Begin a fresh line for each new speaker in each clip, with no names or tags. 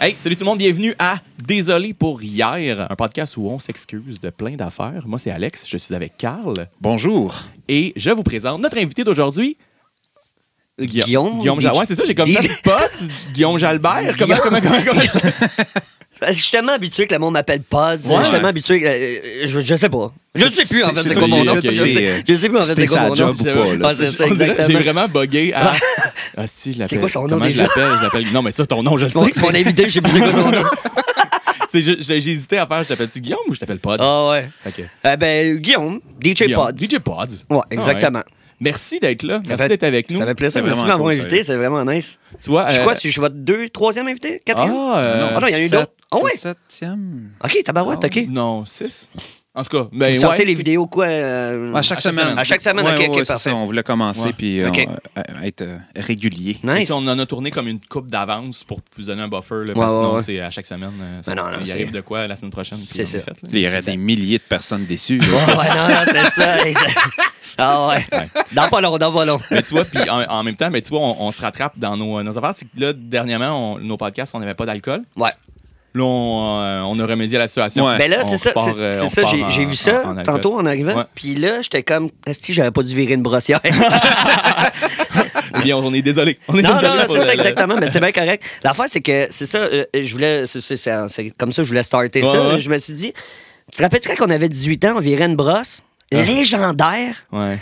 Hey, salut tout le monde, bienvenue à Désolé pour hier, un podcast où on s'excuse de plein d'affaires. Moi, c'est Alex, je suis avec Carl
Bonjour.
et je vous présente notre invité d'aujourd'hui. Guilla-
Guillaume-
Guillaume Jalbert. Ouais, c'est ça, j'ai comme
Guy-
même pote, Guillaume Jalbert. Comment, comment, comment, comment-
Parce que Je suis tellement habitué que le monde m'appelle Pod. Je suis tellement habitué que. euh, je, je sais pas. Je sais plus,
c'est-
en fait,
c'est toi
c'est quoi
qui
mon nom.
décides
Je
si
sais-
t'es-
je sais plus, en fait,
si t'es
c'est quoi
sa
mon nom.
job ou pas, là.
Ah, c'est ça,
On dirait que J'ai
exactement.
vraiment bugué. à- Ah, si, je l'appelle.
quoi son nom
Comment
déjà?
je l'appelle? Je l'appelle- Non, mais ça, ton nom, je le
C'est mon-
sais.
c'est mon invité, je sais plus c'est quoi son nom.
C'est ju- J'ai j'ai hésité à faire, je t'appelle-tu Guillaume ou je t'appelle Pod?
Ah ouais.
Ok.
Eh ben, Guillaume, DJ
Guillaume,
Pod.
DJ Pods.
Ouais, exactement.
Merci d'être là. Merci
fait-
d'être avec nous.
Ça fait
C'est
plaisir. Merci de
vraiment
m'avoir
cool,
invité, c'est vraiment nice.
Tu vois,
Je
euh,
crois que je suis votre deux, troisième invité, quatrième.
Ah, euh,
Ah non, il y en a eu
sept-
d'autres. Ah ouais?
Septième.
Ok, tabarouette,
Ah,
ok.
Non, 6. En tout cas, ben
Vous
ouais.
sortez les vidéos quoi euh,
À chaque Ah, semaine.
À chaque semaine,
Ouais,
ok,
ouais,
ok,
ouais, c'est
parfait.
ça, on voulait commencer
Ouais.
puis euh,
Ok.
euh, être euh, régulier.
Et
Nice.
On en a tourné comme une coupe d'avance pour vous donner un buffer. Là,
Ouais, ouais,
parce que sinon,
ouais.
c'est à chaque semaine, euh, ça-
non, non,
il
c'est-
arrive de quoi la semaine prochaine. puis
C'est
on est
ça.
fait, là.
Il y aurait des milliers de personnes déçues.
Ouais, non, non, c'est ça. exact. Ah ouais. Dans pas long, dans pas long.
Mais tu vois, puis en, en même temps, mais tu vois, on, on se rattrape dans nos, nos affaires. C'est que là, dernièrement, on- nos podcasts, on n'avait pas d'alcool.
Ouais.
Là, on, euh, on a remédié à la situation.
Ouais.
Ben là,
On
c'est ça,
repart,
c'est-
euh, on
c'est ça,
repart
j'ai
en-
j'ai
en-
vu ça
en alcool.
tantôt en
Ouais.
arrivant. Puis là, j'étais comme, si j'avais pas dû virer une brossière.
Eh bien, on est désolé. On est
non, non,
désolé
non,
pour
c'est ça
le- le-
exactement, mais c'est bien correct. L'affaire, c'est que, c'est ça, euh, je voulais, c'est- c'est- c'est c'est comme ça, je voulais starter
Ouais,
ça.
ouais.
Je me suis dit, tu te rappelles-tu quand on avait 18 ans, on virait une brosse légendaire,
Ouais.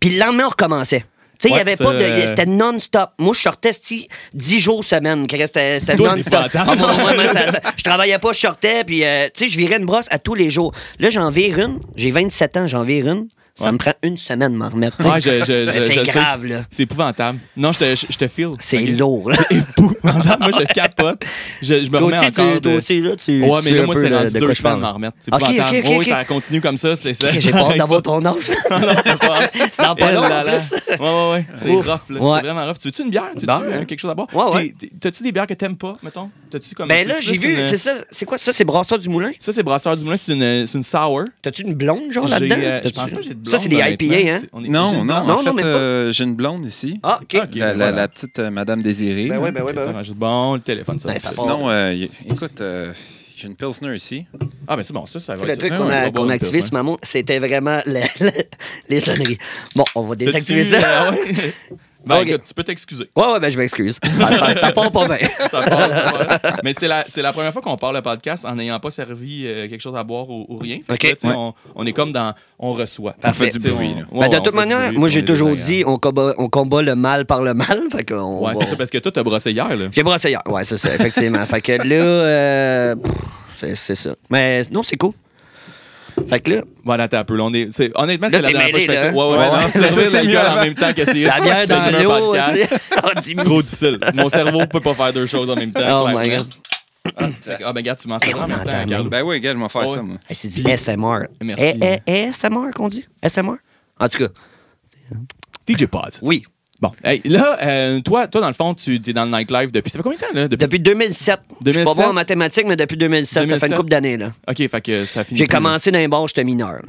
puis le lendemain, on recommençait. Tu sais, il
Ouais,
y avait
ça,
pas de.
euh,
C'était non-stop. Moi, je sortais sti, 10 jours semaine. Chris, C'était c'était
Toi, c'est
non-stop.
pas tant.
Ah, moi, moi, moi, ça- ça- je travaillais pas, je sortais, puis euh, tu sais, je virais une brosse à tous les jours. Là, j'en vire une. J'ai 27 ans, j'en vire une. Ça
Ouais.
me prend une semaine de m'en remettre. tu sais.
Ouais, je- je- je- je
c'est
le sais.
grave, là.
C'est épouvantable. Non, je te, je, je te feel.
C'est
Ok.
lourd, là.
épouvantable. Moi, je capote. Je, je me
Toi
remets
aussi,
encore
tu,
de...
toi aussi, là, tu.
Ouais, mais
tu sais
là,
un
moi,
peu
c'est
de-
rendu
de
deux
quoi je
semaines
parle.
de m'en remettre. C'est
Ok, ok,
épouvantable.
ok,
Oui,
ok.
ça continue comme ça, c'est ça.
Ok, J'ai peur d'avoir ton âge. C'est dans pas long, en plus.
Ouais, ouais, ouais. C'est rough,
Ouf.
là.
Ouais.
C'est vraiment rough. Tu veux-tu une bière? Tu veux
Ben,
quelque chose à boire?
ouais, ouais.
T'es- t'es- T'as-tu des bières que t'aimes pas, mettons? T'as-tu comme.
Ben
tu-
là,
tu
j'ai
veux
vu,
une- euh,
c'est ça. C'est quoi ça? C'est Brassard du Moulin?
Ça, c'est Brasseur du Moulin, c'est une, euh, c'est une sour.
T'as-tu une blonde, genre,
J'ai,
là-dedans?
euh, Je
T'as-tu-
pense pas que j'ai de blonde.
Ça, c'est des
honnêtement.
IPA, hein?
C'est- on est- j'ai
Non,
une
non,
blonde.
en
Non, non,
fait,
mais pas.
euh, j'ai une blonde ici.
Ah, OK.
Ah, ok,
la, la-
voilà.
la petite euh, Madame Désirée.
Ben ouais,
là.
ben ouais, ben
Attends,
ouais.
hein, j'ai de bon, le téléphone, ça.
Ben, ça part.
Sinon, euh, y- écoute, euh, j'ai une Pilsner ici.
Ah, ben c'est bon, ça, ça va.
C'est le
être-
truc
Ah,
qu'on
ouais, on
a,
va boire
qu'on
une
a activé
Pilsner.
sur Maman, c'était vraiment la- la- les sonneries. Bon, on va
T'as-tu-
désactiver ça.
Ah ouais? Ben,
Ok.
écoute, tu peux t'excuser.
Ouais, ouais, ben je m'excuse. ça, ça, ça part pas bien.
Ça part, ça part. Mais c'est la, c'est la première fois qu'on parle le podcast en n'ayant pas servi euh, quelque chose à boire ou, ou rien. Fait
Ok.
que là, tu sais,
Ouais.
on, on est comme dans. On reçoit.
On fait
Tu
du
sais,
bruit,
on-
là.
ouais,
Ben, de
ouais, on
toute
fait du
manière,
bruit,
moi,
on est
j'ai
des
toujours
agréables.
dit, on combat, on combat le mal par le mal. Fait qu'on
Ouais,
va-
c'est ça, parce que toi, t'as brossé hier, là.
J'ai brassé hier. Ouais, c'est ça, effectivement. fait que là, euh, pff, c'est- c'est ça. Mais non, c'est cool. Fait que là,
Bon, attends un peu. là, on est, c'est- honnêtement,
Là,
c'est la
t'es
dernière fois que je fais ça.
mêlé, là.
Ouais, ouais,
Ouais,
non,
ouais.
c'est
C'est
la gueule
mieux
en
avant.
même temps que c'est
la bière
c'est
dans
un
l'eau,
podcast.
c'est- on dit-
Trop difficile. Mon cerveau peut pas faire deux choses en même temps.
Oh
Ouais,
my
man.
God.
Fait que- Ah, ben, regarde, tu m'en
Hey,
sers en
on
même temps,
entend,
Carlo.
Ben oui, regarde, je vais faire
Ouais.
ça, moi.
Eh, C'est du SMR.
Merci.
Eh, eh, eh, SMR qu'on dit? SMR? En tout cas,
DJ Pods.
oui.
Bon, hey, là, euh, toi, toi, dans le fond, tu es dans le nightlife depuis. Ça fait combien de temps, là? Depuis.
Depuis 2007. Je suis pas
2007?
bon en mathématiques, mais depuis 2007, ça fait
2007.
une couple d'années. là.
Ok, fait que ça finit.
J'ai commencé dans les bars, j'étais mineur. là.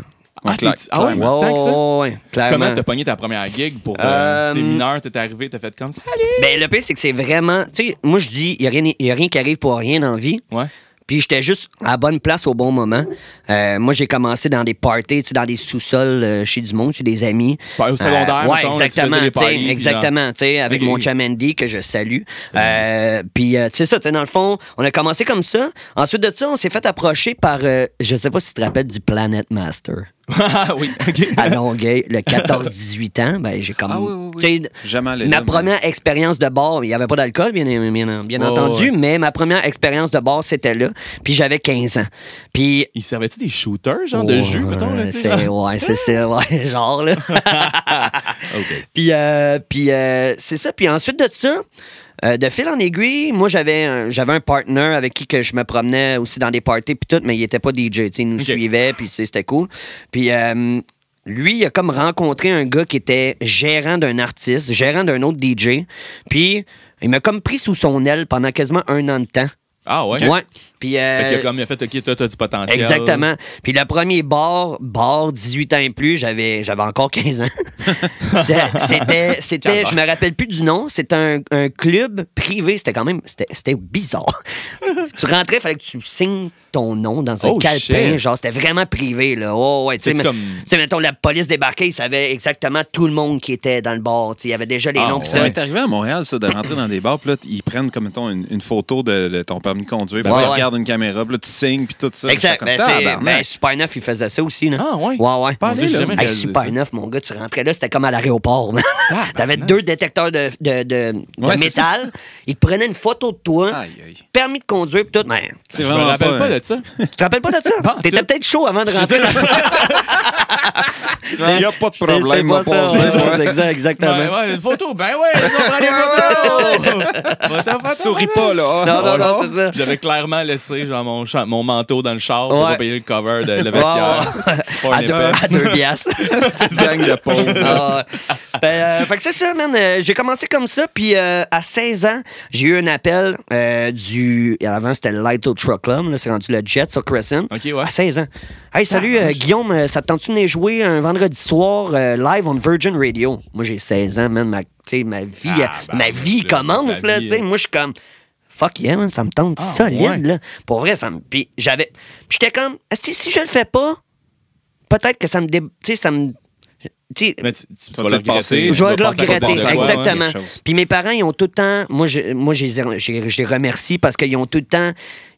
Ah,
Ouais, clair-
t'es- ah ouais,
clairement.
tant que ça?
ouais, ouais, clairement.
Comment t'as pogné ta première gig pour. Euh,
Euh,
t'es mineur, t'es arrivé, t'as fait comme ça. Allez!
Ben, le pire, c'est que c'est vraiment. Tu sais, moi, je dis, il n'y a, rien qui arrive pour rien dans la vie.
Ouais.
Puis j'étais juste à la bonne place au bon moment. Euh, moi, j'ai commensols dans des parties, tu sais, dans des sous-sols euh, chez du monde, chez des amis.
Par- au secondaire,
Euh, ouais,
mettons, là, tu
exactement.
faisais des
tu sais,
parties, puis dans-
exactement, tu sais, avec
Ok.
mon chum Andy que je salue. Euh, puis, euh, tu sais, ça, tu sais, dans le fond, on a commencé comme ça. Ensuite de ça, on s'est fait approcher par, euh, je sais pas si tu te rappelles, du Planet Master.
Ah oui, ok.
à Longueuil, le 14-18 ans, ben, j'ai comme.
Ah oui, oui, oui.
tu sais,
Jamais allé
Ma
là, mais-
première expérience de bar, il n'y avait pas d'alcool, bien, bien, bien
ouais,
entendu,
ouais.
mais ma première expérience de bar, c'était là. Puis j'avais 15 ans. Puis. Oh,
Ils servaient-tu des shooters, genre de jus, mettons, là, tu sais?
c'est, ouais, c'est ça, ouais, genre, là.
Ok.
Puis, euh, puis euh, c'est ça. Puis ensuite de ça, euh, de fil en aiguille, moi, j'avais un, j'avais un partner avec qui que je me promenais aussi dans des parties puis tout, mais il était pas DJ. tu sais, Il nous
Ok.
suivait, puis tu sais, c'était cool. Puis euh, lui, il a comme rencontré un gars qui était gérant d'un artiste, gérant d'un autre DJ. Puis il m'a comme pris sous son aile pendant quasiment un an de temps.
Ah ouais?
Ouais. Puis, euh,
Fait qu'il a comme il a fait, OK, toi, t'as du potentiel.
Exactement. Puis le premier bar, bar 18 ans et plus, j'avais, j'avais encore 15 ans. C'est- c'était, c'était, je me rappelle plus du nom, c'était un, un club privé. C'était quand même, c'était, c'était bizarre. tu rentrais, il fallait que tu signes ton nom dans un
Oh,
calepin.
shit.
Genre, c'était vraiment privé, là. Oh, ouais, tu sais,
C'est-tu
mais-
comme-
tu sais, mettons, la police débarquait, ils savaient exactement tout le monde qui était dans le bar. Tu sais, Il y avait déjà les
Ah,
noms
ouais.
qui
Ça
savaient.
m'est arrivé à Montréal, ça, de rentrer dans des bars, puis là, t- ils prennent comme mettons, une, une photo de, de ton permis de conduire, puis
Ben Ouais,
tu
ouais.
regardes une caméra, puis là, tu signes, puis tout ça. J'étais
Exact.
comme,
Ben, c'est- ben,
tabarnak.
Super 9, il faisait ça aussi. Là.
Ah, ouais?
Ouais, ouais.
Pas allé,
Hey,
là. jamais réalisé
Super
ça.
9, mon gars, tu rentrais là, c'était comme à l'aéroport. man.
Ah, ben,
T'avais deux détecteurs de, de, de- de
Ouais, c'est
métal. Ils te prenaient une photo de toi,
Aïe, aïe.
permis de conduire, pis tout. Man,
Je
C'est
me rappelle pas de ça.
tu te rappelles pas de ça?
Pas
T'étais
tout.
peut-être chaud avant de rentrer. dans-
Il n'y a pas de
C'est- Hein? c'est
problème, mon
pas ça,
passé.
ouais, c'est exact, exactement.
Ben ouais, une photo. Ben ouais, ils ont pris les photos. Va t'en faire
Souris
ta
pas, là.
Ah, Non, non, non,
Oh,
c'est ça.
Puis J'avais clairement laissé genre, mon, cha- mon manteau dans le char pour
Ouais.
pas payer le cover de le
Ouais,
vestiaire. C'est pas un
À deux,
épais.
à deux piastres.
Petite gang de pauvres.
Ah, ouais. Ben, euh, fait que c'est ça, man. Euh, j'ai commencé comme ça, puis euh, à 16 ans, j'ai eu un appel euh, du. Avant, c'était le Light Truck Club, là, c'est rendu le Jet sur Crescent.
Ok, ouais.
À 16 ans. Hey, salut, euh, Guillaume, euh, ça te tente-tu de venir jouer un vendredi soir euh, live on Virgin Radio? Moi, j'ai 16 ans, man. Ma, tu sais, ma vie,
Ah,
euh,
ben,
ma vie
le-
commence,
la
là.
vie,
tu sais.
euh.
Moi, je suis comme. Fuck yeah, man, ça me tente
Ah,
solide,
ouais.
là. Pour vrai, ça me. Puis j'avais. puis j'étais comme. Si, si je le fais pas, peut-être que ça me. dé- Tu sais, ça me. tu sais,
Mais tu, tu
Ça
vas
va
le
peut-être passer.
regretter.
je vais
Tu
le
vas penser à
regretter,
n'importe quoi, hein, ouais.
exactement.
quelque chose.
Puis mes parents, ils ont tout le temps, moi, je, moi, je les ai- je les- je les remercie parce qu'ils ont tout le temps,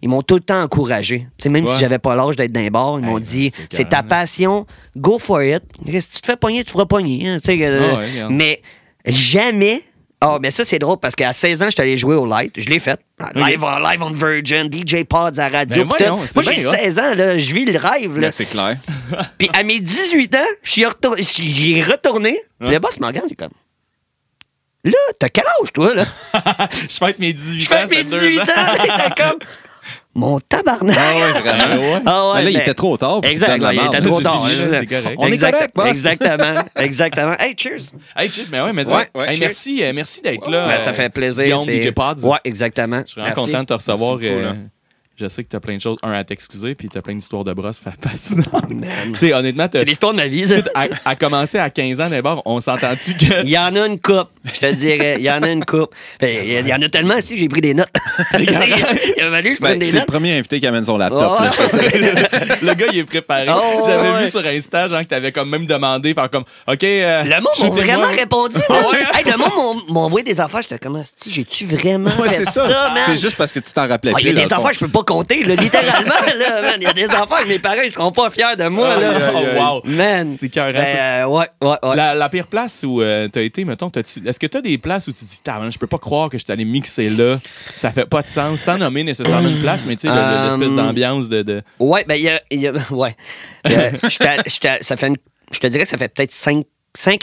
ils m'ont tout le temps encouragé. Tu sais, même
Ouais.
si j'avais pas l'âge d'être d'un bar, ils m'ont
ben,
dit,
c'est
c'est ta
carrément.
passion, go for it. Si tu te fais pogner, tu feras pogner. hein, tu sais, euh,
Ah ouais, regarde.
mais jamais. Ah, mais ça, c'est drôle parce qu'à 16 ans, je suis allé jouer au Light. Je l'ai fait. Ah, Live, on, live on Virgin, DJ Pods à radio.
Ben,
pis tout.
voyons, c'est
moi,
bien
j'ai
hot.
16 ans, là, je vis le rêve. Là.
Ben, C'est clair.
Puis à mes 18 ans, je suis retour- j'y ai retourné. Puis
Hein?
le boss me regarde, il est comme. Là, t'as quel âge, toi, là?
Je fête mes 18
Je
ans.
fais
ça
mes
fait deux
18 ans, il était comme. Mon tabarnak!
Ah ouais, vraiment.
Ah ouais,
Mais là, il
mais-
était trop tard. pour
Exact,
qu'il donne
là,
la
il
marde. Ben,
était trop tard.
C'est
hein.
correct.
On est
Exact-
correct, boss.
Exactement, exactement. Hey, cheers!
Hey, Chip, mais ouais, mais
Ouais, ouais,
Hey,
cheers.
merci, euh, merci d'être là.
Ben,
euh,
ça fait plaisir.
Guillaume
c'est-
DJ Pods.
Ouais, exactement.
Je suis vraiment
Merci.
content de te recevoir.
Merci hein. beaucoup,
euh,
là.
je sais que t'as plein de choses. Un, à t'excuser, puis t'as plein d'histoires de brosse fa- fascinantes. tu sais, honnêtement, t'as-
C'est l'histoire de ma vie, ça.
à, à commencer à 15 ans d'abord, on s'entend-tu que
Il y en a une coupe, je te dirais. Il y en a une coupe. Ben, Il y en a tellement aussi, que j'ai pris des notes. il a valu que je prenne
Ben,
des
t'es le
notes.
premier invité qui amène son laptop.
Ouais.
là, je te dis.
le gars, il est préparé.
Oh,
J'avais
ouais.
vu sur Insta, genre, que t'avais comme même demandé, par comme, OK. euh,
Le monde m'a
shootez-moi.
vraiment répondu. là.
Ah ouais, hein?
Hey, le monde m'a- m'a envoyé des affaires. J'étais comme, Asti, j'ai-tu vraiment.
Ouais,
fait
c'est ça.
man?
C'est juste parce que tu t'en rappelais
Ah,
plus.
Il y a
là,
des
au fond.
affaires, je peux pas compter, là, littéralement. là, man. Il y a des affaires, mes parents, ils seront pas fiers de moi.
Ah,
Là.
yeah, yeah.
Oh, wow. Man.
C'est écœurant,
Ben, euh, ouais, ouais, ouais.
La, la pire place où euh, t'as été, mettons, t'as-tu- est-ce que t'as des places où tu dis, Tabarnak, je peux pas croire que je suis allé mixer là, ça fait pas de sens, sans nommer nécessairement une place, mais tu sais, le- le- l'espèce
Euh,
d'ambiance de. de-
Ouais, ben, il y a. il y a- ouais. Euh, j'étais à- j'étais à- ça fait une- je te dirais que ça fait peut-être 5,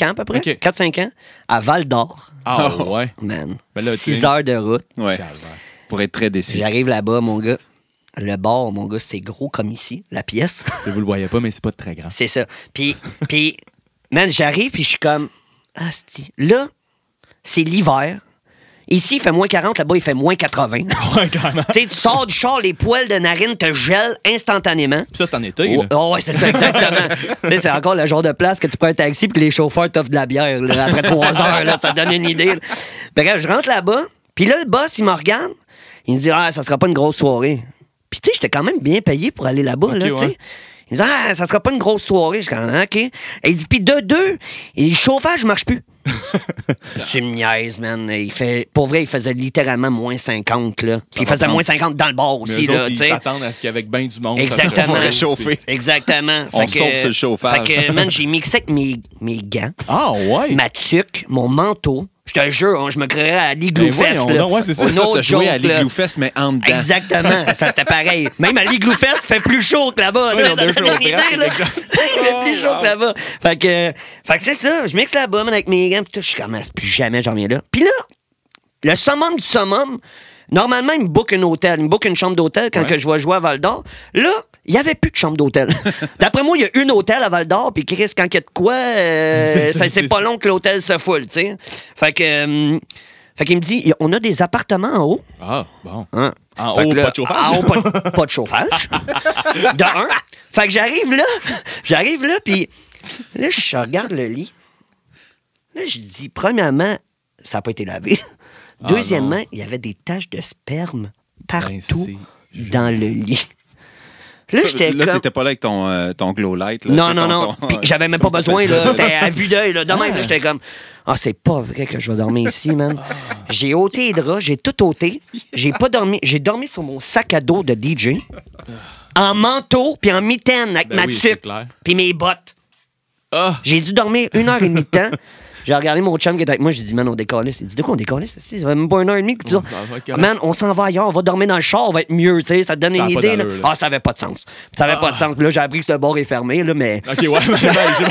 ans, à peu près.
Ok.
4-5 ans. À Val d'Or.
Ah ouais.
Man.
Ben là, tu
6
sais.
heures de route.
Ouais. Pour être très déçu.
J'arrive là-bas, mon gars. Le bar, mon gars, c'est gros comme ici, la pièce.
Si vous le voyez pas, mais c'est pas très grand.
C'est ça. Puis, puis man, j'arrive, puis je suis comme, asti. Là, c'est l'hiver. Ici, il fait moins 40, là-bas, il fait moins 80.
Ouais, clairement.
tu sais, tu sors du char, les poils de narine te gèlent instantanément.
Puis ça, c'est en été,
Oh,
là.
oh, ouais, c'est ça, exactement. Tu sais, c'est encore le genre de place que tu prends un taxi puis que les chauffeurs t'offrent de la bière là, après trois heures. Là, ça te donne une idée. là. Bref, je rentre là-bas. Puis là, le boss, il me regarde. Il me dit Ah, ça sera pas une grosse soirée. Puis tu sais, j'étais quand même bien payé pour aller là-bas. là,
Ok,
tu sais.
ouais.
Il me dit Ah, ça sera pas une grosse soirée. Je suis comme Ah, OK. Et il dit Puis de deux, et le chauffage marche plus. tu me niaises, man. Il fait, pour vrai, il faisait littéralement moins 50. Là. Puis il
va
faisait
prendre-
moins 50 dans le bar
Mais
aussi.
eux
là,
autres,
tu
ils
sais.
s'attendent à ce qu'avec ben du monde, ça se
Exactement.
réchauffe.
réchauffer.
Exactement.
On
Fait que-
sauve sur le chauffage.
Fait que, man, j'ai mixé avec mes, mes gants,
Ah ouais.
ma tuque, mon manteau. Je te jure, hein, je me créerais à
Ben
l'Igloo Fest.
voyons
là.
donc, ouais, c'est ça.
C'est ça,
No
t'as joué à
joke, là.
l'Igloo Fest, mais en dedans.
Exactement, ça c'était pareil. Même à l'Igloo Fest, fait plus chaud que là-bas.
Ouais,
là,
ils ont
ça
deux
donne une
chauds
idée,
verts,
là.
les gars.
Il est plus
Oh,
chaud que là-bas. Fait que, fait que c'est ça, je mixe là-bas, man, avec mes gants. pis tout. Je suis comme, Ah, plus jamais j'en viens là. Puis là, le summum du summum, normalement, ils me bookent un hôtel, ils me bookent une chambre d'hôtel quand
Ouais.
que je vais jouer à Val d'Or. Là, il n'y avait plus de chambre d'hôtel. D'après moi, il y a une hôtel à Val d'Or, puis Chris, quand il y a de quoi, euh,
C'est ça,
ça- c'est
c'est
pas
ça.
long que l'hôtel se foule, tu sais. Fait que. hum, fait qu'il me dit, on a des appartements en haut.
Ah, bon.
Hein?
En
Fait que
haut,
là,
pas de chauffage.
En haut, pas de, pas de chauffage. de un. Fait que j'arrive là, j'arrive là, puis là, je regarde le lit. Là, je dis, premièrement, ça n'a pas été lavé.
Ah,
Deuxièmement,
non.
il y avait des taches de sperme
Ben,
partout
c'est-
dans le lit. Là,
Ça,
j'étais
Là,
comme...
t'étais pas là avec ton, euh, ton glow light. Là,
Non,
T'sais,
non,
ton-
non.
ton-
euh,
Puis j'avais même pas
Comment
besoin,
t'appelles ça?
là. C'était à vue d'œil, là. De même, là, j'étais comme, ah, c'est pas vrai que je vais dormir ici, man. J'ai ôté les draps, j'ai tout ôté. J'ai pas dormi. J'ai dormi sur mon sac à dos de DJ, en manteau, puis en mitaine, avec
Ben
ma
oui, c'est
tuque,
clair.
puis mes bottes.
Ah!
J'ai dû dormir une heure et demie de temps. J'ai regardé mon chum qui était avec moi, j'ai dit, man, on décolle. Il dit, de quoi on décolle? Ça fait même pas une heure et demie que tu dors.
Ah, ok.
Man, on s'en va ailleurs, on va dormir dans le char, on va être mieux, tu sais. Ça te donne
Ça
une
a pas
idée, là.
d'allure, là. Ah.
Ah, ça avait pas de sens. Ça avait pas de sens. Là, j'ai appris que ce bord est fermé, là, mais.
Ok, ouais, ben, ben, j'ai-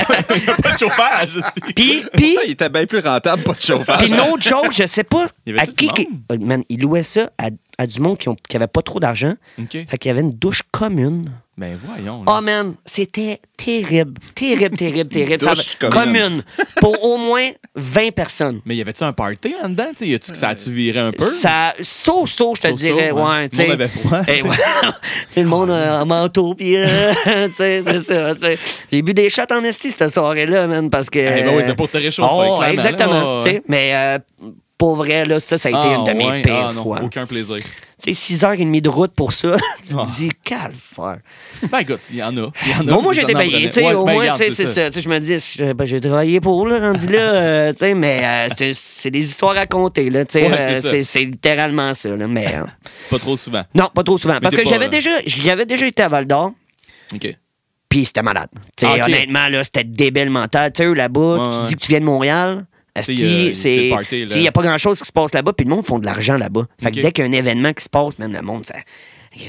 y a pas de chauffage. c'est-
Puis, puis,
Putain, Il était bien plus rentable, pas de chauffage.
puis une autre chose, je sais pas
Y
à
avait-tu
qui,
du
qui-
monde?
Euh, man, il louait ça à, à du monde qui, ont, qui avait pas trop d'argent.
Ok.
Fait qu'il y avait une douche commune.
Ben voyons. là.
Oh man, c'était terrible, terrible, terrible, terrible. Ça
douche
avait-
commune.
pour au moins 20 personnes.
Mais y avait-tu un party en dedans? tu sais? Y a-tu que ça a-tu viré un peu?
Ça, so, so, je te
So-so,
dirais,
ouais.
ouais,
Le
tu sais.
monde avait froid,
Eh, ouais. C'est le monde euh, en manteau, puis, euh, tu sais, c'est ça, tu sais. J'ai bu des shots en esti cette soirée-là, man, parce que.
Eh ben oui, c'est pour te réchauffer,
Oh,
clairement,
exactement,
là,
tu sais. Mais euh, pour vrai, là, ça, ça a été
Ah,
une de mes
ouais,
pires
ah, non,
fois.
Aucun plaisir.
Tu sais, 6 heures et demie de route pour ça, tu
Ah.
te dis, calvaire.
Ben écoute, il y en a. Il y en a.
Bon, moi,
vous
j'ai
en
été
apprenez.
payé, tu sais,
Ouais,
au
ben,
moins,
regarde,
tu sais, c'est ça. Tu sais, Je me dis, je- ben, j'ai travaillé pour, là, rendu là, euh, tu sais, mais euh, c'est- c'est des histoires à compter, là, tu sais,
Ouais,
euh,
c'est ça.
c'est- c'est littéralement ça, là, mais... euh,
Pas trop souvent.
Non, pas trop souvent. Parce
t'es
que
pas- euh,
j'avais déjà, j'y avais déjà été à Val d'Or,
OK.
puis c'était malade. Tu sais,
Ah, ok.
Honnêtement, là, c'était débile mental. Tu sais, eux, là-bas,
Ouais,
tu
ouais.
dis que tu viens de Montréal.
sais, il y a- c'est
esti, c'est-
le party,
tu
là.
sais, Il n'y a pas grand-chose qui se passe là-bas, puis le monde font de l'argent là-bas. Fait que
Ok.
dès qu'il y a un événement qui se passe, même le monde, ça.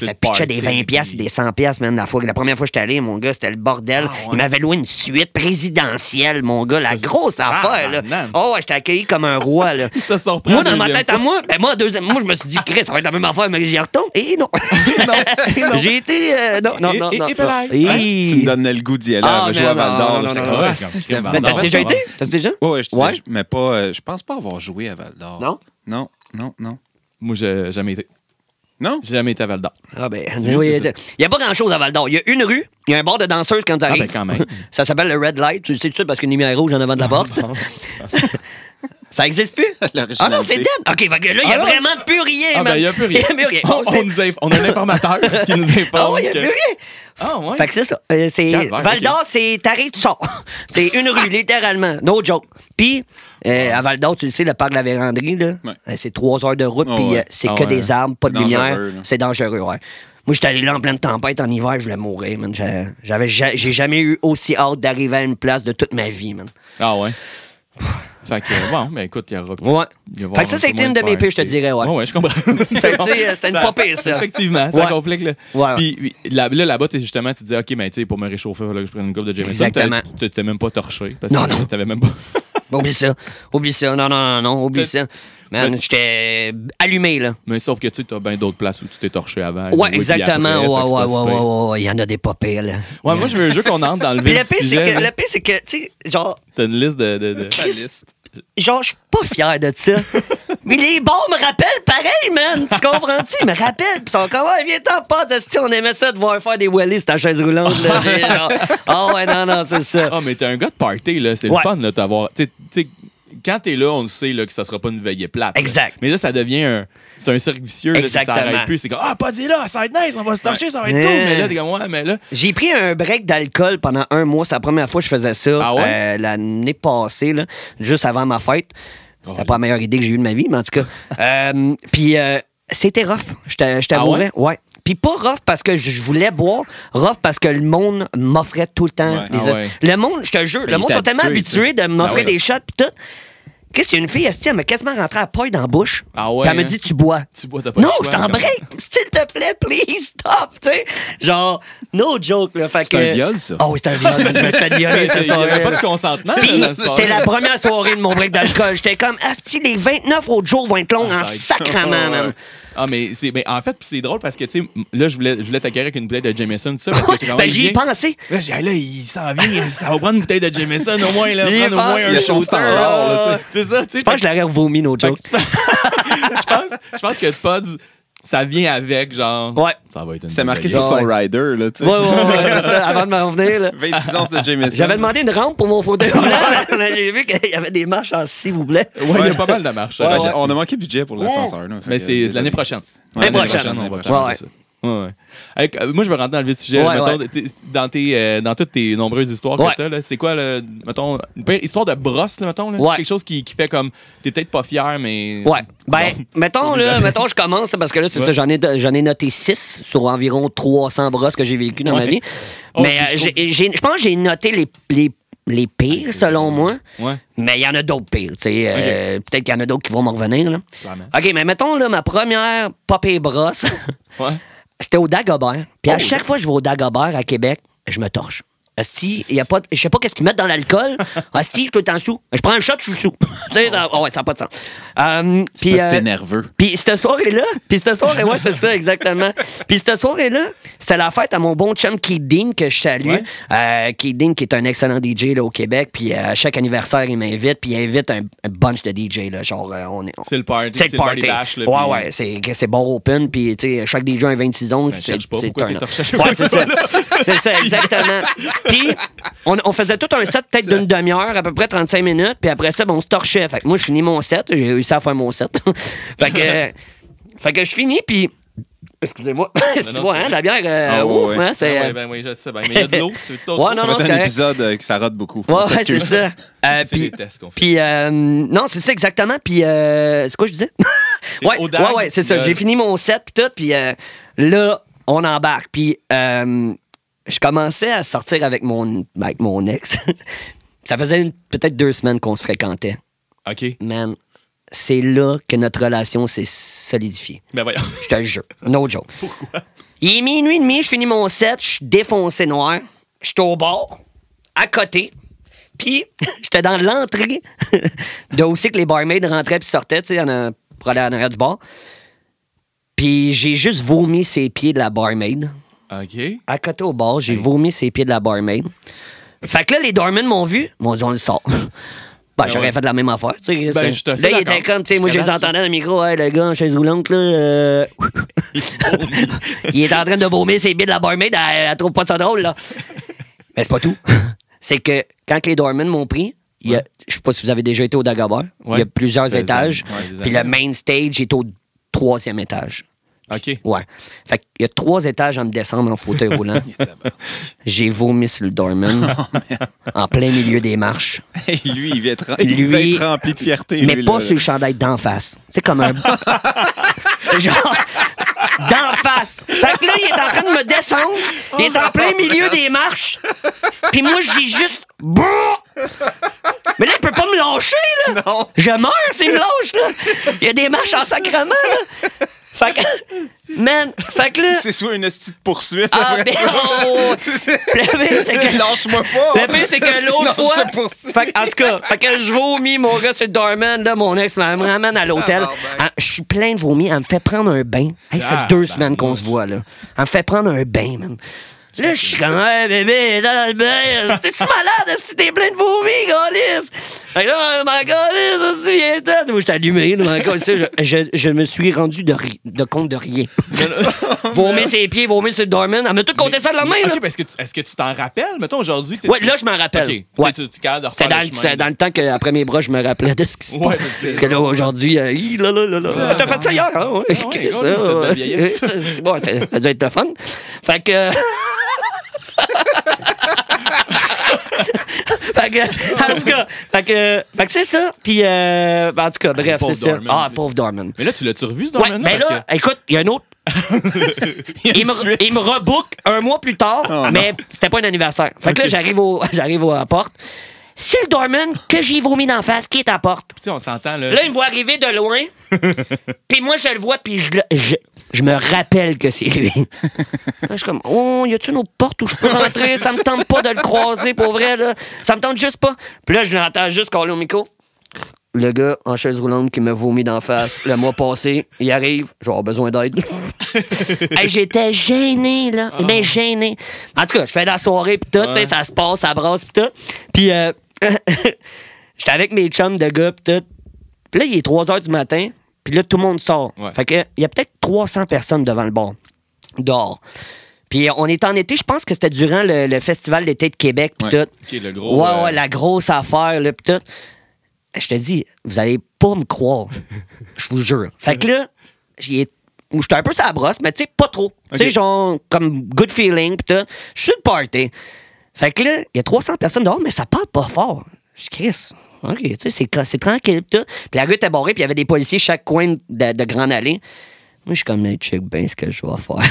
Ça
le
pitchait des
party,
20$ piastres
puis-
puis des 100$, piastres, man. La, fois, la première fois que j'étais allé, mon gars, c'était le bordel.
Ah, ouais.
Il m'avait loué une suite présidentielle, mon gars. La
Ça, c'est-
grosse
Ah,
affaire, là.
banane.
Oh, ouais, j'étais accueilli comme un roi, là.
Il se surprend.
Moi, dans ma
deuxième
tête à moi, ben moi, deuxième, moi, je me suis dit, Chris, ça va être la même affaire, mais j'y retourne. Et non.
non.
J'ai été. euh, non, non,
Et-
non.
et-
non,
et
non.
bye.
Et-
Ah, si tu me donnais le goût d'y aller,
Ah,
on va jouer
mais
à Val
non,
d'Or.
non,
j'étais
non,
comme,
non,
ah,
non.
c'est
Mais
Val
Mais
d'Or.
t'as déjà été? T'as déjà?
Ouais, ouais, j'étais-
Ouais.
je- mais pas. euh, je pense pas avoir joué à Val d'Or.
Non?
Non, non, non.
Moi, j'ai jamais été.
Non?
J'ai jamais été à Val d'Or.
Ah ben,
mieux,
oui,
c'est
il n'y a pas grand-chose à Val d'Or. Il y a une rue, il y a un bar de danseuses quand tu
ben,
arrives.
quand même.
Ça s'appelle le Red Light, tu le sais tout de suite parce qu'il y a une lumière rouge en avant de la porte.
Ah,
ça n'existe plus?
L'originalité.
Ah non, c'est dead! OK, fait que là, il n'y a
Ah non.
vraiment plus rien,
Ah,
man.
ben, il n'y a plus rien.
Il n'y a plus rien.
on, on nous inf- on a un informateur qui nous informe.
Ah oui, il n'y a
que-
plus rien.
Ah, ouais.
Fait que c'est ça. Euh, c'est
Calvaire,
Val
ok.
d'Or, c'est t'arrives, tu sors. C'est une rue, littéralement. No joke. Puis, euh, à Val d'Or, tu le sais, le parc de la Vérandrie, là,
Ouais.
euh, c'est trois heures de route,
Ah
puis
ouais.
euh, c'est
Ah
que
ouais.
des arbres, pas de
C'est
lumière.
dangereux, là.
C'est dangereux, ouais. Moi, j'étais allé là en pleine tempête en hiver, je voulais mourir, man. J'ai- J'avais, ja- j'ai jamais eu aussi hâte d'arriver à une place de toute ma vie, man.
Ah, ouais. Fait que, bon, ben écoute, il y aura.
Ouais.
il y aura
Fait que ça,
un
c'était
peu moins
une de mes
party.
pires, je te dirais, ouais.
Ouais, ouais, je comprends.
Fait que, tu sais, c'était une
Ça-
pas pire, ça.
Effectivement, ça
Ouais.
complique. Là.
Ouais.
Puis puis, là, là, là-bas, t'es justement, tu te dis, OK, mais tu sais, pour me réchauffer, il que je prenne une coupe de Jameson.
Exactement.
T'as- T'étais même pas torché. Parce
Non,
que
non.
T'avais même pas.
Oublie ça. Oublie ça. Non, non, non, non, oublie
Fait-
ça. Man,
Mais-
j'étais allumé, là.
Mais sauf que tu as bien d'autres places où tu t'es torché avant.
Ouais,
puis
exactement.
après, fait que
ouais,
c'est
ouais,
pas si
ouais,
pire.
ouais, ouais, ouais. Il y en a des pas pires, là.
Ouais, moi, je veux un jeu qu'on entre dans le
Puis
vif
le pire, c'est
sujet. là.
que, le pire, c'est que, tu sais, genre,
T'as une liste de. de, de...
Chris, genre, je suis pas fier de ça. Mais les bons me rappellent pareil, man. Tu comprends-tu? Ils me rappellent. Puis ils sont comme, ouais, viens t'en pas. Si on aimait ça de voir faire des wellies sur ta chaise roulante, là. J'ai, genre, Ah ouais, non, non, c'est ça.
Ah, mais t'es un gars de party, là. C'est
Ouais.
le fun, là, t'avoir. Tu sais- tu sais, quand t'es là, on le sait là, que ça sera pas une veillée plate. là.
Exact.
Mais là, ça devient un. C'est un cercle vicieux, là, c'est que ça
Exactement.
arrête plus. C'est comme, ah, pas dit là, ça va être nice, on va se torcher, ça va être
Ouais.
cool. Mais là, t'es comme, ouais, mais là.
J'ai pris un break d'alcool pendant un mois. C'est la première fois que je faisais ça.
Ah ouais?
Euh, L'année passée, là, juste avant ma fête.
Oh,
C'est pas la meilleure idée que j'ai eue de ma vie, mais en tout cas. Euh, Puis euh, c'était rough. Je t'a- je
Ah
t'avouerais. ouais. Puis pas rough parce que je je voulais boire, rough parce que le monde m'offrait tout le temps.
Ouais.
des
Ah ouais.
Le monde, je te jure,
il
le monde
est
sont tellement
habitué,
habitués de m'offrir
Ah ouais.
des shots pis tout. Qu'est-ce qu'il y a une fille, esti, elle m'a quasiment rentré à poil dans la bouche.
Ah ouais,
Puis elle me
hein?
dit, tu bois.
Tu bois, t'as pas le
Non,
choix,
je t'en
comme-
break, s'il te plaît, please, stop, tu sais. Genre, no joke, là. fait
C'est
que-
un viol, ça?
Oh, oui, c'est un viol. Je me suis fait violer,
Il
cette
n'y avait
soirée-là.
pas de consentement. là,
Puis,
dans ce
c'était la
soir-là.
première soirée de mon break d'alcool. J'étais comme, ah, si les 29 autres jours vont être longs
Ah, ça
en
va être-
sacrament, man.
Ah, mais c'est. mais en fait, puis c'est drôle parce que, tu sais, m- là, je voulais, je voulais t'acquérir avec une bouteille de Jameson, tout ça. Parce que j'étais quand
Ben,
même
j'y ai
Ah, bien-
pensé.
Là, j'ai dit, Ah, là, il s'en vient, ça va prendre une bouteille de Jameson au moins, là.
Il
Prendre au moins
est
un
le
shooter,
son standard,
là,
là,
tu sais. C'est ça, tu sais.
Je pense que je l'aurais vomi, no joke.
je pense, je pense que Pods, ça vient avec, genre.
Ouais.
Ça va être une
C'était marqué
dégueulasse.
sur son
Ouais.
rider, là, tu sais.
Ouais, ouais, ouais, c'est ça, avant de m'en venir, là.
26 ans de Jameson.
J'avais demandé une rampe pour mon fauteuil roulant, mais j'ai vu qu'il y avait des marches en s'il vous plaît.
Ouais, il y a pas mal de marches.
Ouais,
là.
j'ai-
Ouais.
On a manqué de budget pour l'ascenseur. là, fait
Mais
que,
c'est
désolé.
l'année prochaine.
Ouais,
L'année
on
prochaine,
va
l'année
changer
prochaine.
ça. Ouais, ouais. Avec- euh, moi, je veux rentrer dans le vif sujet.
Ouais,
mettons,
ouais.
t'sais, Dans, tes, euh, dans toutes tes nombreuses histoires
Ouais.
que t'as, là, c'est quoi, là, mettons, une pire histoire de brosse, là, mettons? là?
Ouais.
C'est quelque chose qui, qui fait comme, t'es peut-être pas fier, mais...
Ouais. Ben,
Non.
mettons, là, mettons, je commence, parce que là, c'est
Ouais.
ça, j'en ai, j'en ai noté 6 sur environ 300 brosses que j'ai vécues dans ma
Ouais.
vie.
Oh,
Mais euh,
puis je Ah,
j'ai- j'ai- je pense que j'ai noté les, les, les pires, selon moi.
Ouais.
Mais il y en a d'autres pires, tu sais. euh, Peut-être qu'il y en a d'autres qui vont me revenir, là.
Clairement.
OK, mais mettons, là, ma première popée brosse,
Ouais.
c'était au Dagobert. Puis à
Oh.
chaque fois que je vais au Dagobert à Québec, je me torche. Asti, il y a pas de- je sais pas qu'est-ce qu'ils mettent dans l'alcool. Asti, je suis tout le temps sous. Je prends un shot, je suis sous. Tu sais, ça- oh ouais, ça n'a pas de sens. Euh,
C'est
puis,
parce que
euh,
t'es nerveux.
puis cette soirée-là, puis cette soirée, ouais, c'est ça, exactement. Puis cette soirée-là, c'était la fête à mon bon chum Keith Dean, que je salue.
Ouais.
Euh, Keith Dean, qui est un excellent DJ là, au Québec. Puis euh, à chaque anniversaire, il m'invite, puis il invite un, un bunch de DJ. Là, genre, euh, on est. on-
C'est le party.
C'est le party.
bash, là,
ouais,
puis- Ah euh,
ouais, c'est, que c'est bon open. Puis, tu sais, chaque DJ a un 26 ans.
Ben,
c'est,
cherche pas
c'est
pourquoi
un-
t'es torché.
Ouais, c'est ça. c'est ça, exactement. Puis, on, on faisait tout un set peut-être d'une demi-heure, à peu près 35 minutes. Puis après ça, ben, on se torchait. Fait que moi, je finis mon set. J'ai réussi à faire mon set. fait que. Fait que je finis, puis. Excusez-moi.
non,
tu vois,
c'est
hein,
correct.
la bière, euh,
Ah, ouais,
ouf,
ouais.
hein,
Ah
c'est.
ouais, ben oui, je sais. Ben, mais il y a de l'eau. Tu veux-tu d'autres?
Ouais, non,
Ça
non,
va être
c'est
un
correct.
épisode euh, que ça rate beaucoup.
Ouais,
On
ouais, c'est
s'excuse.
ça. Euh,
C'est
puis,
des tests qu'on fait.
puis euh, non, c'est ça exactement. Puis, euh, c'est quoi je disais? ouais,
au
ouais,
dag,
ouais, c'est ça.
le-
J'ai fini mon set, puis tout. Puis euh, là, on embarque. Puis, euh, je commençais à sortir avec mon, avec mon ex. ça faisait une- peut-être deux semaines qu'on se fréquentait.
OK.
Man, c'est là que notre relation s'est solidifiée.
Ben voyons.
Je te le jure. No joke. Pourquoi? Il est minuit et demi, je finis mon set, je suis défoncé noir. Je suis au bord, à côté. Puis, j'étais dans l'entrée de où c'est que les barmaids rentraient puis sortaient, tu sais, en, euh, pour aller en arrière du bar. Puis, j'ai juste vomi ses pieds de la barmaid.
OK.
À côté au bar, j'ai vomi ses pieds de la barmaid. Fait que là, les doormen m'ont vu, m'ont dit, on le sort. Ben,
Ah
j'aurais
ouais.
fait la même affaire, tu sais.
Ben,
ça.
je suis assez
là, ils
d'accord.
étaient comme, tu sais, moi,
Je
je les
suis d'accord.
entendais dans le micro, hey, le gars en chaise roulante, là. euh, il est en train de vomir ses billes de la barmaid, elle, elle trouve pas ça drôle, là. Mais c'est pas tout. C'est que quand les doormen m'ont pris, il y a- je sais pas si vous avez déjà été au Dagobert, il y
Ouais.
a plusieurs
Des
étages,
amis, ouais, des
puis le
amis.
main stage est au troisième étage.
OK.
Ouais. Fait qu'il y a trois étages à me descendre en fauteuil roulant. J'ai vomi sur le doorman en plein milieu des marches.
Hey, lui, il, va être, il
Lui-
devait être rempli de fierté.
Mais
lui,
pas
là,
sur le chandail d'en face. C'est comme un. Genre. D'en face. Fait que là, il est en train de me descendre. Il est en plein milieu des marches. Puis moi, j'ai juste. Brrr! Mais là, il peut pas me lâcher, là.
Non.
Je meurs s'il me lâche, là. Il y a des marches en sacrement, là. Fait que. Man, fait que là.
C'est soit une hostie de poursuite.
Ah,
après
ben,
ça.
oh! Le pire, c'est que-
Lâche-moi pas!
Le pire, c'est que
Sinon,
l'autre fois.
je te poursuis.
Fait que, en tout cas, fait que je vomis mon gars sur le doorman, là, mon ex me ramène à l'hôtel.
Tabarnak.
Ah, Je suis plein de vomi, elle me fait prendre un bain. Hey, ça fait
Ah,
deux
ben,
semaines qu'on
moi,
se voit, là. Elle me fait prendre un bain, man. Là, je suis comme, hey, bébé, dans le bain. T'es-tu malade? Si t'es plein de vomi, galice? Fait que là, oh, ma galice, tu viens t'en. Moi, je t'allumais, là, ma galice. Je, je- je me suis rendu de, ri- de compte de rien. vomir ses pieds, vomir sur le doorman. Elle m'a tout compté ça le lendemain, là.
OK, mais est-ce que tu- est-ce que tu t'en rappelles? Mettons, aujourd'hui, tu
Ouais, là, je m'en rappelle.
Ah, OK.
Ouais.
Tu- Tu tu es capable de
C'était
refaire
dans,
le
le-
chemin.
c'était dans le temps qu'après mes bras, je me rappelais de ce qui se
Ouais,
passait.
c'est
Parce que là, aujourd'hui, euh, hi, là, là, là, là. Ah, T'as fait ça hier, hein? Ouais,
ouais,
Chris,
gros, c'est de la
ouais.
vieillesse.
C'est bon, ça ça doit être le fun. Fait que. euh, fait que, en tout cas, fait que, fait que c'est ça. Puis, euh, en tout cas, bref,
pauvre
c'est ça.
Dorman.
Ah, pauvre Dorman.
Mais là, tu l'as-tu revu, ce
Ouais,
domaine-là?
mais
Parce
là, écoute, il y a un autre.
Il
Il
me
me,
suit.
il me rebook un mois plus tard,
Oh,
mais c'était pas un anniversaire. Fait que là,
Ok.
j'arrive au, j'arrive au- à la porte. C'est le Dorman que j'ai vomi d'en face qui est à la porte.
que, tu sais, on s'entend, là.
Là, il me voit arriver de loin. puis moi, je le vois, puis je, le- je, je me rappelle que c'est lui. Là, je suis comme, oh, y a-tu une autre porte où je peux rentrer? ça me tente pas de le croiser, pour vrai, là. Ça me tente juste pas. Puis là, je l'entends juste coller au micro. Le gars en chaise roulante qui me vomit d'en face le mois passé, il arrive, je vais avoir besoin d'aide. Hey, J'étais gêné, là. Mais gêné. En tout cas, je fais la soirée, puis tout, tu sais,
Ouais.
ça se passe, ça brasse, puis tout. Puis, euh, j'étais avec mes chums de gars, puis tout. Puis là, il est 3 h du matin, Puis là, tout le monde sort.
Ouais.
Fait que, il y a peut-être 300 personnes devant le bar, dehors. Puis on était en été, je pense que c'était durant le, le festival d'été de Québec, puis
Ouais.
tout.
Ok, le gros.
ouais,
euh,
ouais, la grosse affaire, là, pis tout. Je te dis, vous allez pas me croire. Je vous jure. Fait que là, j'y ai- ou j'étais un peu sur la brosse, mais tu sais, pas trop. Tu sais,
Ok.
genre, comme good feeling, pis tout. Je suis sur le party. Fait que là, il y a 300 personnes dehors, mais ça parle pas fort. Je dis, Chris, OK, tu sais, c'est ca- c'est tranquille, pis tout. Puis la rue était barrée, puis il y avait des policiers chaque coin de, de Grande Allée. Moi, je suis comme, Hey, check bien ce que je vais faire.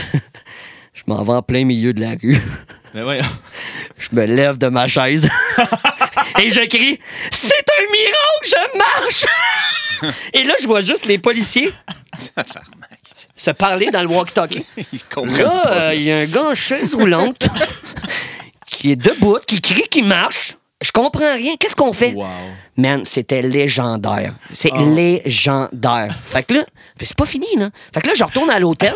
Je m'en vais en plein milieu de la rue.
mais ouais.
Je me lève de ma chaise et je crie C'est un miracle, je marche Et là, je vois juste les policiers se parler dans le walkie-talkie.
Ils comprennent
Là,
pas.
euh, il y a un gars en chaise roulante qui est debout, qui crie, qui marche. Je comprends rien. Qu'est-ce qu'on fait?
Wow. Ah.
Man, c'était légendaire. C'est légendaire. Fait que là, mais c'est pas fini, là. Fait que là, je retourne à l'hôtel.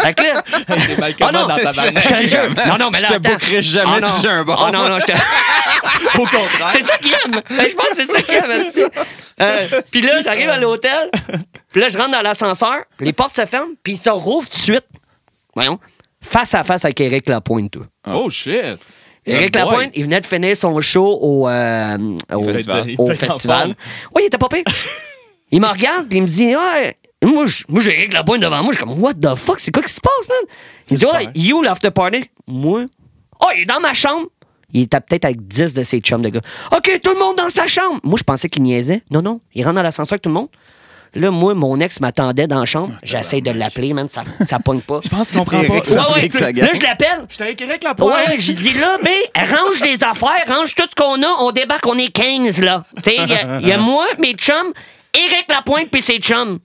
Fait que là. Ah,
T'es mal commode dans ta barnaque.
je te le jure. Non, non, mais
Je
là,
te
attends.
bookerai jamais
non.
si j'ai un bar.
Ah non, non, je te.
Au contraire.
C'est ça qu'il aime. Ben, je pense que c'est ça qu'il aime. aussi. Euh, puis là, j'arrive à l'hôtel. Puis là, je rentre dans l'ascenseur. Les portes se ferment. Puis ils se rouvrent tout de suite. Voyons. Face à face avec Eric Lapointe, tout.
Oh shit.
Eric
Good boy.
Lapointe, il venait de finir son show au, euh, au
festival.
Il
au
était en
festival.
forme.
Oui, il était pas pire. il me regarde, puis il me dit Ouais, moi, j- moi, j'ai Eric Lapointe devant moi. Je suis comme What the fuck, c'est quoi qui se passe, man? Il me dit Ouais,
super.
you l'after party. Moi. Oh, il est dans ma chambre. Il était peut-être avec 10 de ses chums de gars. OK, tout le monde dans sa chambre. Moi, je pensais qu'il niaisait. Non, non, il rentre dans l'ascenseur avec tout le monde. Là, moi, mon ex m'attendait dans la chambre. J'essaie de l'appeler, man, ça, ça pogne pas.
Ah, Je pense qu'on comprend
Eric,
pas.
ça-
Ouais,
Ouais, ouais,
que ça
là,
gagne.
je l'appelle.
J'étais avec Eric Lapointe.
Ouais, j'ai dit là, ben, range les affaires, range tout ce qu'on a, on débarque, on est 15 là. Tu sais, il y a- il y, a moi, mes chums, Éric Lapointe puis ses chums.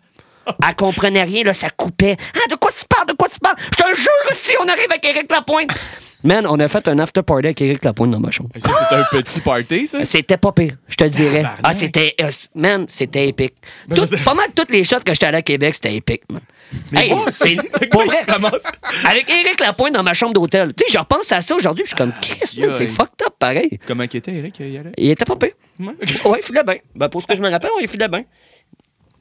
Elle comprenait rien, là, ça coupait. Ah, de quoi tu parles, de quoi tu parles? Je te jure, si on arrive avec Éric Lapointe. Man, on a fait un after party avec Éric Lapointe dans ma chambre.
Ça, C'est un petit party, ça.
C'était pas pire, je te le dirais. Ah, c'était. euh, man, c'était épique.
Ben,
Tout- pas mal toutes les shots que j'étais allé à Québec, c'était épique, man. Hey, c'est pour vrai.
Commence.
Avec Éric Lapointe dans ma chambre d'hôtel. Tu sais, je repense à ça aujourd'hui, je suis comme, Chris, man,
aïe.
c'est fucked up pareil.
Comment qu'il était, Eric, il y allait?
Il était pas pire.
Ouais.
Ouais, il filait bien. Ben, pour ce que je me rappelle, ouais, il filait bien.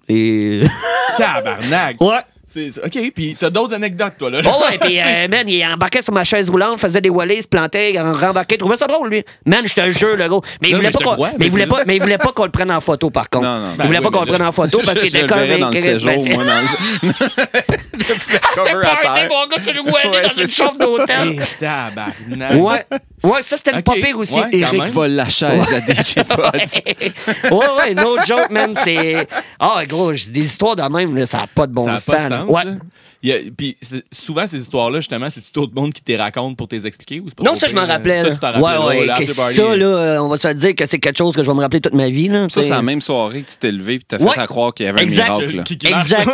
Et.
Tabarnak.
ouais.
C'est ça. OK, puis t'as d'autres anecdotes, toi, là.
Oh ouais, puis euh, man, il embarquait sur ma chaise roulante, faisait des wallets, se plantait, il rembarquait, il trouvait ça drôle, lui. Man, je te jure, le gros. Mais il
Non,
voulait
mais
pas
je te
qu'on-
crois,
mais il
mais
voulait
c'est
pas
ça.
mais il voulait pas qu'on le prenne en photo, par contre.
Non, non.
Il voulait
Ben
pas
oui,
qu'on le
mais
prenne
là-
en photo parce qu'il
je, je
était
le
comme.
verrais dans le
Chris,
séjour,
ben,
moi, dans le... le
C'était
cover à
party,
terre.
mon gars, sur le wallet
Ouais,
dans
c'est
une
ça.
chambre d'hôtel.
Eh, Tabarnak.
Ouais. Ouais, ça, c'était le
Ok,
pas pire aussi.
ouais. Quand même.
vole la chaise à DJ Pods.
ouais, ouais, no joke, man. C'est. Ah, gros, j'ai des histoires de même, là, ça n'a pas de bon
ça n'a
sens.
pas de
là.
sens.
Ouais.
là. Il y a- puis c'est- souvent, ces histoires-là, justement, c'est-tu tout le monde qui te raconte pour te les expliquer? Ou c'est pas
Non,
trop
ça, je
pire,
m'en
là?
rappelais.
Ça,
là.
tu t'en
ouais,
rappelles,
ouais,
là, au
que
after party.
ça, là, euh, on va se le dire que c'est quelque chose que je vais me rappeler toute ma vie. Là,
Ça, c'est
t'sais.
la même soirée que tu t'es levé et t'as
Ouais.
fait à croire qu'il y avait
Exact.
un
Que-
miracle. là.
qui- qui marche.
Exact.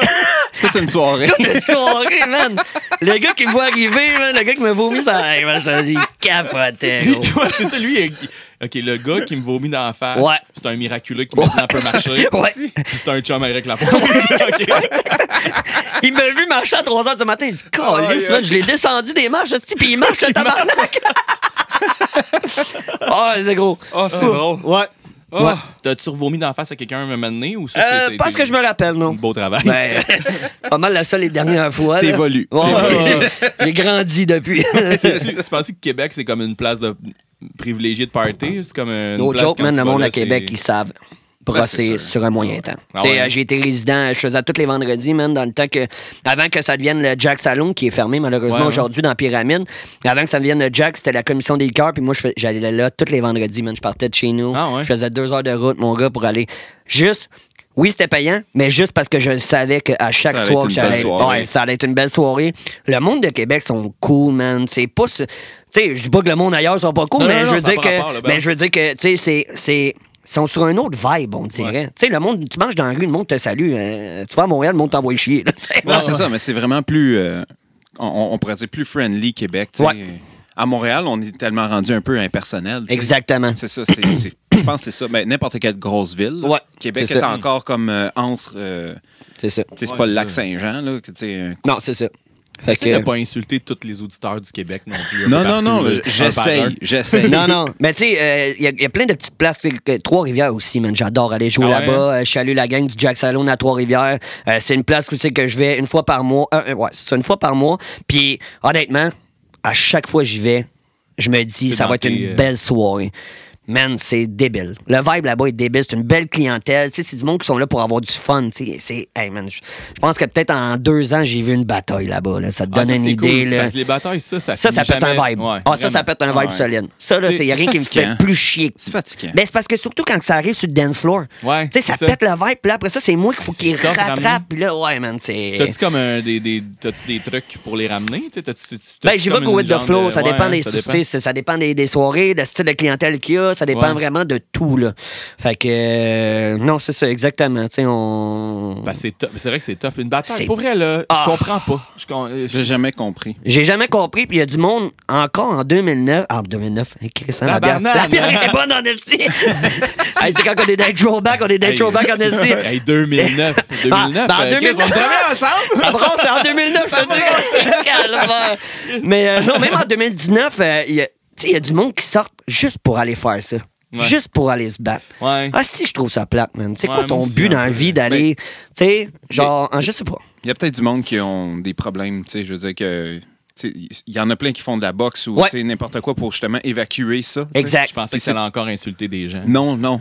Toute une soirée.
Toute une soirée, man. Le gars qui me voit arriver, man, le gars qui me vomit, ça. Hey, man, je dis, capotait,
Lui-
gros.
ouais, c'est ça, lui. il- OK, le gars qui me vomit dans la face,
Ouais.
c'est un miraculeux qui maintenant peut marcher.
Ouais.
Puis C'est un chum avec la pointe. OK.
Il m'a vu marcher à 3 h du matin. Il dit, Calisse,
Aïe,
man, je l'ai descendu des marches, hostie, puis il marche le tabarnak. Ah, c'est gros.
Oh, c'est drôle.
Ouais.
Oh. T'as-tu revomi dans la face à quelqu'un un moment donné? Ou ça, c'est- ça a
Euh,
été
parce que je me rappelle, non.
Beau travail.
Ben, pas mal la seule et dernière fois. là.
T'évolues.
Ouais, ouais,
T'évolues.
ouais. J'ai grandi depuis.
tu, tu penses que Québec, c'est comme une place de privilégiée de party? C'est comme une
Ah, No
place
joke,
quand
man,
tu
le
vas
monde
là,
à Québec,
c'est-
ils savent
c'est
brosser
sûr.
sur un moyen temps.
Ah
T'sais,
ouais.
euh, J'ai été résident, je faisais ça tous les vendredis, man, dans le temps que. Avant que ça devienne le Jack Saloon, qui est fermé malheureusement
Ouais, ouais.
aujourd'hui dans Pyramide, avant que ça devienne le Jack, c'était la commission des liqueurs, puis moi, je fais- j'allais là tous les vendredis, man. Je partais de chez nous.
Ah ouais.
Je faisais deux heures de route, mon gars, pour aller juste. Oui, c'était payant, mais juste parce que je savais qu'à chaque
Ça allait
soir,
être une
j'allais-
belle soirée.
Ouais, ça allait être une belle soirée. Le monde de Québec sont cool, man. C'est pas. ce- Tu sais, je dis pas que le monde ailleurs sont pas cool,
Non,
mais
non,
je
non,
veux
ça a
dire
pas rapport, là,
que.
ben.
mais je veux dire que, tu sais, c'est- c'est. Ils sont sur un autre vibe, on dirait. Tu sais, le monde, tu marches dans la rue, le monde te salue. hein. Tu vois, à Montréal, le monde t'envoie chier. là, tu sais.
Non, c'est ça, mais c'est vraiment plus. euh, on, on pourrait dire plus friendly Québec. tu sais.
Ouais.
À Montréal, on est tellement rendu un peu impersonnel. tu sais.
Exactement.
C'est ça. c'est- c'est- je pense que c'est ça. Ben, N'importe quelle grosse ville. là,
Ouais,
Québec
c'est
est,
ça.
encore comme euh, entre. euh,
C'est ça.
tu sais, c'est
Ouais,
pas le
c'est
lac
ça.
Saint-Jean, là. que, tu sais, un-
Non, c'est ça. Fait
Essaye
que-
de pas insulter tous les auditeurs du Québec non plus. un
Non,
peu
non,
partout,
non,
là, un par
j'essaye,
un.
j'essaye.
Non, non. Mais tu sais, il y, a plein de petites places. tu sais, que- Trois-Rivières aussi, man. J'adore aller jouer
Ah ouais,
là-bas. Euh, Je salue la gang du Jack Salon à Trois-Rivières. Euh, c'est une place où c'est que je vais une fois par mois. Euh, euh, ouais, c'est ça, une fois par mois. Puis honnêtement, à chaque fois que j'y vais, je me dis,
C'est
ça
dans
va être
tes,
une
euh,
belle soirée. Man, c'est débile. Le vibe là-bas est débile. C'est une belle clientèle. Tu sais, c'est du monde qui sont là pour avoir du fun. tu sais. C'est, hey, man, je je pense que peut-être en deux ans, j'ai vu une bataille là-bas. là. Ça te
Ah,
donne
ça,
une
c'est
idée.
cool,
là.
parce que les batailles, ça, ça
Ça, ça
finit
pète un
jamais.
vibe.
Ouais,
ah, ça, ça
vraiment.
pète un vibe
Ouais.
solide. Ça, là,
C'est-
il n'y a rien
c'est
qui me fait
fatigant.
plus chier.
C'est fatigant.
Ben, c'est parce que surtout quand ça arrive sur le dance floor.
Ouais,
Tu sais, ça,
c'est ça.
pète le vibe, puis là, après ça, c'est moi qu'il faut
C'est
qu'il
tough à ramener.
rattrape. Puis là, ouais, man, c'est.
T'as-tu comme un- des, des, t'as-tu des trucs pour les ramener? T'sais, t'as-tu- t'as-tu
Ben, j'y vais
comme
go
une
with the
genre
flow.
de-
Ça
Ouais,
dépend des
ça
tu sais, ça- ça dépend des, des soirées, le style de clientèle qu'il y a. Ça dépend
Ouais.
vraiment de tout, là. Fait que. euh, non, c'est ça, exactement. Tu sais, on.
Ben, c'est tough. C'est vrai que c'est tough. Une
C'est-
bataille. Pour vrai, là,
Ah.
je comprends pas. Je con- euh, je-
J'ai jamais compris.
J'ai jamais compris, puis il y a du monde encore en 2009. Ah, en 2009, hein, Chris, hein, la bière.
Tabarnak,
La bière
hein.
était bonne en esti. hey, tu sais, quand on est dans le throwback, on est dans le
Hey,
throwback en esti.
Hey, 2009. 2009.
ben, en
euh, Chris,
2009.
on travaille ensemble.
Ça brosse, c'est en 2009, je te dis. Calvaire. Mais euh, non, même en 2019, euh, il y a- tu sais, il y a du monde qui sort juste pour aller faire ça.
Ouais.
Juste pour aller se battre.
Ouais.
Ah, si, je trouve ça plate, man. C'est
Ouais,
quoi ton
moi aussi,
but
un
dans la
peu.
vie d'aller. Tu sais, genre, hein, je sais pas.
Il y a peut-être du monde qui ont des problèmes, tu sais, je veux dire que... tu sais, Il y en a plein qui font de la boxe ou
Ouais.
tu sais, n'importe quoi pour justement évacuer ça. tu sais.
Exact.
Je pensais
Puis
que ça allait encore insulter des gens.
Non, non.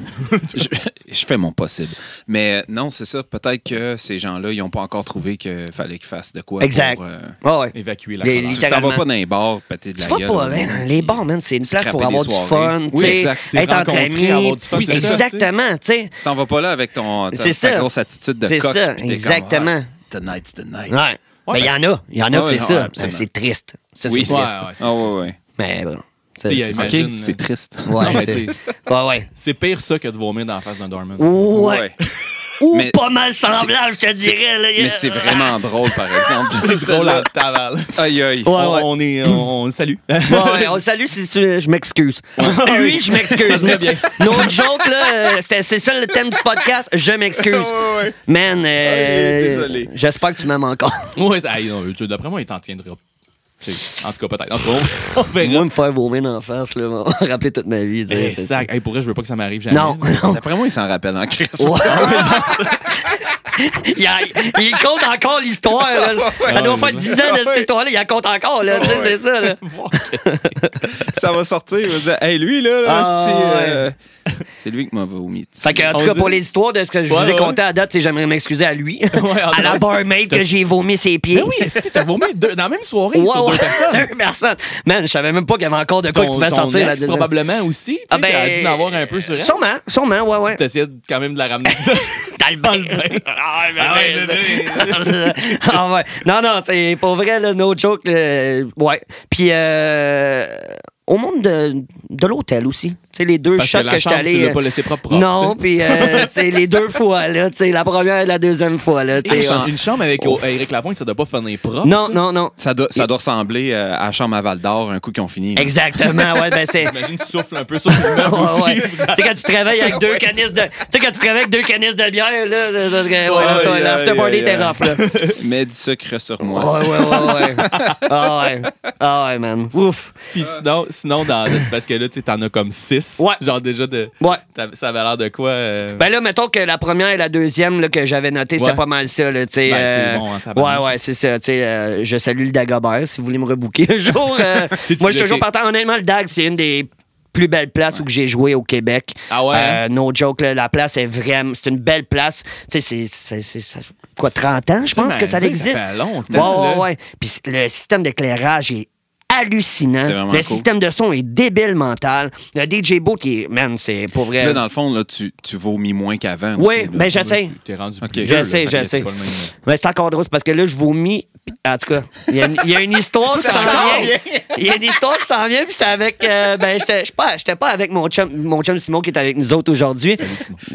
je, je fais mon possible. Mais euh, non, c'est ça. Peut-être que ces gens-là, ils n'ont pas encore trouvé qu'il fallait qu'ils fassent de quoi.
Exact.
Pour, euh,
Ouais, ouais.
Évacuer la
Les-
salle.
tu t'en vas
Littéralement.
pas dans les bars, péter de
Tu
la
vas
gueule. euh,
pas, ben, les bars, man, c'est une place pour
Scraper des
avoir du
soirées.
fun,
Oui,
tu sais,
exact, c'est
être entre
rencontrer,
amis.
avoir du fun,
Oui,
c'est ça,
exactement, tu sais.
Tu t'en vas pas là avec ton, ta,
C'est
ta
ça.
grosse attitude de
C'est
coq.
ça,
puis t'es comme,
exactement.
Ah, Tonight's the night.
Ouais.
Ouais,
Mais il y en a, il y en a,
Ouais,
c'est
ouais,
ça.
absolument.
C'est triste. Ça,
Oui,
c'est
c'est
ouais,
triste.
ouais, c'est
Ah, ouais, ouais.
Mais bon.
Tu sais, il y a
C'est-
une- Imagine, euh,
triste.
Ouais,
Non, mais
c'est-
t'sais-
ouais, ouais.
C'est pire ça que de vomir dans la face d'un dormant.
Ouais.
Ouais.
Ou
Mais
pas mal semblable, je te dirais. Là,
Mais c'est vraiment drôle, par exemple.
drôle
Celle-là.
à Taval.
Aïe, aïe.
hein. Ouais,
on,
ouais.
on est, on, on le salue.
Ouais, ouais, on le salue si tu- je m'excuse. Oui, je m'excuse.
serait bien.
Non joke, là, euh, c'est c'est ça le thème du podcast, je m'excuse. Man, euh,
Ok, désolé.
j'espère que tu m'aimes encore.
ouais, ça- hey, non, tu- d'après moi, il t'en tiendra. Tu sais, En tout cas, peut-être. En tout cas, on- on verra.
Moi, me faire vomir en face, là, m'a rappelé toute ma vie. tu sais,
Hey,
c'est-
sac. Hey, pour vrai, je veux pas que ça m'arrive jamais. Ben
Non, non.
D'après moi, ils s'en rappellent en crise.
Ouais. il, a- il compte encore l'histoire. là. Ça doit faire 10 ans de cette histoire-là. Il la compte encore. Là, tu sais, c'est ça. Là.
Ça va sortir. Ils vont dire, hey, lui, là, là,
Ah,
c'est, euh, c'est lui qui m'a vomi. dessus.
Fait que, en tout
On
cas,
dit-
pour les histoires de ce que je
Ouais,
vous ai
ouais.
conté à date, c'est j'aimerais m'excuser à lui.
en
à la
date.
barmaid que j'ai vomi ses pieds.
Mais oui, si, t'as vomi deux- dans la même soirée
Ouais,
sur
ouais.
deux personnes.
Deux personnes. Man, je savais même pas qu'il y avait encore de quoi qui
Ton,
pouvait
ton
sortir
ex,
la deuxième.
probablement aussi. Tu
Ah
as
ben,
dû en avoir un peu sur elle.
Sûrement, sûrement, ouais, ouais.
T'essayais de- quand même de la ramener.
Dans le bain. Ah, ouais, mais- Ah, ouais. Non, non, c'est pour vrai, là, no joke. euh, ouais. Puis, euh, au monde de, de l'hôtel aussi. Tu sais, les deux
Parce que
shots que
la
je
chambre,
allé.
tu l'as
euh,
pas laissé propre. propre,
non,
tu
puis euh, tu sais, les deux fois, là, tu sais, la première et la deuxième fois. Là, tu
sais.
sais,
Hey,
on-
Une chambre avec euh,
Ouf.
Eric Lapointe, ça doit pas finir propre.
Oh. non,
ça.
non, non.
Ça doit, ça doit ressembler euh, à la chambre à Val d'Or un coup qu'ils ont fini.
Exactement, ouais, ben c'est.
J'imagine que tu souffles un peu sur le meuble
Ouais, ouais.
aussi.
tu sais, quand tu travailles avec deux canisses de. Tu sais, quand tu travailles avec deux canisses de bière, là. là, là, ouais, ça,
aïe,
l'after
aïe,
party
aïe,
était
aïe.
rough, là.
Mets du sucre sur moi.
Ouais, ouais, ouais, ouais. Ah ouais. Ah ouais, man. Ouf.
Puis sinon, sinon dans, parce que là, tu sais, t'en as comme six.
Ouais.
Genre déjà de.
Ouais.
t'avais- Ça avait l'air de quoi? euh,
Ben là, mettons que la première et la deuxième là, que j'avais noté, c'était
Ouais.
pas mal ça. Là, tu sais,
Ben, c'est
euh,
bon, en tabarnak.
ouais, ouais, c'est ça. tu sais, euh, je salue le Dagobert si vous voulez me rebooker un jour. euh,
Tu
moi, je
l'as
suis toujours
été.
partant. Honnêtement, le Dag, c'est une des plus belles places où que j'ai joué au Québec.
Ah ouais?
Euh, no joke, là, la place est vraiment. C'est une belle place. Tu sais, c'est- c'est. c'est- ça- Quoi, 30 ans, je
Tu sais,
pense
mais,
que ça
tu sais,
existe?
Ça fait
Ouais,
longtemps.
ouais,
là.
ouais. Puis c- le système d'éclairage est hallucinant.
C'est
Le
vraiment cool.
système de son est débile mental. Le DJ Boot, qui est, man, c'est pour vrai.
Là, dans le fond, là, tu, tu vomis moins qu'avant.
Oui,
aussi, là.
ben j'essaie.
T'es rendu
Ok.
plus
Je
vieux,
sais,
là, fait
je
que c'est
sais.
pas le même.
Mais c'est encore drôle, c'est parce que là, je vomis. pis- En tout cas, il y, a une- il y a une histoire qui
Ça
s'en
s'en
vient. Il y a une histoire qui s'en vient, puis c'est avec. euh, ben, j'étais j'étais pas, j'étais pas avec mon chum, mon chum Simon qui est avec nous autres aujourd'hui.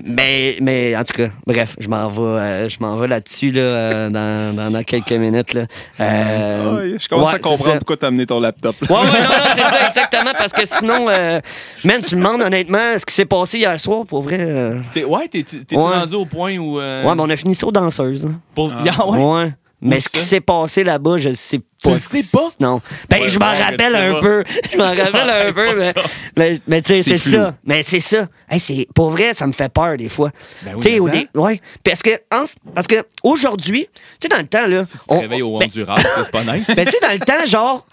Mais, mais en tout cas, bref, je m'en vais, euh, je m'en vais là-dessus là, euh, dans, dans, dans quelques minutes. Là. Euh,
Ouais, Ah, je commence
ouais,
à
c'est ça.
comprendre pourquoi t'as amené ton laptop. là.
Ouais, ouais, non, non, c'est ça, exactement, parce que sinon, euh, man, tu me demandes honnêtement ce qui s'est passé hier soir, pour vrai. euh,
T'es- Ouais, t'es- t'es-tu
Ouais.
rendu au point où. euh,
Ouais, mais on a fini ça aux danseuses. hein.
pour- Ah ouais.
Ouais. Mais
Où
ce qui
ça?
s'est passé là-bas, je sais
Tu
pas.
le sais pas?
Non. Ben,
Ouais,
je m'en
ouais,
rappelle
tu sais
un
pas.
peu. Je m'en rappelle un peu, mais, mais, mais tu sais,
C'est
c'est
flou.
ça. Mais c'est ça. Hey, c'est, pour vrai, ça me fait peur des fois.
Ben oui,
Tu sais,
mais
au
ça.
dé- ouais. Parce que, en ce- parce que aujourd'hui, tu sais, dans le temps, là.
Tu te
on-
réveilles au
ben,
Honduras, ça, c'est pas nice.
ben, tu sais, dans le temps, genre,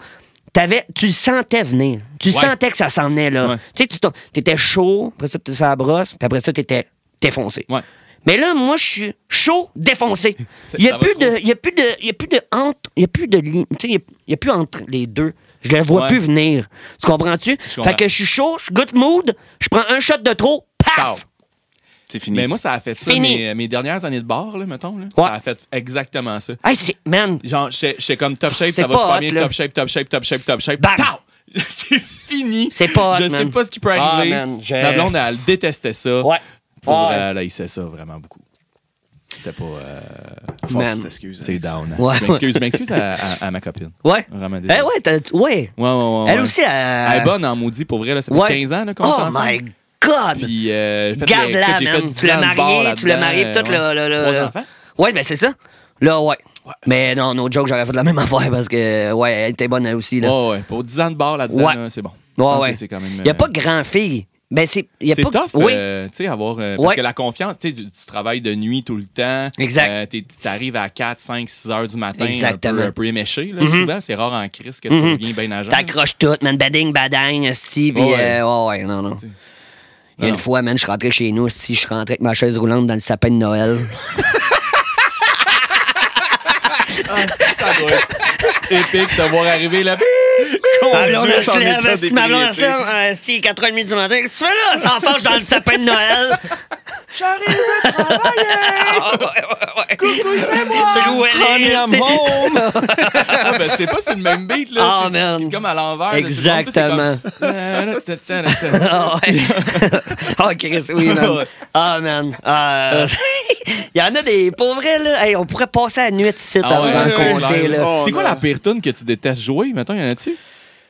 t'avais, tu le sentais venir. Tu
Ouais.
sentais que ça s'en venait, là.
Ouais.
Tu sais, tu t'en- t'étais chaud, après ça, t'étais sur la brosse, puis après ça, t'étais défoncé.
Ouais.
Mais là, moi, je suis chaud, défoncé.
Ça-
Il n'y
ça
a,
va
plus
trop.
de- il y a plus de il y a plus de entre, il y a plus de li- tu sais, il y a- il y a plus entre les deux. Je le vois
Ouais.
plus venir. Tu comprends-tu?
Je comprends.
Fait que je suis chaud, je goûte mood, je prends un shot de trop,
Pow.
paf!
C'est fini.
Mais moi, ça a fait ça
Fini.
mes, mes dernières années de bar, là, mettons. Là.
Ouais.
Ça a fait exactement ça.
Hey, c'est, man,
Genre, j'étais j'étais comme top shape,
C'est
ça va
pas
super
hot,
bien,
là.
top shape, top shape, top shape, top shape.
Bang!
Pow! C'est fini.
C'est pas hot,
Je sais
man.
pas ce qui peut
Ah,
arriver.
man, j'ai-
La blonde, elle détestait ça.
Ouais.
Pour euh,
Ouais.
vrai, elle haïssait ça vraiment beaucoup. C'était pas. euh,
Fort,
man.
cette excuse,
C'est
Alex.
down. hein.
Ouais.
Je m'excuse, je m'excuse à, à- à ma copine.
ouais.
Vraiment désolé.
Eh ouais, t'as- ouais.
Ouais, ouais, ouais,
Elle
ouais.
aussi, elle-
Elle est bonne en maudit, pour vrai. Là, ça fait
Euh, Ouais.
15 ans là, qu'on est
Oh
ensemble.
my God!
Puis, euh, j'ai fait les-
Garde-la,
écoute, j'ai fait
man.
10
Tu l'as
ans de bar
marié, tu l'as
là-dedans,
marié, puis tout
euh,
le. le, le-
Trois
le-
enfants?
Ouais, ben c'est ça. Là, ouais. Mais non, no joke, j'aurais fait la même affaire parce que, ouais, elle était bonne elle aussi. Là.
Ouais, ouais. Pour 10 ans de bar là-dedans,
Ouais.
là, c'est bon. Je
ouais,
pense
ouais.
que C'est quand même.
Il n'y a
euh,
pas de grand-fille. Ben, c'est. il Y a
c'est
pas...
tough,
Oui.
euh, tu sais, avoir. euh, Parce
Ouais.
que la confiance, tu sais, tu, tu travailles de nuit tout le temps.
Exact.
Euh, t'es- tu arrives à 4, 5, 6 heures du matin. Un
Exactement.
peu, un peu éméché, là.
Mhm.
Souvent, c'est rare en crise que tu
Mhm.
reviens bien agent.
T'accroches tout, man. Bading, badang, si, puis.
Ouais.
euh, ouais, ouais, non, non. Il y a
Non,
une
non.
fois, man, je suis rentré chez nous, si je suis rentré avec ma chaise roulante dans le sapin de Noël.
Ah, ça doit être épique de voir arriver là.
Ma blonde, elle
Conduite en
se lève,
état
si ma blonde, elle
d'ébriété.
se lève, euh, si, 4h30 du matin, qu'est-ce que tu fais là? Ça fâche dans le sapin de Noël.
J'arrive de travailler!
Ah, ouais, ouais, ouais. Coucou, c'est moi! C'est où elle
Honey,
est?
I'm
c'est-
home.
ah, ben, c'est pas sur le même beat, là.
Ah,
T'es-
man.
t'es comme à l'envers. là,
Exactement.
tout le monde, t'es comme-
Ah ouais. Ah, Chris, oui, man. Ah, man. Euh, Il y en a des. Pour vrai, là, hey, on pourrait passer la nuit ici à
Ah ouais,
vous
ouais,
en compter.
ouais.
Là.
Oh,
C'est quoi
non.
la pire tune que tu détestes jouer, mettons, y en a-tu?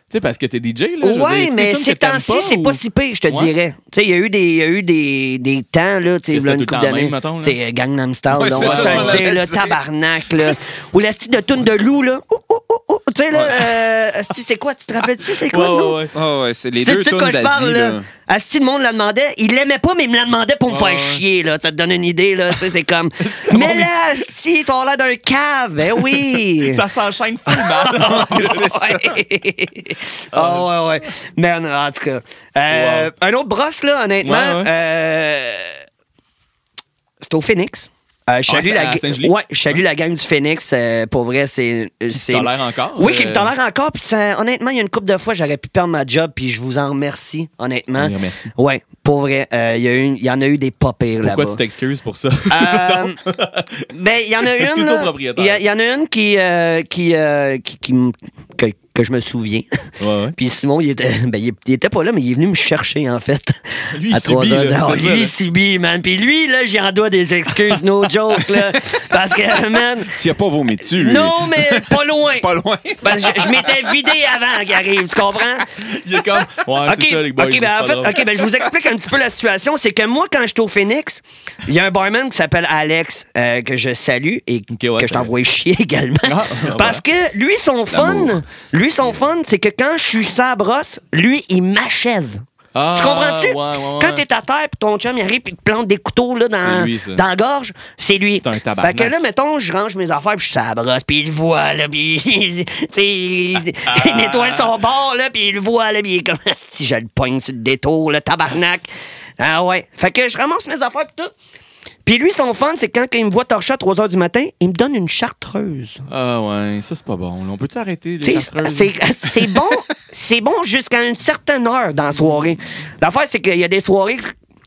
Tu sais, parce que t'es DJ, là. je veux dire,
ouais,
y a-tu des
mais
tunes que
ces
t'aimes
temps-ci, c'est
ou-
pas si pire, je te
Ouais.
dirais. Tu sais, il y a eu des, il y a eu des, des temps, là, tu sais,
Que c'était
là,
tout
une
le
couple
temps même,
d'années.
mettons, là.
Tu sais, euh, Gangnam Style,
Ouais,
donc,
c'est
on
ça,
va
on
se le dire,
l'avait
là,
dit.
tabarnak, là. Ou la style de tune de loup, là. Ouh, ouh, ouh, ouh. Tu sais, là, euh, asti, c'est quoi? Tu te rappelles-tu, c'est quoi?
Ouais,
non?
ouais, ouais.
Ah ouais, c'est les
Tu sais
deux
tu sais de
tonnes
quoi je
d'Asie,
parle,
là.
là? Asti, le monde la demandait. Il l'aimait pas, mais il me la demandait pour me
Ouais.
faire chier, là. Ça te donne une idée, là. Tu sais, c'est comme. Mais là, si, t'as l'air d'un cave. Ben oui.
Ça s'enchaîne full mal.
C'est ça.
Ah, ouais, ouais. Man, en tout cas. Euh,
Wow.
Un autre brosse, là, honnêtement.
Ouais, ouais.
euh, c'est au Phoenix. Euh,
Ah,
je salue
c'est
la
à
ga-
Saint-Julie?
ouais, je salue la gang du Phoenix. euh, pour vrai, c'est. c'est-
tolère encore,
Oui,
euh,
qui me tolère encore. Puis ça- honnêtement, il y a une couple de fois, j'aurais pu perdre ma job. Puis je vous en remercie, honnêtement.
On les remercie.
Ouais, pour vrai. euh, Il y, a eu- il y en a eu des pas pires là-bas.
Pourquoi tu t'excuses pour ça?
Euh, ben, il y en a une.
Excuse-toi,
là.
propriétaire.
Il y a- il y, en a une qui. euh, qui, euh, qui, qui m- que, que je me souviens.
Ouais, ouais.
Puis Simon, il était, ben, il, il était pas là, mais il est venu me chercher, en fait.
Lui, il
à trois
subit,
heures
là,
de-
c'est
Ah,
ça,
lui,
là.
il subit, man. Puis lui, là, j'y en dois des excuses, no joke, là. Parce que, man.
Tu y as pas vomi dessus, lui.
Non, mais pas loin.
Pas loin.
Parce que je, je m'étais vidé avant qu'il arrive, tu comprends?
Il est comme. Ouais,
OK,
c'est ça, les boys.
ok,
c'est
ben
pas
en fait,
drôle.
ok, ben je vous explique un petit peu la situation. C'est que moi, quand j'étais au Phoenix, il y a un barman qui s'appelle Alex, euh, que je salue et
Ok, ouais,
que je
ça-
t'envoie chier également.
Ah, ah,
Parce que lui, son fun,
L'amour.
lui, son fun, c'est que quand je suis sa brosse, lui, il m'achève.
Ah,
tu comprends-tu?
ouais, ouais, ouais.
Quand t'es à terre, puis ton chum, il arrive, puis il te plante des couteaux là,
C'est
dans,
lui, ça.
dans la gorge, c'est lui.
C'est un
Fait
tabarnak.
que là, mettons, je range mes affaires, puis je suis sa brosse, puis il le voit, là, puis il- tu sais, il
Ah,
il nettoie son bord, là, puis il le voit, là, puis il est comme, Ah, si je le pogne sur le détour, le tabarnak. Ah ouais. Fait que je ramasse mes affaires, puis tout. Puis lui, son fun, c'est quand il me voit torcher à 3 h du matin, il me donne une chartreuse.
Ah, ouais, ça, c'est pas bon. là. On peut-tu arrêter les
Tu sais,
chartreuses?
C'est c'est bon, c'est bon jusqu'à une certaine heure dans la soirée. L'affaire, c'est qu'il y a des soirées,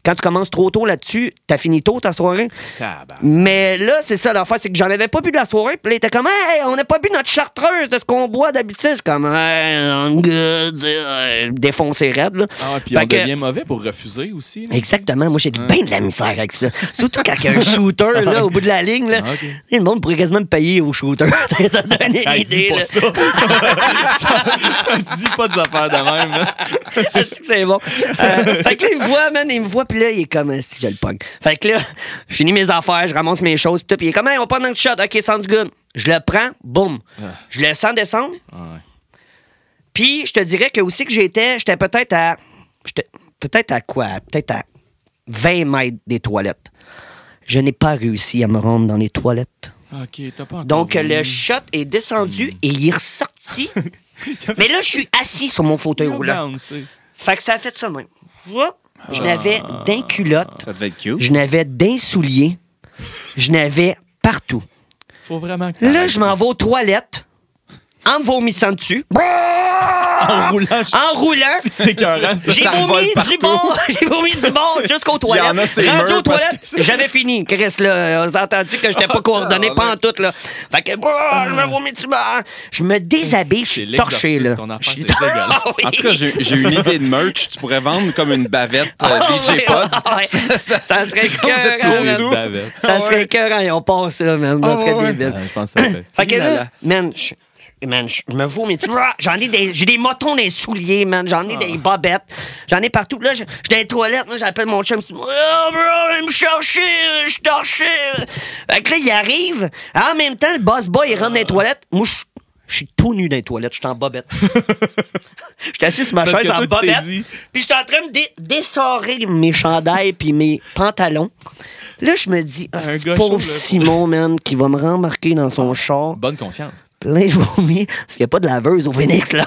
quand tu commences trop tôt là-dessus, t'as fini tôt ta soirée.
Tabarnak.
Mais là, c'est ça l'affaire, c'est que j'en avais pas bu de la soirée. Puis là, il était comme, hey, on n'a pas bu notre chartreuse de ce qu'on boit d'habitude. Je suis comme, hey, I'm good. euh, Défoncé raide, là.
Ah, ouais, puis
Fait
on
que-
devient mauvais pour refuser aussi. là.
Exactement. Moi, j'ai bien de la misère avec ça. Surtout quand il y a un shooter là, au bout de la ligne. Là,
Ah, ok.
Et Le monde pourrait quasiment me payer au shooter. ça donne une
Hey, dis
idée.
pas
là.
ça. dis pas des affaires de même. hein.
Asti que Ah, c'est bon. Euh, fait que là, il me voit, man, il me voit, puis là, il est comme, euh, si je le pogne. Fait que là, je finis mes affaires, je ramasse mes choses, puis tout, puis il est comme, hey, on prend un petit shot, ok, sounds good. Je le prends, boum.
Ah.
Je le sens descendre.
Ouais.
Puis je te dirais que aussi que j'étais, j'étais peut-être à. j'étais Peut-être à quoi? Peut-être à 20 mètres des toilettes. Je n'ai pas réussi à me rendre dans les toilettes.
Ok, t'as pas encore
Donc
voulu.
le shot est descendu et il est ressorti. Mais là, je suis assis sur mon fauteuil
Calm
roulant.
down, tu sais.
Fait que ça a fait ça même. Whoop!
Ah.
Je n'avais d'un culotte,
Ça devait être cute.
je n'avais d'un soulier, je n'avais partout.
Faut vraiment que.
Là, je m'en vais aux toilettes, en me vomissant dessus,
En roulant, je
en roulant.
Ah! C'est écœurant, ça.
J'ai
Ah! Ça revole
vomi du
partout.
bon, j'ai vomi du bon jusqu'aux toilettes.
en a ses
Rendu
murs
aux
parce
toilettes,
que c'est- Ah,
j'avais fini. Chris, là, on s'est entendu que j'étais pas coordonné, pas en tout, là. Fait que, bah, je me vomis du bon. Je me déshabille, je
C'est
suis
l'exorciste,
torché, là.
ton affaire,
Je suis
c'est dégueulasse.
Ah oui.
En tout cas, j'ai j'ai une idée de merch. Tu pourrais vendre comme une bavette euh,
Ah
DJ
ouais,
Pods.
ah ouais.
Ça, ça-
Ça serait
c'est comme vous êtes
écœurant,
trop
Une
man.
sous.
bavette.
Ça
Ah
serait
ouais.
écœurant, on passe ça, man. Ça
Ah
serait
ouais, ouais.
débile.
Ouais, Euh, je pense que ça fait.
Fait que
Hi,
là,
hein.
là, là.
man, je. Man, je me vomis. Tu vois, J'en ai des. J'ai des motons dans les souliers, man. J'en ai
Ah.
des bobettes. J'en ai partout. Là, je je suis dans les toilettes. Là, j'appelle mon chum. je dis, Oh, bro, il me chercher. Je suis torché. Fait que là, il arrive. En même temps, le boss boy, il rentre dans
Ah.
les toilettes. Moi, je. Je suis tout nu dans les toilettes, je suis en bobette. Je suis assis sur ma
Parce
chaise
que
en
toi, tu t'es
bobette.
dit-
Puis je suis en train de dé- dessorer mes chandails puis mes pantalons. Là, je me dis, ah,
Un
c'est
gars
pauvre
chaud, là.
Simon, man, qui va me rembarquer dans son char,
Bonne confiance.
plein de vomi, parce qu'il n'y a pas de laveuse au Phoenix, là.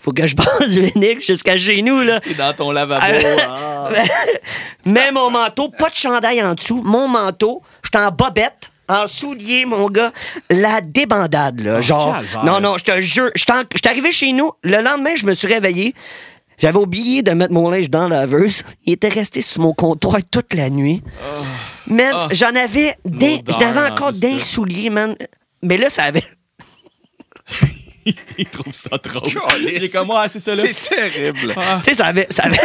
Faut que je passe du Phoenix jusqu'à chez nous, là.
T'es dans ton lavabo.
Euh,
ah.
Mais mon manteau, pas de chandail en dessous, mon manteau, je suis en bobette. En soulier, mon gars, la débandade,
Ah,
là. genre.
calvaire.
Non, non, je te jure. Je t'en- je suis arrivé chez nous. Le lendemain, je me suis réveillé. J'avais oublié de mettre mon linge dans la laveuse. Il était resté sur mon comptoir toute la nuit. Man,
Ah.
j'en avais des.
L'odeur,
J'en avais
en
encore
plus,
des
là.
souliers, man. Mais là, ça avait.
Il trouve ça trop.
Calisse.
Il est comme, ah, c'est ça là.
C'est terrible.
Ah.
Tu sais, ça avait, ça avait,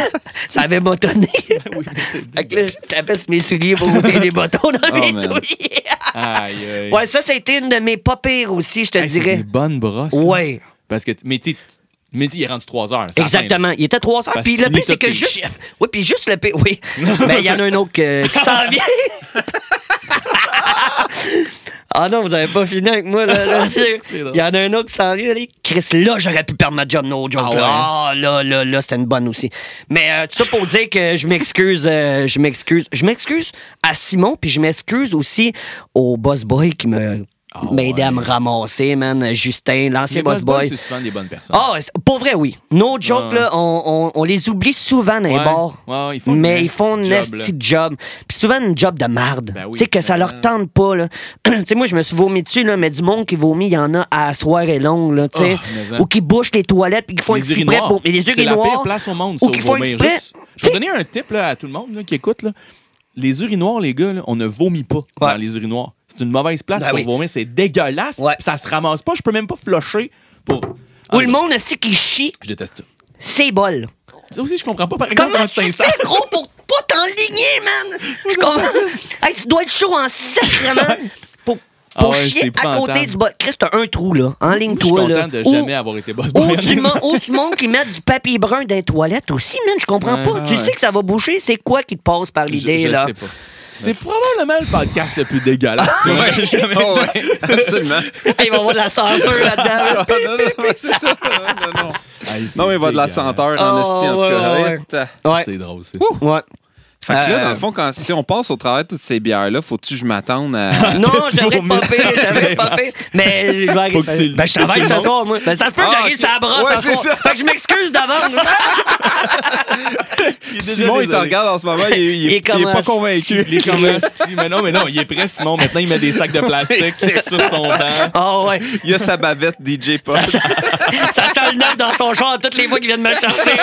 ça avait bâtonné. fait que là, je tapais sur mes souliers pour ôter les bâtons dans
Ah,
Oh,
mes
man.
souliers.
Aïe, aïe.
Ouais, ça, c'était une de mes pas pires aussi, je te
Hey, c'est
dirais.
Des bonnes brosses.
Ouais.
Parce que, mais tu sais, mais tu sais, il est rendu 3 heures. ça
Exactement. Il était 3 heures.
Parce
Puis
qu'il
le pire,
est
c'est que
top
juste.
chef.
Oui, puis juste le pire. Oui. Mais il y en a un autre que- qui s'en vient. Ah non, vous avez pas fini avec moi, là. là, c'est-
C'est drôle.
Il y en a un autre qui s'en vient, là. Chris, là, j'aurais pu perdre ma job, no joke.
Ah
là. Ah, là, là, là, c'était une bonne aussi. Mais euh, tout ça pour dire que je m'excuse, euh, je m'excuse. Je m'excuse à Simon, puis je m'excuse aussi au boss boy qui me.
Ah
m'aidait à
ouais.
me ramasser, man. Justin, l'ancien
Les
boss
boss boys,
boy.
c'est souvent des bonnes personnes.
Ah, c'est- pour vrai, oui. No joke,
Ouais.
là, on, on- on les oublie souvent dans les
Ouais.
bars.
Ouais, ils font
mais
une
ils font un
nasty job,
nasty job. Puis souvent, une job de marde.
Ben oui,
tu sais, que ça leur tente pas, là. tu sais, moi, je me suis vomi dessus, là, mais du monde qui vomit, il y en a à soirée longue, là, tu sais.
Oh, mais, hein.
ou qui bouchent les toilettes, puis qui font
les
exprès pour. et Les
C'est la
urinoirs,
pire place au monde,
Ou
ça,
qui
au
font
vomir.
exprès.
Juste- Je vais donner un tip là, à tout le monde là, qui écoute. Là. Les urinoirs, les gars, là, on ne vomit pas dans les urinoirs. C'est une mauvaise place
Ben
pour
oui.
vomir. C'est dégueulasse.
Ouais.
Puis Ça se ramasse pas. Je peux même pas flusher pour.
Ou
Ah,
le monde, aussi qui chie,
Je déteste ça.
c'est bol.
Ça aussi, je comprends pas. Par exemple,
Comment
quand tu
tu
t'installes.
fais, gros, pour pas t'enligner, man? Je comprends Hey, tu dois être chaud en sacrement pour,
Ah
pour
ouais, c'est
chier à
épouvantable.
côté du bas. Chris, t'as un trou, là. En ligne,
Je suis
toi, là.
content de
Ou-
jamais avoir été boss boy.
ou du, mon- ou du monde qui met du papier brun dans les toilettes aussi, man. Je comprends
Ouais,
pas. tu
ouais.
sais que ça va boucher. C'est quoi qui te passe par
Je-
l'idée,
je
là?
sais pas. C'est probablement le podcast le plus dégueulasse qu'on a
Ouais.
jamais
Oh, ouais. Absolument.
Hey, il va y avoir de la censure là-dedans.
Ah, non, non, ouais, c'est ça. Non, non, non.
Hey, c'est
Non, mais il va de la
dégueulasse.
senteur
Ah,
en esti, en tout cas.
ouais, ouais,
Hey,
ouais.
t'as-
Ouais.
C'est drôle, c'est.
Ouais.
Fait que là,
Euh,
dans le fond, quand, si on passe au travers de toutes ces bières-là, faut-tu que je m'attende à.
Non,
tu
j'aimerais
vomis?
pas faire, j'aimerais pas faire. Mais je vais
Faut que
arriver.
tu-
Ben, je travaille
faut que tu
ce
le
soir, moi. Ben, ça se peut que
Ah,
j'arrive
ok.
sur la brosse
Ouais,
ce
c'est
soir.
ça.
Fait que je m'excuse d'avance.
Il est déjà
Simon, il te
désolé.
regarde en ce moment, il, il-
Il est
il est
comme un-
pas convaincu.
Il est comme esti, mais non, mais non, il est prêt, Simon. Maintenant, il met des sacs de plastique
C'est
sur son banc.
Oh, ouais.
Il a sa bavette DJ Post.
Ça sent le neuf dans son char toutes les fois qu'il vient de me chercher.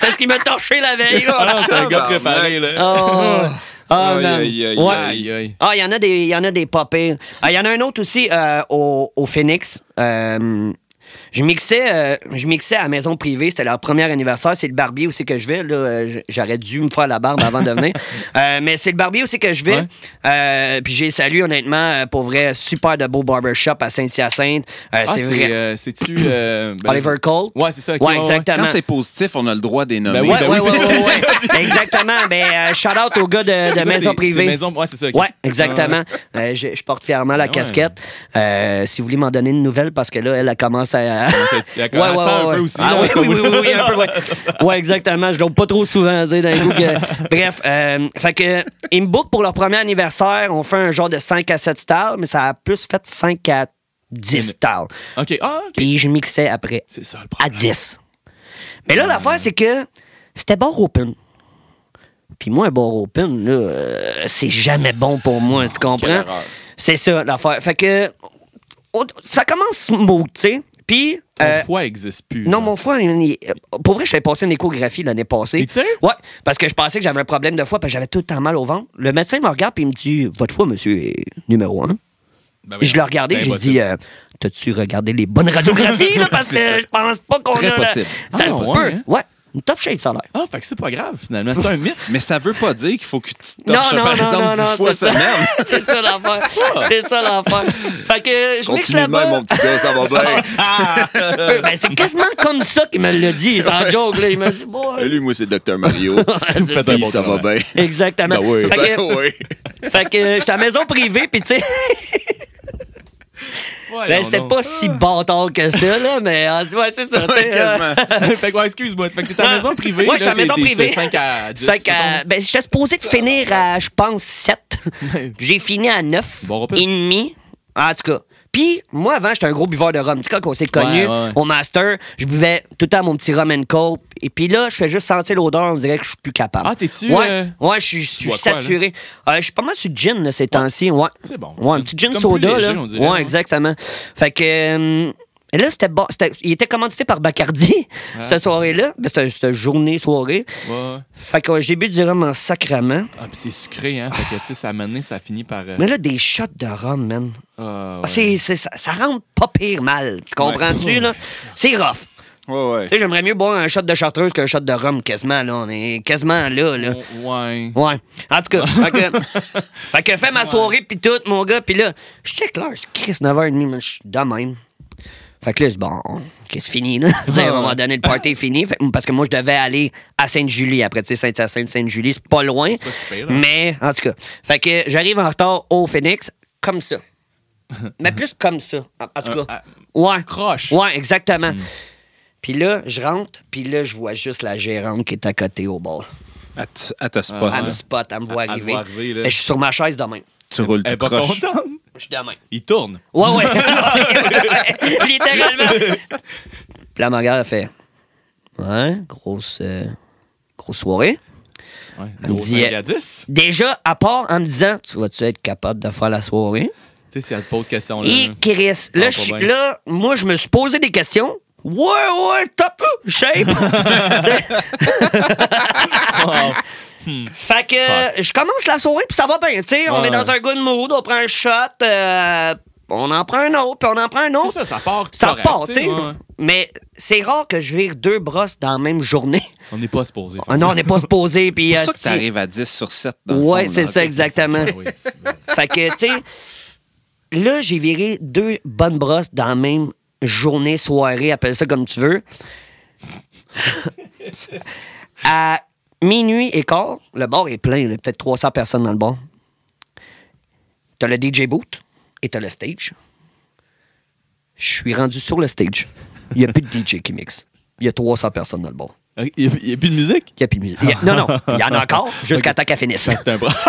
parce qu'il m'a torché la veille.
Ah non, c'est un gars préparé, là.
Oh, Ah,
Aïe,
man.
aïe, aïe,
Ouais.
Aïe, aïe.
Ah, il y en a des, il y en a des pas pires. Ah, Il y en a un autre aussi euh, au, au Phoenix. Euh, Je mixais, euh, je mixais à la maison privée, c'était leur premier anniversaire. C'est le barbier où c'est que je vais. Là, euh, j- j'aurais dû me faire la barbe avant de venir. Euh, mais c'est le barbier où c'est que je vais.
Ouais.
Euh, puis j'ai salué, honnêtement, euh, pour vrai, super de beau barbershop à Saint-Hyacinthe. Euh,
Ah,
c'est vrai.
c'est, euh, c'est-tu. euh, ben,
Oliver Cole.
Ouais, c'est ça. ok,
Ouais,
ouais, ouais.
exactement.
Quand c'est positif, on a le droit des nommer.
Ben oui,
Ouais, ouais,
c'est ça.
ouais, ouais, ouais. Exactement. Ben, euh, shout out au gars de- de,
C'est quoi,
Maison
c'est-
Privée.
c'est Maison... Ouais, c'est ça. ok.
Ouais, exactement. Euh, je, je porte fièrement la
Ah ouais.
casquette. Euh, si vous voulez m'en donner une nouvelle, parce que là, elle, elle commence à.
Elle a commencé un peu aussi,
Ah
là, en
oui,
tout cas,
oui, oui,
oui.
oui, un peu, ouais. Ouais, exactement. Je l'ai pas trop souvent à dire d'un coup. que- Bref, euh, fait que, ils me bookent pour leur premier anniversaire. On fait un genre de 5 à 7 stars, mais ça a plus fait 5 à 10 stars.
Ok, ah, ok.
Puis je mixais après
C'est ça le
à
problème.
10. Mais
Ah.
là, l'affaire, c'est que c'était bar open. Puis moi, un bar open, là, euh, c'est jamais bon pour moi, tu comprends?
erreur.
C'est ça, l'affaire. Fait que on- ça commence mou, tu sais. Puis.
Ton
euh,
foie n'existe plus.
non,
là.
mon foie, il- il- pour vrai, je fais passer une échographie l'année passée.
T'es sérieux?
Ouais, parce que je pensais que j'avais un problème de foie, parce que j'avais tout le temps mal au ventre. Le médecin me regarde, puis il me dit Votre foie, monsieur, est numéro un.
Ah
Ben oui,
Je l'ai regardé,
c'est
j'ai
impossible.
dit euh, T'as-tu regardé les bonnes radiographies là, Parce que
C'est ça.
je pense pas qu'on
Très
a. la-
possible.
Ça
Ah,
se
ouais,
peut.
hein?
Ouais, une top shape, ça a l'air.
Ah, fait que c'est pas grave, finalement. C'est un mythe.
Mais ça veut pas dire qu'il faut que tu te
Non,
torches,
non,
par
non,
exemple,
non,
10
non,
fois
c'est ça.
semaine.
c'est ça l'affaire. C'est ça l'affaire. Fait que euh, je mixe
Continue de même,
là-bas.
mon petit gars, ça va bien.
Ben, c'est quasiment comme ça qu'il me l'a dit, sans joke. Là. Il m'a dit, bon,
Ben, Lui, moi, c'est Dr Mario.
c'est ça.
Puis, ça va bien.
Exactement.
Ben oui.
Fait que,
Ben oui.
fait que, euh, j'étais à la maison privée, puis tu sais, ben, c'était pas si bâtard que ça, là, mais on dit, ouais, c'est ça. tu sais, euh,
Ouais, quasiment.
fait que, ouais, excuse-moi. Fait que t'es à la maison privée.
Ouais, je suis à la maison privée.
5 à 10.
5 à, ben, j'étais supposé de finir à, je pense, 7.
Ouais.
J'ai fini à 9
Bon repas.
et demi. En tout cas. Puis, moi, avant, j'étais un gros buveur de rhum. Tu sais, quand on s'est connus
Ouais, ouais.
au master, je buvais tout le temps mon petit rum and coke. Et puis là, je fais juste sentir l'odeur. On dirait que je suis plus capable.
Ah, t'es-tu,
Ouais,
euh,
ouais je suis- je suis
bois quoi, là?
saturé. Euh, je suis pas mal sur le gin là, ces temps-ci. Ouais.
C'est bon.
Ouais, un
C'est-
petit
c'est
gin
comme
soda.
plus léger,
là.
on dirait,
ouais,
ouais.
exactement. Fait que. euh, et là, c'était, ba- c'était- il était commandité par Bacardi cette soirée-là, Ben, cette, cette journée-soirée.
Ouais.
Fait que euh, j'ai bu du rhum en sacrament.
Ah, pis c'est sucré, hein. Fait que, tu sais, ça a mené, ça finit par. euh,
Mais là, des shots de rhum, man.
ah, ouais.
C'est, c'est- ça, ça rentre pas pire mal. Tu comprends-tu, là? C'est rough.
Ouais, ouais.
Tu sais, j'aimerais mieux boire un shot de chartreuse qu'un shot de rhum, quasiment, là. On est quasiment là, là.
Ouais.
Ouais. En tout cas, fait que, fait que fais ma soirée, puis tout, mon gars, puis là, je check l'heure, c'est Chris, 9h30, mais je suis de même. Fait que là, je dis, bon, ok, c'est fini, là. Tu sais, à un moment donné, le party est fini, Fait que- parce que moi, je devais aller à Sainte-Julie après, tu sais, Sainte-Hyacinthe, Sainte-Julie, c'est pas loin.
pas si pire, hein.
mais, en tout cas, fait que j'arrive en retard au Phoenix, comme ça. mais plus comme ça, en, en tout cas.
Un-
ouais.
Euh, Croche. Hmm.
Ouais, exactement. Puis là, je rentre, puis là, je vois juste la gérante qui est à côté au bord.
À t- à ta spot.
Ah,
Elle
ouais.
me spot, hein. elle me voit
Elle- elle
arriver.
voit arriver, là.
Mais je suis sur ma chaise demain.
Tu roules
Elle
tout
est Eh, pas
croche.
contente.
Je suis demain.
Il tourne.
Ouais, ouais. Littéralement. Puis là, ma regarde, elle fait Ouais, grosse, euh, grosse soirée.
Ouais.
Elle me
Gros
dit-
5 à 10. Tu
Déjà, à part en me disant Tu vas-tu être capable de faire la soirée
sais, si elle te pose question là.
Et
là.
Chris,
Ah,
là,
pas
je suis-
bien.
là, moi, je me suis posé des questions. Ouais, ouais, top shape.
Oh.
ah, Fait que euh, je commence la soirée, puis ça va bien. Tu sais, on
Ouais,
est dans
ouais.
un good mood, on prend un shot, euh, on en prend un autre, puis on en prend un
C'est
autre.
ça, ça part.
Ça
correct,
repart, tu sais.
ouais, ouais.
Mais c'est rare que je vire deux brosses dans la même journée.
On n'est pas supposé.
Ah non, on n'est pas supposé. puis,
C'est
euh,
pour ça que
si-
tu arrives à 10 sur 7 dans le
Ouais,
fond,
c'est
là.
ça,
Ok.
exactement.
Ah oui, c'est bon.
fait que, tu sais, là, j'ai viré deux bonnes brosses dans la même journée, soirée, appelle ça comme tu veux. à minuit et quart, le bar est plein, il y a peut-être 300 personnes dans le bar. T'as le DJ boot et t'as le stage. Je suis rendu sur le stage. Il n'y a plus de DJ qui mixe. Il y a 300 personnes dans le bar.
Euh, Il n'y a, il y a plus de musique?
Il n'y a plus de musique. Il y a- non, non, il y en a encore jusqu'à temps qu'elle finisse.
Ah, C'est un bras.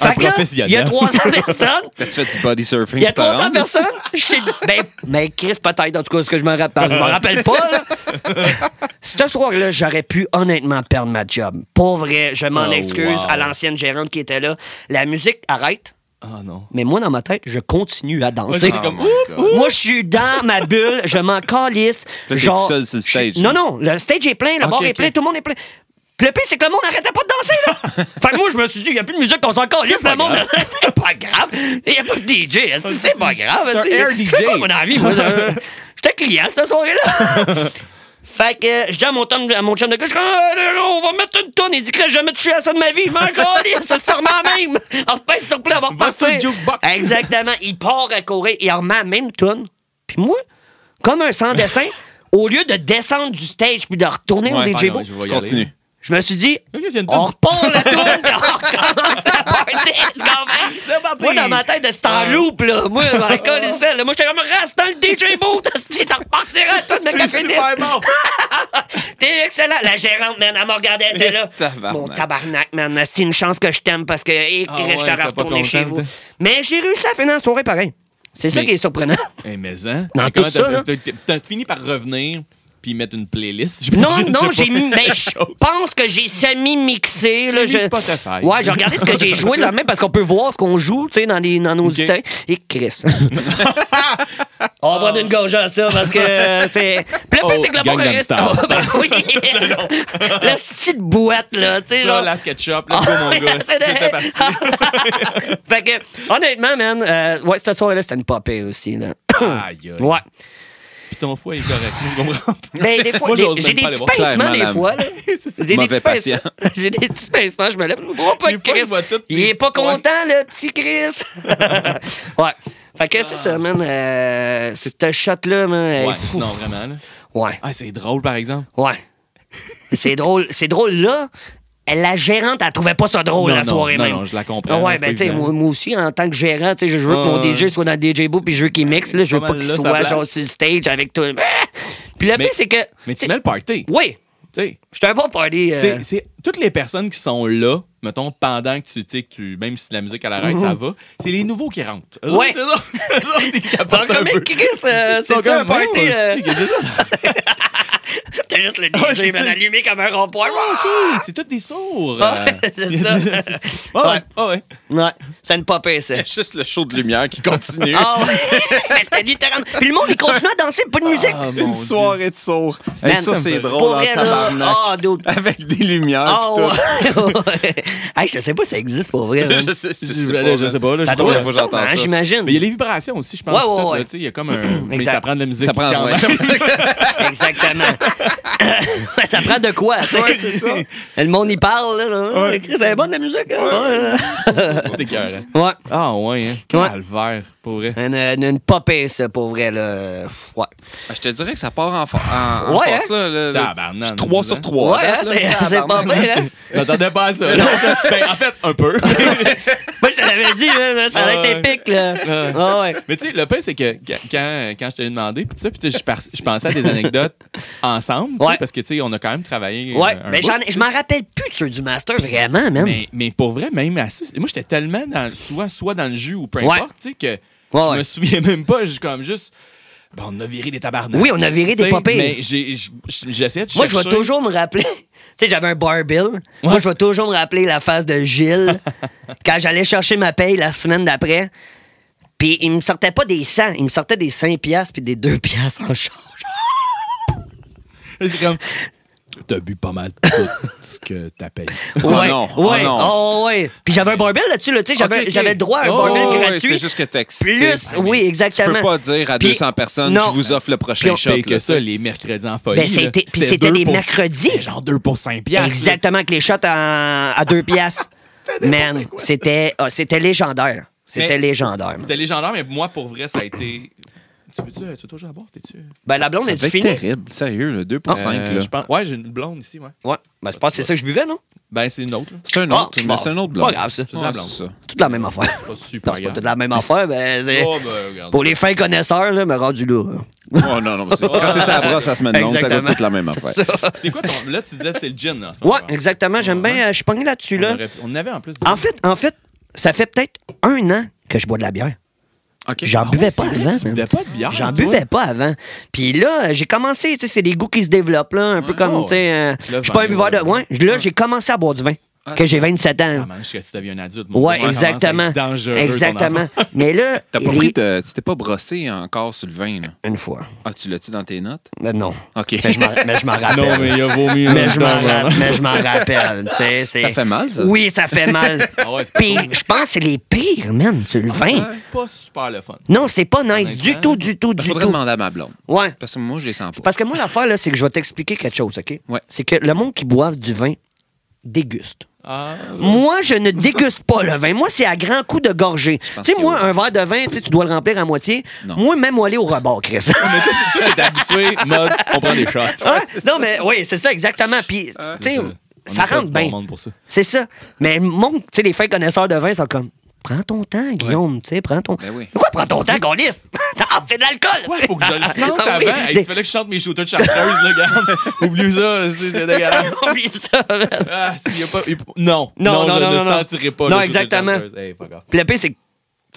Fait
un
que là,
professionnel.
Il y a 300 personnes.
T'as-tu fait du body surfing hein?
Il y a
pour te
300
rendre?
personnes. Je sais- ben, mais Chris, peut-être, en tout cas, ce que je me rappelle. Je me rappelle pas, là. Cette soirée-là, j'aurais pu honnêtement perdre ma job. Pour vrai, je m'en
Oh,
excuse
wow.
à l'ancienne gérante qui était là. La musique arrête,
Ah non.
mais moi, dans ma tête, je continue à danser.
Ouais,
Oh my God.
Moi, je suis dans ma bulle, je m'en calisse.
Là, t'es tout
genre,
seul sur le
je suis-
stage,
Non,
là.
non, le stage est plein, le
Ok,
bar est
ok.
plein, tout le monde est plein. Puis le pire, c'est que le monde n'arrêtait pas de danser, là. fait que moi, je me suis dit, il n'y a plus de musique, on s'en calisse, le monde. c'est pas grave. Il n'y a pas de DJ, est-ce que c'est pas grave.
C'est un
est-ce que-
air
C'est
DJ.
quoi mon avis, moi. là? J'étais client cette soirée-là. Fait que euh, je dis à mon, tonne- à mon chum de gars, je dis, Ah, là, là, on va mettre une tonne. Il dit que j'ai jamais touché à ça de ma vie. Je m'en calisse, c'est sûrement la même. On repasse sur play, on va
On va sur
repasser.
le jukebox.
Exactement. Il part à courir, il remet la même tonne. Puis moi, comme un sans-dessin, au lieu de descendre du stage puis de retourner
Ouais,
au DJ
pardon,
Bo,
je vais
Tu
y aller.
continues.
je me suis dit,
Ok, c'est une tonne.
on repart la tourne, puis on recommence la party, tu comprends?
C'est parti!
Moi, dans ma tête, c'était en loop, là. Moi, dans la colle, là. Moi, j'étais comme, reste dans le DJ boot, si t'en repartiras, toi, de me
C'est super bon.
T'es excellent. La gérante, man, elle me regardait, elle était là.
Tabarnak.
Mon tabarnak, man. C'est une chance que je t'aime parce que, hé,
Ah
Christ, je
ouais, t'as
t'aurais
pas hein?
retourné
content,
chez vous.
t'es-
Mais j'ai réussi à finir la soirée pareil. C'est ça
Mais-
qui est surprenant.
Eh, mais hein?
Dans
Mais comment
tout ça,
t'as-
là.
t'as- t'as- T'as fini par revenir puis mettre une playlist.
Non,
j'imagine,
non,
je sais
j'ai
pas.
mis. Ben, je pense que j'ai semi-mixé. là,
mis
je...
Spotify.
Ouais, j'ai regardé ce que j'ai joué là même parce qu'on peut voir ce qu'on joue, tu sais, dans, les- dans nos
Ok.
auditeurs. Et Chris. On va prendre une gorgée à ça parce que euh, c'est. Puis le plus,
Oh,
c'est que le
Gangnam
bon reste.
Style.
Oh, ben oui. La petite boîte, là, tu sais.
Ça,
genre-
la SketchUp, let's go, mon gars.
C'est
C'était
vrai.
parti.
fait que, honnêtement, man, euh, ouais, cette soirée-là, c'était une popée aussi, là.
Aïe, aïe.
Ouais.
Puis ton foie est correct. Je comprends pas.
Ben, des fois,
Moi,
des-
j'ose même
j'ai des
pas aller
petits
voir.
Clairement,
pincements, des
la-
fois, là. J'ai des
Mauvais
petits pincements.
patient.
J'ai des petits pincements, je me lève. Oh, pas
Des fois,
Chris.
je vois tout,
Il
des
est pas
petits points.
content, le petit Chris. ouais. Fait que c'est ça, man.
Ah.
Euh, ce shot-là, man.
Ouais,
est fou.
non, vraiment. là.
Ouais.
Ah, c'est drôle, par exemple.
Ouais. C'est drôle. C'est drôle, là. La gérante, elle trouvait pas ça drôle
Non,
la
non,
soirée
non,
même.
non, je la comprends,
Ah
là,
ouais,
c'est
ben,
pas
tu sais,
évident.
moi, moi aussi, en tant que gérant, tu sais, je veux que mon
Ah,
DJ soit dans le DJ Booth puis je veux qu'il mixe, là. Je veux
Pas
pas
mal
qu'il
là, sa
soit,
place.
genre, sur le stage avec toi. Ah! Puis le
Mais-
pire, c'est que.
Mais tu
sais-
mets le party. Tu
Oui,
sais.
j'étais un bon party. euh,
C'est- C'est toutes les personnes qui sont là, mettons, pendant que tu, tu sais, que tu même si la musique à l'arrêt, ça va, c'est les nouveaux qui rentrent. Eux
Mhm. Ouais.
autres, eux autres, eux autres, ils
Genre,
capotent un
comme
peu.
Chris, euh,
Ils sont
c'est un
comme,
party.
Ouais,
euh,
aussi, qu'est-ce que c'est ça?
T'as juste le
Ouais,
DJ,
c'est
man,
ça.
allumé comme un rond-point.
Ah, ok, c'est tous des sourds.
Ah,
euh.
c'est ça.
Ah
Ouais.
ouais, ah ouais.
Ouais, ça ne pas pire, ça.
Juste le show de lumière qui continue.
Ah ouais, Mais c'était littéralement. Puis le monde, il continue à danser, pas de musique.
Ah, mon
Une
Dieu.
soirée de sourds.
Man,
Hey, ça,
ça me fait-
c'est
Pour
drôle en
vrai, là.
tabarnak.
Ah, dude.
Avec des lumières.
Ah
pis tout.
ouais. ouais. Hey, je sais pas si ça existe pour vrai. man.
Je sais- je sais pas,
Je je sais pas, là,
Ça
je trouve-
doit
la fois
être
que j'entends
ça, hein,
ça.
j'imagine.
Mais il y a les vibrations aussi, je pense.
Ouais, ouais,
peut-être,
ouais.
là, tu sais, Il y a comme un. Mais
Exact.
ça prend de la musique.
Ça prend,
quand
ouais.
même.
Exactement. ça prend de quoi, tu sais.
Ouais, c'est ça.
Le monde, il parle, là. là. Chris, c'est bon de la musique. hein?
C'est écœurant.
Ouais. ouais.
Ah, ouais, hein.
Ouais.
Calvaire, pour vrai.
Une, une, une pas pire, ça, pour vrai, là. Pff, Ouais.
Ben, Je te dirais que ça part en, for- en, en
Ouais, hein?
force. Là, le- le-
Tabarnak,
3
hein.
sur 3.
Ouais, hein, c'est- c'est pas pire, hein?
J'attendais pas à ça. Non, je- ben, en fait, un peu.
Moi, je te l'avais dit, là, ça allait être
Ouais.
épique, là.
Ouais.
Ah ouais.
Mais tu sais, le pire, c'est que quand, quand quand je te l'ai demandé, puis tout ça, puis tu sais, je pars- je pensais à des anecdotes ensemble, tu sais,
Ouais.
parce que tu sais, on a quand même travaillé.
Ouais,
euh, un
mais
bout.
j'en ai- je m'en rappelle plus de ceux du master, vraiment, man.
Mais, mais pour vrai, même à ça, moi, j'étais tellement dans, soit, soit dans le jus ou peu
Ouais.
importe, tu sais, que
Ouais,
je
ouais.
me souviens même pas. Je comme juste. Ben, on a viré des tabarnak.
Oui, on a viré des
Tu sais,
pas pires.
Mais j'ai- j'- j'essayais de
Moi,
chercher.
je vais toujours me rappeler. Tu sais, j'avais un bar bill. Moi, je vais toujours me rappeler la face de Gilles quand j'allais chercher ma paye la semaine d'après. Puis il me sortait pas des 100, il me sortait des 5 piastres puis des 2 piastres en charge.
C'est comme. T'as bu pas mal tout ce que t'as payé.
Oh non, oh
ouais,
non.
oh ouais. Puis j'avais un bar bill là-dessus, là, tu sais, j'avais
Ok, ok.
j'avais le droit à un
Oh,
bar bill
ouais,
gratuit.
C'est juste que t'as excité.
plus,
Ah, mais
oui, exactement.
Tu peux pas dire à
Puis-
200 personnes,
Non.
je vous offre le
Puis
prochain
on-
shot.
Pire que
là,
ça,
tu sais.
les mercredis en folie.
Ben, c'était-
là,
puis c'était
deux
les
pour-
mercredis.
c'était genre 2 pour 5 piastres. là.
Exactement, avec les shots en- à 2 piastres. Man, c'était ah, c'était légendaire. C'était
Mais-
légendaire. man.
C'était légendaire, mais moi, pour vrai, ça a été. Tu veux-tu euh, tu veux toujours boire? T'es-tu.
Ben, la blonde Ah,
Ça
est
devait être
finie.
terrible, sérieux, le 2
Euh,
pour 5. là.
je pense... Ouais, j'ai une blonde ici, ouais.
Ouais, ben, je pense que c'est ça que je buvais, non?
Ben, c'est une autre. là.
C'est un
Ah,
autre, mais
bon,
c'est un autre
pas
blanc.
grave, ça.
C'est la
Ouais,
blonde.
c'est
Toute la même affaire.
C'est pas super.
Non, c'est pas
grave.
toute la même affaire, mais c'est.
Oh, ben, regarde.
Pour les fins connaisseurs, là, hein. me rendu lourd.
Oh non, non, mais c'est- quand t'es à la brosse la semaine longue, ça doit
Exactement.
toute la même affaire.
C'est quoi ton. Là, tu disais que c'est le gin, là. en ce
Ouais,
moment.
exactement. J'aime bien. euh, je suis pogné là-dessus,
On,
là.
aurait pu- on en avait en plus. du-
En fait, en fait, ça fait peut-être un an que je bois de la bière.
OK.
J'en
Ah ouais,
buvais
c'est
pas
vrai,
avant.
Tu
man.
buvais pas de bière. toi?
J'en buvais pas avant. Puis là, euh, j'ai commencé, tu sais, c'est des goûts qui se développent, là, un peu
Ouais,
comme,
Ah ouais.
tu sais, euh,
Le
je suis pas un
vin,
buveur de...
ouais.
Ouais, là, j'ai commencé à boire du vin.
Ah,
que j'ai 27 ans.
Ah, man, je suis que tu deviens un adulte. Mon
Ouais,
Dieu, ça commence à être
exactement.
Dangereux. ton
Exactement.
enfant.
Mais là,
T'as pas
les-
pris de- Tu t'es pas brossé encore sur le vin, là.
une fois.
Ah, tu l'as-tu dans tes notes?
Mais non.
OK.
Mais Ben, je m'en- mais je m'en rappelle.
Ah. Non, mais il a vomi. là,
Mais je m'en
dedans,
ra-
man.
mais je m'en rappelle. tu sais, c'est-
Ça fait mal, ça?
Oui, ça fait mal.
Ah ouais, c'est
Puis
cool.
je pense que c'est les pires, man, sur
Ah,
le vin.
C'est pas super le fun.
Non, c'est pas nice.
Honnêtement.
Du tout, du tout,
Il
du
Ben, faudrait
tout.
demander à ma blonde.
Ouais.
Parce que moi, je les sens pas.
Parce que moi, l'affaire, là, c'est que je vais t'expliquer quelque chose, OK?
Ouais.
C'est que le monde qui boive du vin déguste.
Ah,
Moi, je ne déguste pas le vin. Moi, c'est à grands coups de gorgée. Tu
pense
sais,
que
moi,
oui.
un verre de vin, tu sais, tu dois le remplir à moitié.
Non.
Moi, même aller au rebord, Chris.
toi, t'es habitué, mode, on prend des shots.
Ah, non, mais oui, c'est ça, exactement. Puis,
Hein?
tu sais,
On
ça
est pas
rentre
du
bien.
bon monde pour ça.
C'est ça. Mais mon, tu sais, les fins connaisseurs de vin sont comme. Prends ton temps, Guillaume, tu sais, prends ton.
Ben oui.
Pourquoi prends ton temps, qu'on lisse? Ah, fait de l'alcool!
Ouais, faut que je le sente
Ah
avant.
oui,
Hey,
c'est-
il fallait que je chante mes shooters de chanteuse, là, regarde. Oublie ça, là, c'est c'est dégueulasse.
Oublie ça, man.
Ah, s'il y a pas. il- Non,
Non,
non, Ah,
non,
je
non,
ne
non, non.
sentirai pas.
Non,
le shooter de
exactement.
chanteuse. Hey, fuck off.
Puis le pire, c'est que,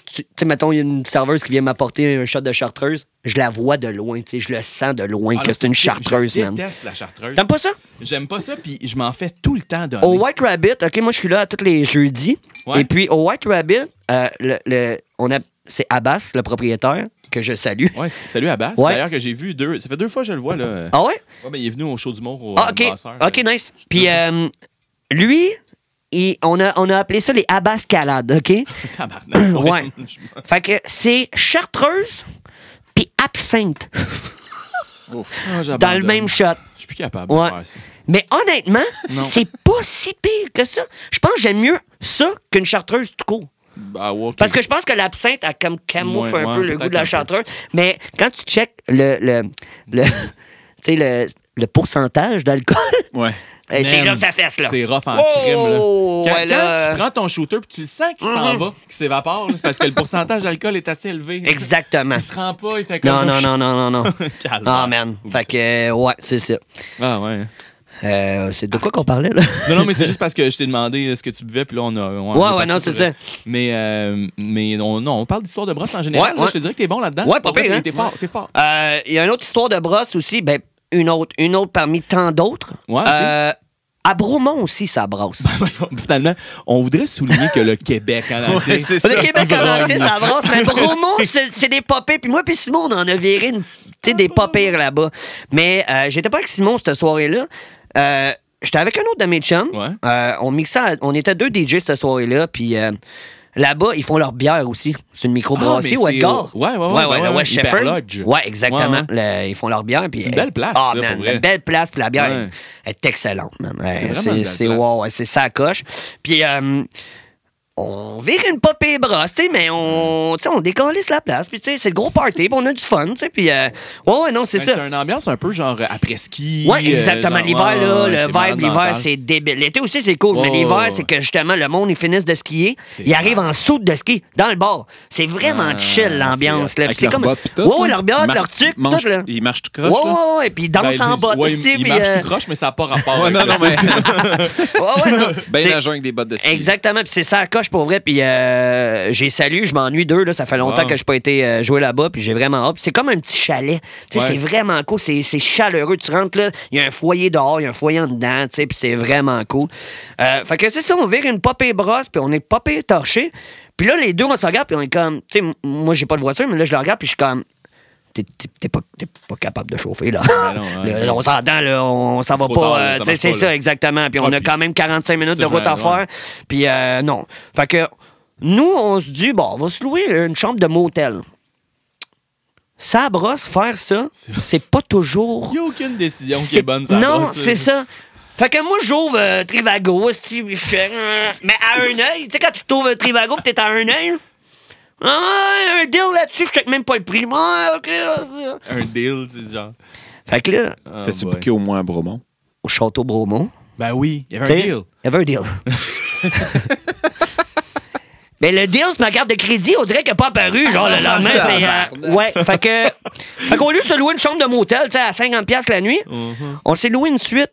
tu tu sais, mettons, il y a une serveuse qui vient m'apporter un shot de chartreuse. Je la vois de loin, tu sais, je le sens de loin
Ah,
que
non,
c'est une chartreuse,
je
man.
déteste la chartreuse.
T'aimes pas Oh, ça?
J'aime pas ça, puis je m'en fais tout le temps donner.
Au White Rabbit, OK, moi, je suis là à tous les jeudis.
Ah, Ouais.
Et puis, au White Rabbit, euh, le, le- on a, c'est Abbas, le propriétaire, que je salue.
Ouais, c- salut Abbas.
Ouais.
D'ailleurs, que j'ai vu deux. Ça fait deux fois que je le vois, là.
Ah ouais?
Ouais, mais il est venu au show du Mont au
Ah,
au
OK.
brasseur, là.
OK, nice. Puis, euh, lui, il- on, a, on a appelé ça les abascalades, OK?
Tabarnak.
Ouais. Fait que c'est chartreuse puis absinthe
Ouf.
Ah, j'abandonne.
dans le même shot.
Je suis plus capable
Ouais.
de faire ça.
Mais honnêtement,
Non.
c'est pas si pire que ça. Je pense que j'aime mieux ça qu'une chartreuse tout court.
Ah, ouais, ok.
Parce que je pense que l'absinthe, elle comme camoufle
Ouais,
un
ouais,
peu le
peut-être
goût de la
un peu.
chartreuse. Mais quand tu checkes le, le, le, tu sais, le, le pourcentage d'alcool,
Ouais.
eh, c'est
Man,
là que ça fesse, là.
C'est rough en crime, là.
Oh,
Quand,
ouais,
quand
là. Mm-hmm.
tu prends ton shooter puis tu le sens qu'il s'en va, qu'il s'évapore, là, c'est parce que le pourcentage d'alcool est assez élevé.
Exactement.
Il se rend pas, il fait comme
Non,
ça,
non,
chut,
non, non, non, non.
calme.
Ah, man.
Oublie
Fait
ça.
que, euh, ouais, c'est ça.
Ah, ouais.
Euh, c'est de quoi qu'on parlait, là?
Non, non, mais c'est juste parce que je t'ai demandé euh, ce que tu buvais, puis là, on a. on est
Ouais,
parti
ouais, non,
sur-
c'est ça.
Mais, euh, mais on, non, on parle d'histoire de brosse en général.
Ouais,
là,
ouais.
Je te dirais que t'es bon là-dedans.
Ouais, pas
Pour vrai,
pire, hein?
T'es fort, t'es fort.
Euh, Il y a une autre histoire de brosse aussi. Ben, une autre, une autre parmi tant d'autres.
Ouais, ok.
Euh, à Bromont aussi, ça brosse.
Finalement, on voudrait souligner que le Québec hein, en entier.
Ouais, c'est ça.
Le Québec en entier, ça brosse. Mais Bromont, c'est c'est des pas pires. Puis moi, puis Simon, on en a viré une, tu sais, des pas pires là-bas. Mais euh, j'étais pas avec Simon cette soirée-là. Euh, j'étais avec un autre de mes chums.
Ouais.
Euh, on mixait. à- on était deux DJ cette soirée-là. Puis. euh, Là-bas, ils font leur bière aussi. C'est une microbrasserie
Ah, mais
ou
c'est
Edgar.
au- ouais, ouais, ouais,
ouais,
ben ouais,
le West
Hyper
Shepherd.
Lodge.
Ouais, exactement.
Ouais,
Le- ils font leur bière. puis-
C'est une belle place,
Ah,
là,
man,
pour vrai.
Une belle place. Puis la bière
Ouais.
est, est excellente, man. Ouais,
C'est vraiment
c'est-
une belle
C'est
place.
wow, ouais, c'est ça la coche. Puis euh, on vire une pop et brosse, tu sais, mais
Mm.
on, tu sais, on décalisse la place. Puis tu sais, c'est le gros party, puis on a du fun, tu sais. Puis euh, ouais, ouais, non, c'est
Ben,
ça.
C'est une ambiance un peu genre euh, après-ski.
Ouais,
euh,
exactement.
genre,
L'hiver,
ouais,
là,
ouais, c'est
le
malade
vibe, l'hiver,
mental.
c'est débile. L'été aussi, c'est cool, mais
Oh,
l'hiver,
ouais.
c'est que justement, le monde, ils finissent de skier,
C'est
ils arrivent en soute de ski dans le bar. C'est vraiment
Ah,
chill, l'ambiance.
c'est-
là. Puis
Avec
C'est
leur
comme.
botte pis tout.
Ouais, ouais,
là.
leur bière,
Ils
leur
marchent-
truc, tout,
mangent-
là.
Ils marchent tout
Ouais,
croche,
ouais,
là.
ouais, puis ils dansent
Ben,
en botte
ouais,
aussi.
Il
puis,
marche
euh,
tout croche, mais ça n'a pas rapport. avec
Ouais, non,
le-
non, mais.
ouais, ouais, non.
Ben
C'est-
la jungle des bottes de ski.
Exactement, puis c'est ça la coche pour vrai. Puis euh, j'ai salué, je m'ennuie d'eux. Là, ça fait longtemps
Wow.
que je n'ai pas été euh, jouer là-bas, puis j'ai vraiment hâte. Puis C'est comme un petit chalet. Tu sais,
Ouais.
C'est vraiment cool, c'est, c'est chaleureux. Tu rentres là, il y a un foyer dehors, il y a un foyer en dedans, tu sais, puis c'est vraiment cool. Euh, fait que c'est ça, on vire une popée brosse, puis on est popée torché. Puis là, les deux, on se regarde, puis on est comme, tu sais, m- moi, j'ai pas de voiture, mais là, je le regarde, puis je suis comme, t'es, t'es- t'es pas, t'es pas capable de chauffer, là.
Ben non, ouais.
Là, on s'entend, là, on s'en va
Trop
pas.
tard,
euh,
ça
tu sais,
marche
c'est
pas,
ça,
là.
exactement. Puis
Ouais,
on a
puis-
quand même 45 minutes
Ça,
de route
j'en-
à
ouais.
faire. Puis euh, non. Fait que nous, on se dit, bon, on va se louer une chambre de motel. Ça brosse, faire ça, c'est pas toujours.
Il n'y a aucune décision qui
c'est-
est bonne. ça
non,
passe, là.
c'est ça. Fait que moi, j'ouvre euh, Trivago, si je fais, euh, Mais à un œil, tu sais, quand tu t'ouvres Trivago, pis t'es à un œil. là, Ah, un deal là-dessus, je check même pas le prix. Ah, ok, ah, ça.
Un deal, tu sais, genre.
Fait que là,
Ah,
T'as-tu
boy.
booké au moins à Bromont?
au Château Bromont,
Ben oui, il y avait
T'sais,
un
Il
deal.
y avait un deal. Mais le deal sur ma carte de crédit, on dirait qu'il n'est pas apparu, genre le lendemain. c'est, euh, ouais, fait que. Fait qu'au lieu de se louer une chambre de motel, tu sais, à 50$ la nuit,
Mhm.
on s'est loué une suite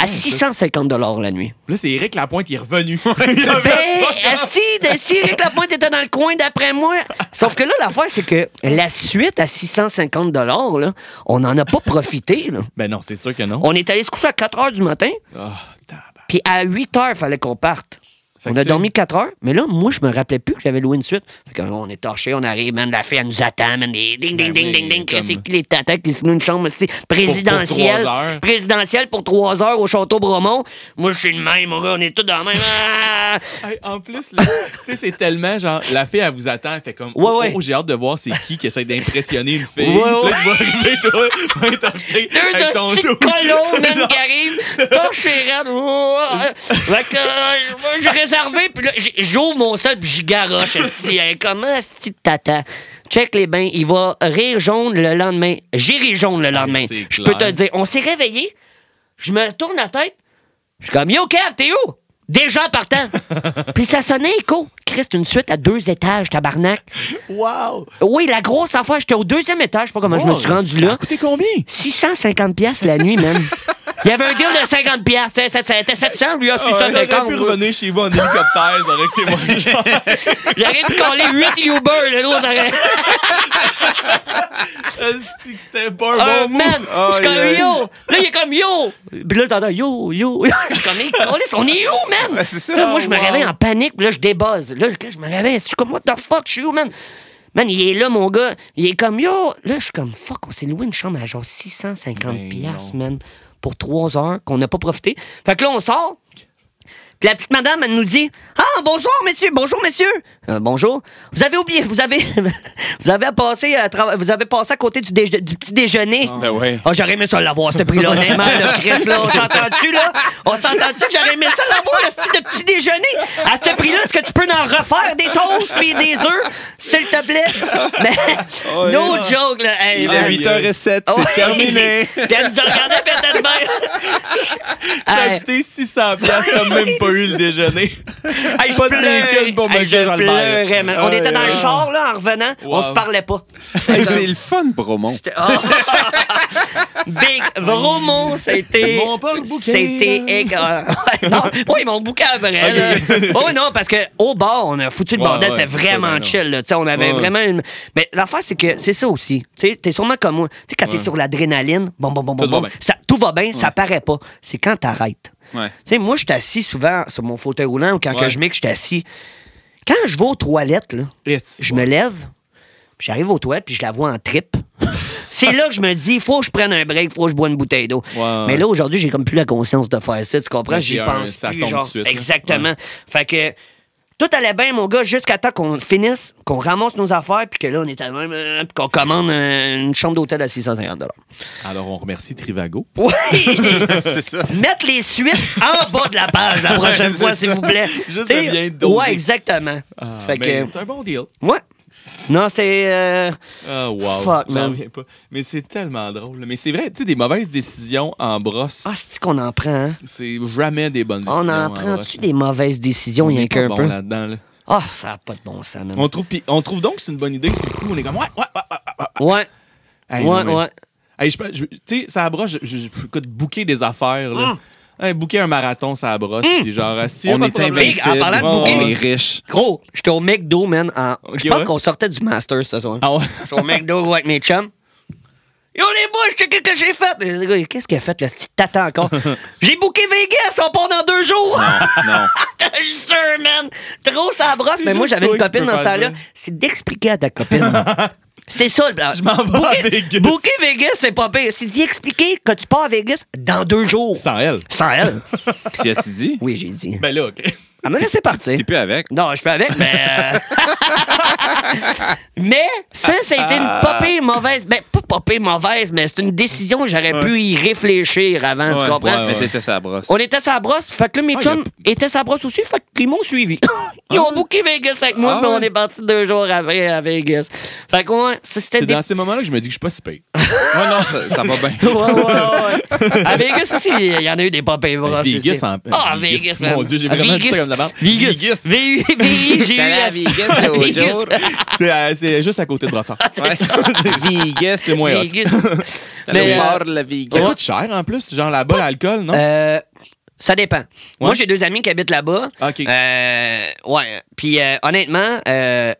Mm-hmm.
à 650$ la nuit.
Là, c'est Eric Lapointe qui est revenu.
Ben, si, de- si Rick Lapointe était dans le coin d'après moi. Sauf que là, l'affaire, c'est que la suite à 650$, là, on n'en a pas profité. là.
ben non, c'est sûr que non.
On est allé se coucher à 4 h du matin,
Oh, tabac.
Puis à 8 heures, il fallait qu'on parte.
Fait
on
que,
a
tu sais-
dormi 4 heures, mais là, moi, je me rappelais plus que j'avais loué une suite. Fait que, on est torché, on arrive, man, la fille, elle nous attend, man, des ding, ding,
Ben
ding,
oui,
ding, ding,
comme-
c'est qui les tatas qui se louent une chambre, c'est présidentielle.
trois heures.
Présidentielle pour 3 heures au Château Bromont. Moi, je suis le même, mon gars, on est tous dans le même. Ah!
Hey, en plus, là, tu sais, c'est tellement genre, la fille, elle vous attend, elle fait comme,
Ouais,
oh,
ouais.
oh, j'ai hâte de voir c'est qui qui essaie d'impressionner une fille.
Ouais, ouais.
Là, tu vas arriver, toi, va être torché
deux
avec ton
hosties de
dos.
colons, man, qui arrivent, torché raide. Ouah! Fait que, euh, moi, j'ai réservé, puis là, j'ai- j'ouvre mon sol, puis j'y garoche, esti. Hey, Comment, esti, tata? Check les bains, il va rire jaune le lendemain. J'ai ri jaune le lendemain.
c'est
Je peux te
clair.
le dire. On s'est réveillé, je me tourne la tête, je suis comme, yo, Kev, t'es où? Déjà en partant. puis ça sonnait écho. Christ, une suite à deux étages, tabarnak.
Wow!
Oui, la grosse affaire, j'étais au deuxième étage, je sais pas comment je me suis
Oh,
rendu
ça
là.
a coûté combien?
650 pièces la nuit, même. Il y avait un deal de 50 pièces. C'était- C'était 700, lui, a
Ah, J'aurais
650.
pu revenir chez vous en hélicoptère, ça aurait été moins genre.
J'aurais pu coller 8 Uber, le gros, ça aurait-
Asti que C'était pas
Un
un bon
Oh, man!
move.
Je suis comme
Aïe, aïe.
yo! Là, il est comme yo! Puis là, t'entends yo, yo, yo! Je suis comme, hey, câlisse, on est où, man?
Ouais, c'est ça.
Là, moi, je me
Oh, wow.
réveille en panique, puis là, je débuzz. Là, je je me réveille, je suis comme, what the fuck, je suis où, man? Man, il est là, mon gars. Il est comme, yo! Là, je suis comme, fuck, on s'est loué une chambre à genre 650
Ben
piastres, man, pour trois heures qu'on n'a pas profité. Fait que là, on sort. Puis la petite madame, elle nous dit Ah, bonsoir, messieurs, bonjour, messieurs. Euh, bonjour. Vous avez oublié, vous avez, vous avez passé à, trava- vous avez passé à côté du, déje- du petit déjeuner.
Ben ouais.
Ah, j'aurais aimé ça l'avoir, ce prix-là, honnêtement, là, Chris, là. On s'entend-tu, là? On s'entend-tu que j'aurais aimé ça l'avoir, le style de petit déjeuner? À ce prix-là, est-ce que tu peux en refaire des toasts puis des œufs, s'il te plaît? Mais, no joke, là. Hey,
Oh, Il
man.
est 8h07, c'est
Ah ouais.
terminé.
Puis elle nous a regardé, puis elle était de
T'as
même. Hey.
coûté 600 piastres, t'as même pas eu le déjeuner.
Hey, je
Pas de
pleurais.
Lincoln pour
Hey,
Monsieur
je
Jalbert.
pleurais, man. On
Aïe,
était dans le
aïe.
char, là, en revenant. On
Wow.
se parlait pas.
Hey, c'est le fun, Bromont.
J'étais- oh. Big Bromont, c'était.
Mon pas le bouquet,
C'était.
là.
ég- euh, ouais, non, oui, mon bouquin vrai. là. Oh non, parce que au bar, on a foutu le
Ouais,
bordel,
ouais,
c'était
c'est
vraiment
ça, ben
chill. là. Tu sais, on avait
Ouais.
vraiment une. Mais l'affaire, c'est que c'est ça aussi. Tu sais, t'es sûrement comme moi. Tu sais, quand t'es
Ouais.
sur l'adrénaline, bon, bon, bon, bon,
Tout va
bon,
bien.
ça- tout va bien, ça paraît pas. C'est quand t'arrêtes.
Ouais.
Tu sais, moi, je suis assis souvent sur mon fauteuil roulant ou quand que
Ouais.
je mets que je suis assis. Quand je vais aux toilettes, là, je me lève, puis j'arrive aux toilettes, puis je la vois en trip. C'est là que je me dis, faut que je prenne un break, faut que je bois une bouteille d'eau.
Ouais.
Mais là, aujourd'hui, j'ai comme plus la conscience de faire ça, tu comprends?
Mais
J'y
c'est un-
pense
ça
plus,
tombe
genre.
tout de suite, là.
Exactement. Fait que tout allait bien, mon gars, jusqu'à temps qu'on finisse, qu'on ramasse nos affaires, puis que là, on est à même, euh, puis qu'on commande euh, une chambre d'hôtel à 650
Alors, on remercie Trivago.
Oui!
C'est ça.
Mettre les suites en bas de la page la prochaine
c'est
fois,
ça.
s'il vous plaît.
Juste
T'sais,
de bien doser.
Ouais, exactement.
Ah,
fait
mais
que,
C'est un bon deal.
ouais. Non, c'est. euh,
Ah, wow.
Fuck,
J'en
man.
reviens pas. Mais c'est tellement drôle. Mais c'est vrai, tu sais, des mauvaises décisions en brosse,
Ah, c'est qu'on en prend, hein?
c'est jamais des bonnes décisions.
On en
brosse.
prend-tu des mauvaises décisions,
On
rien
est pas
qu'un
bon
peu?
là-dedans, là.
Ah, ça n'a pas de bon sens, man.
On trouve, puis on trouve donc que c'est une bonne idée que sur le coup, on est comme ouais, ouais, ouais, ouais, ouais.
Ouais,
ouais. Hey,
ouais,
non, mais-
ouais.
Hey, je peux- je- tu sais, ça brosse, je, je, je- écoute, bouquer des affaires,
Hum.
là. Hey, bouquer un marathon, ça brosse, puis genre, ah, si, y a
On
pas
est
de problème.
invincible.
En parlant de
bouquet,
on
les-
est riche.
Gros, j'étais au McDo, man. en- Je pense
ouais.
qu'on sortait du Masters ce soir.
Ah ouais?
J'étais au McDo gros, avec mes chums. Yo les boys, check ce que j'ai fait. Les gars, Qu'est-ce qu'il a fait, le petit tata encore? j'ai booké Vegas, on part dans deux jours.
Ah,
Non.
Sure, man. Trop ça brosse. Mais
juste
moi, j'avais
toi
une
qui
copine
peux
dans ce
faire
temps-là.
ça.
C'est d'expliquer à ta copine. C'est ça le plan.
Je m'en vais à
Booker-
Vegas.
Booker Vegas, c'est pas pire. C'est d'y expliquer que tu pars à Vegas dans deux jours.
Sans elle.
Sans elle.
Tu as-tu dit?
Oui, j'ai dit.
Ben là, OK.
Elle me laissé partir.
T'es plus avec.
Non, je suis pas avec, mais. euh, mais ça,
Ah.
ça a été une pas pire mauvaise. Ben, pas pas pire mauvaise, mais c'est une décision que j'aurais pu y réfléchir avant, tu comprends?
Mais t'étais sa brosse.
On était sa brosse, fait que là, mes
Ah,
chums étaient sa brosse aussi, fait qu'ils m'ont suivi. Ils ont booké Vegas avec moi,
Ah,
puis on
ouais.
est parti deux jours après à Vegas. Fait que, ouais, ça, c'était
C'est
des.
dans ces moments-là que je me dis que je suis pas si pire.
Ouais, non, ça, ça va bien.
Ouais, ouais, ouais. À Vegas aussi, il y en a eu des pas pires brosses.
Ben, Vegas
aussi.
en-
Ah, Vegas,
Vegas, mon Dieu, j'ai vraiment dit ça comme de la merde.
Vegas.
Vegas.
V- V- j'ai eu
T'allais à
la-
Vegas l'autre
Vegas.
jour.
c'est, à- c'est juste à côté de Brossard.
Ouais. Vegas,
C'est moins hot.
Ah, Vegas.
Mais
Mais, euh,
mort la
Ça
Vegas.
coûte cher en plus, genre là-bas, l'alcool, non?
Euh, ça dépend. Moi, Euh, j'ai deux amis qui habitent là-bas.
OK.
Euh, ouais. Puis euh, honnêtement, euh,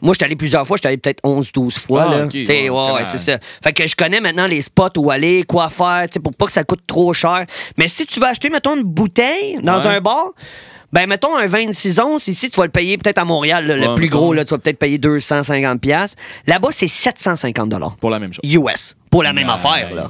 Moi, je suis allé plusieurs fois, je suis allé peut-être 11, 12 fois.
Ah,
là.
ok,
Tu sais,
ouais,
ouais,
quand
ouais,
même.
c'est ça. Fait que je connais maintenant les spots où aller, quoi faire, tu sais, pour pas que ça coûte trop cher. Mais si tu vas acheter, mettons, une bouteille dans
Ouais.
un bar, ben, mettons, un 26 onces, ici, tu vas le payer peut-être à Montréal, là,
Ouais,
le plus
mettons.
gros, là, tu vas peut-être payer 250$. piastres. Là-bas, c'est 750$
Pour la même chose.
US pour la même
Nice.
affaire, là.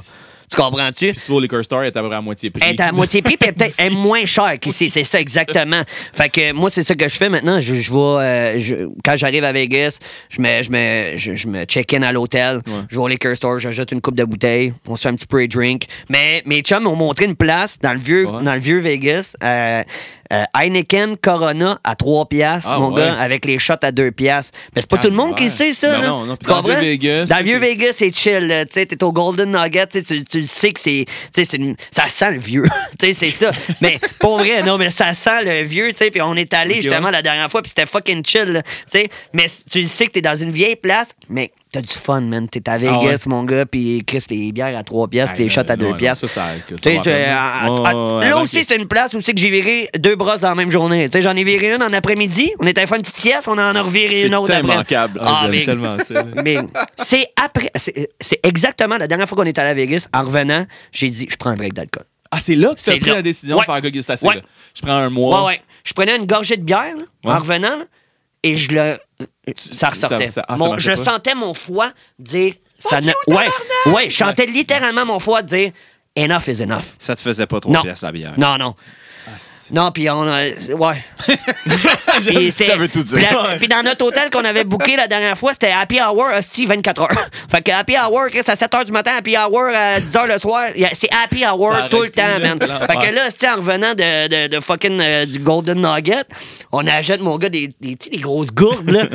Tu comprends-tu?
Puis si tu vas au liquor store, elle est à peu près à moitié prix.
Elle est à moitié prix, puis elle peut-être elle est moins chère qu'ici. C'est ça, exactement. Fait que moi, c'est ça que je fais maintenant. Je, je vais, euh, je- quand j'arrive à Vegas, je me, je me, je, je me check-in à l'hôtel.
Ouais.
Je vais au liquor store, j'ajoute une coupe de bouteille. On se fait un petit pre drink. Mais mes chums m'ont montré une place dans le vieux,
Ouais.
dans le vieux Vegas. euh, euh, Heineken Corona à 3 piastres,
Ah,
mon
ouais. Ah,
gars, avec les shots à 2 piastres. Mais c'est pas tout le monde qui le sait, ça.
Non,
là.
non, non.
Tu
Dans le vieux
comprends?
Vegas,
Dans le vieux
c'est-
Vegas, c'est chill. là. Tu sais, t'es au Golden Nugget, tu sais, tu, tu le sais que c'est. tu sais, c'est une- Ça sent le vieux. Tu sais, c'est ça. Mais pour vrai, non, mais ça sent le vieux, tu sais. Puis on est allé
Ok,
justement
ouais.
la dernière fois, puis c'était fucking chill, là. Tu sais, mais c- tu le sais que t'es dans une vieille place, mais t'as du fun, man. T'es à Vegas,
Ah ouais.
mon gars, puis Chris, les bières à 3 piastres, puis les
Hey,
shots
euh,
à 2
non,
piastres.
non, ça, ça- que ça
Tu sais,
va
tu-
bien.
à- à-
Ouais, ouais, ouais,
là
avant
aussi,
que-
c'est une place où c'est que j'ai viré deux brosses dans la même journée. Tu sais, j'en ai viré une en après-midi, on était à faire une petite sieste, on en a reviré
C'est
une autre après.
immanquable.
Ah,
Ah,
j'aime
mais
tellement ça. là.
mais c'est après. C'est c'est exactement la dernière fois qu'on est allé à Vegas. En revenant, j'ai dit, je prends un break d'alcool.
Ah, c'est là que tu as
C'est
pris
là.
la décision
Ouais.
de faire Gogustation.
Ouais.
Je prends un
Ouais,
mois.
ouais. Je prenais une gorgée de bière, là,
Ouais.
en revenant, là, et je le. Ça ressortait.
ça- ça- ah, ça
Mon-
marchait
je
pas.
sentais mon foie dire. Ça ne... Ouais, ouais. Je sentais littéralement mon foie dire, enough is enough.
Ça te faisait pas
Non.
trop pièces la bière.
Non, non.
Ah,
Non, puis on a. euh, Ouais. Puis c'était-
Ça veut tout dire.
Puis, la- puis dans notre hôtel qu'on avait booké la dernière fois, c'était Happy Hour, hostie, 24 heures. Fait que Happy Hour, Chris, à 7 h du matin, Happy Hour à 10 h le soir, y a- c'est Happy Hour
Ça
tout le
arrête plus,
temps,
là,
man.
c'est l'enfer.
Fait que là, hostie, en revenant de, de- de fucking euh, du Golden Nugget, on achète, mon gars, des, des, tu sais, des grosses gourdes, là.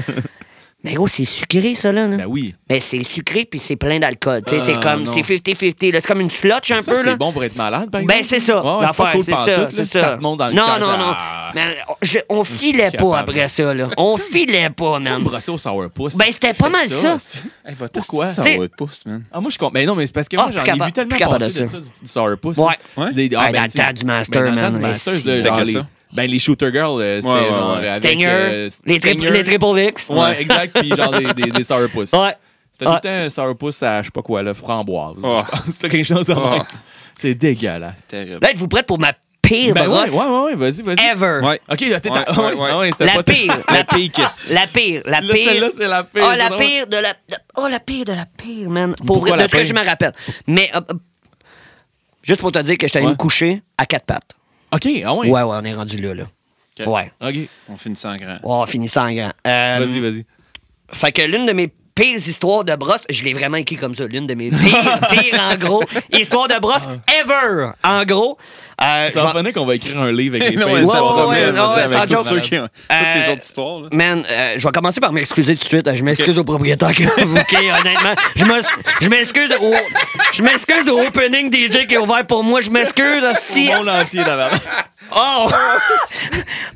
Mais gros, c'est sucré, ça, là. là.
Ben oui.
Mais c'est sucré, puis c'est plein d'alcool. tu sais, c'est
Ah,
comme,
non.
c'est 50-50, là. C'est comme une slotch un
Ça,
peu, là.
c'est bon pour être malade, par exemple.
Ben, c'est
Ouais,
ça.
ouais, c'est
l'affaire,
pas cool
c'est
pantoute,
ça,
là,
c'est
si ça te monte dans le
Non,
cœur,
non,
ça-
non.
Ah.
Mais on- je- on filait
suis
pas
capable.
après ça, là. On filait pas,
C'est comme
man.
brosser au sourpuss.
Ben, c'était pas
Fais
mal ça.
c'est-
Hey, va
Pourquoi?
Pourquoi? Ça
T'sais-
va être pouce, man.
Ah, moi, je comprends. Mais non, mais c'est parce que
Ah,
moi,
plus
j'en ai
capable-
vu tellement
plus capable
passer
de
de
ça.
ça, du, du sourpuss. Ah,
Ouais.
Ouais.
Des-
Ouais, dans le
tu sais,
temps du Master,
ben, Dans le temps
man,
du Master,
mais
là,
c'était
genre
que
les-
ça.
Ben, les Shooter Girls, euh, c'était
Ouais, ouais,
genre.
ouais.
avec,
Stinger,
euh,
les, tri-
Stinger.
les Triple X.
Ouais, exact. Puis genre des- des des sourpuss.
Ouais.
C'était tout
Ouais.
le temps un sourpuss à je sais pas quoi, là, framboise.
Oh.
Je pense. C'était quelque chose de
Oh.
même. C'est dégueulasse.
Terrible.
Là, êtes-vous prête pour ma pire
Ben ouais,
brosse
ouais, ouais, ouais, vas-y, vas-y.
ever?
Ouais.
Ok, là, t'es
Ouais,
à-
ouais, ouais.
ah ouais, c'était
La
pas-
pire.
La pire question.
La pire, la
Là,
pire.
celle-là, c'est la pire,
Ah,
c'est
la
drôle.
pire de la. de- oh, la pire de la pire, man. Pour
Pourquoi
vrai,
la
de ce que
pire?
je me rappelle. Mais euh, euh, juste pour te dire que je suis allé
Ouais.
me coucher à quatre pattes.
Ok, ah ouais.
Ouais, ouais, on est rendu là, là.
Ok.
Ouais.
Ok,
On finit ça en grand.
Oh, finissant en grand. Euh,
vas-y, vas-y.
Fait que l'une de mes pires histoires de brosse, je l'ai vraiment écrit comme ça, l'une de mes pires, pires en gros, histoires de brosse ever, en gros. Euh, je
Ah. Ça
m'en-
en venait qu'on va écrire un livre avec les
Non,
faces.
mais ça
ouais,
promet,
ouais,
je veux
ouais,
dire,
sans
avec tous
joke.
ceux qui ont- toutes les
Euh,
autres histoires. là.
Man, euh, je vais commencer par m'excuser tout de suite. Je m'excuse au propriétaire qui a booké, honnêtement. Je me- Je m'excuse au... Je m'excuse au opening DJ qui est ouvert pour moi. Je m'excuse si...
Au monde entier d'avant.
Oh!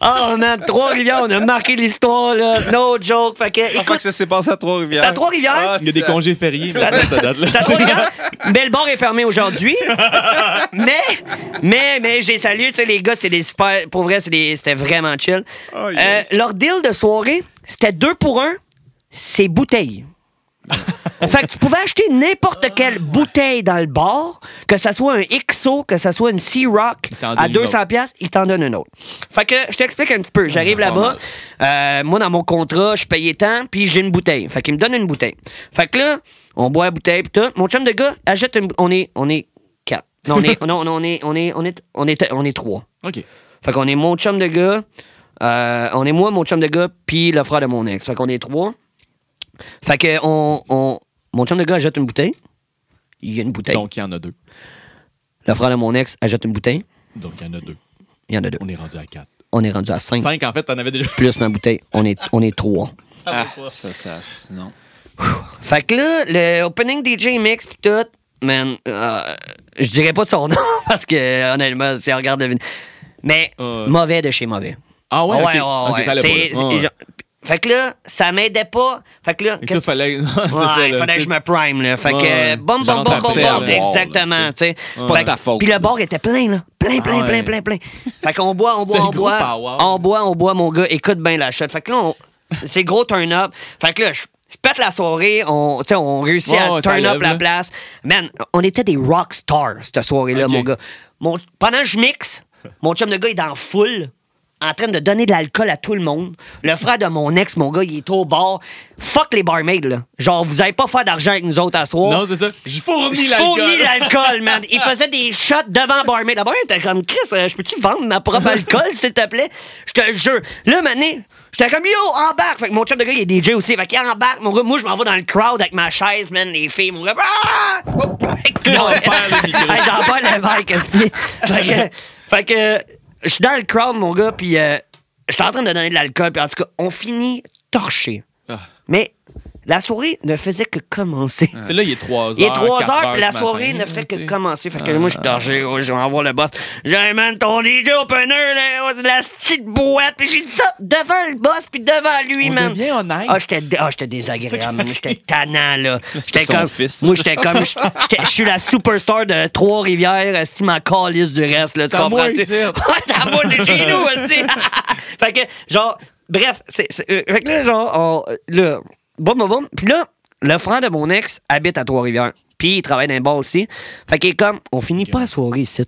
oh, man, Trois-Rivières, on a marqué l'histoire, là. No joke. Fait que,
Pourquoi
écoute,
que ça s'est passé à Trois-Rivières?
C'est à Trois-Rivières?
Ah,
Il y a des
ça-
congés fériés, mais à cette date-là.
Ça trouve bien. Belbord est fermé aujourd'hui. mais, mais, mais, j'ai salué, tu sais, les gars, c'est des super. Pour vrai, c'est des- c'était vraiment chill.
Oh, yeah.
Euh, leur deal de soirée, c'était deux pour un, c'est bouteille. fait que tu pouvais acheter n'importe
Ah,
quelle bouteille dans le bar, que ça soit un XO, que ça soit une Sea Rock
t'en donne
à
une
200 pièces, il t'en donne une autre. Fait que je t'explique un petit peu. J'arrive
C'est pas
là-bas, euh, moi dans mon contrat, je payais tant, puis j'ai une bouteille. Fait qu'il me donne une bouteille. Fait que là, on boit la bouteille puis tout. Mon chum de gars achète une bou- on est on est quatre. Non, on est non, non, on est on est on est on est on est trois.
Ok.
Fait qu'on est mon chum de gars, euh, on est moi, mon chum de gars, puis le frère de mon ex. Fait qu'on est trois. Fait que on, on- mon chum de gars jette une bouteille. Il y a une bouteille.
Donc, il y en a deux.
le frère de mon ex jette une bouteille.
Donc, il y en a deux.
Il y en a deux.
On est rendu à quatre.
On est rendu à cinq.
Cinq, en fait, t'en avais déjà.
Plus ma bouteille, on est, on est trois.
Ah, ça, ça, c'est- non.
Fait que là, le opening DJ mix pis tout, man, euh, je dirais pas son nom parce que honnêtement, si on regarde le vidéo. Mais
Ouais.
mauvais de chez mauvais.
Ah ouais,
ouais,
ok.
ouais,
Ok,
ouais.
ça allait
C'est-
pas, là.
c'est-
Ouais.
genre- Fait que là, ça m'aidait pas. Fait que là,
Et
qu'est-ce
tout, fallait. Ouais,
Ouais, il fallait que je me prime, là. Fait que,
Ouais.
bum,
Ils
bum,
rentrent
bum, bum,
après à
bum.
boire, là,
Exactement, tu sais.
C'est pas
Fait
de ta
que-
faute,
Puis le
là.
bar était plein, là. Plein, plein,
Ah
plein,
ouais.
plein, plein. Fait qu'on boit, on
C'est
boit, on
le gros
boit.
power.
On boit, on boit, mon gars. Écoute bien la shot. Fait que là, on- C'est gros turn-up. Fait que là, je. je pète la soirée, on, tu sais, on réussit
Ouais,
à
ouais, ça
turn up
lève,
la
là.
place. Man, on était des rock stars cette soirée-là,
Ok.
mon gars. Mon- pendant que je mixe, mon chum de gars il est en foule, en train de donner de l'alcool à tout le monde. Le frère de mon ex, mon gars, il est au bar. Fuck les barmaids, là. Genre, vous allez pas faire d'argent avec nous autres à soir.
Non, c'est ça. Je fournis
Je fournis
l'alcool.
l'alcool, man. Il faisait des shots devant Barmaid. D'abord, il était comme Chris, euh, je peux-tu vendre ma propre alcool, s'il te plaît? Je te jure. Là, mané, j'étais comme yo, embarque. Fait que mon chum de gars, il est DJ aussi. Fait qu'il embarque, mon gars. Moi, je m'en vais dans le crowd avec ma chaise, man. Les filles, mon gars. Ah! Oh! Non,
On perd le micro.
Hey, j'en perds le mic, esti. Fait que, fait que, je suis dans le crowd, mon gars, puis euh, je suis en train de donner de l'alcool. Puis en tout cas, on finit torché.
Ah.
Mais la souris ne faisait que commencer.
C'est là, il est 3 heures.
Il est 3
quatre
heures, puis la
du
soirée
matin,
ne fait
tu
que
sais. Ah.
commencer. Fait que moi, je suis torché, gros, je vais envoyer le boss. J'ai man, ton DJ opener, là, oh, de la petite boîte. Puis j'ai dit ça devant le boss, puis devant lui,
On
man.
devient honnête.
Ah, j'étais dé- ah, j'étais désagréable. Moi, j'étais tannant, là. J'étais
son
comme.
fils.
Moi, j'étais comme. j'étais- Je suis la superstar de Trois-Rivières, euh, si ma calice du reste, là. Tu
C'est à moi
comprends?
ici.
T'as moi, t'es chez nous aussi. fait que, genre, bref, c'est. c'est- euh, fait que là, genre, on, là, bon, bon, bon. Puis là, le frère de mon ex habite à Trois-Rivières. Puis il travaille dans un bar aussi. Fait qu'il est comme, on finit pas la soirée ici.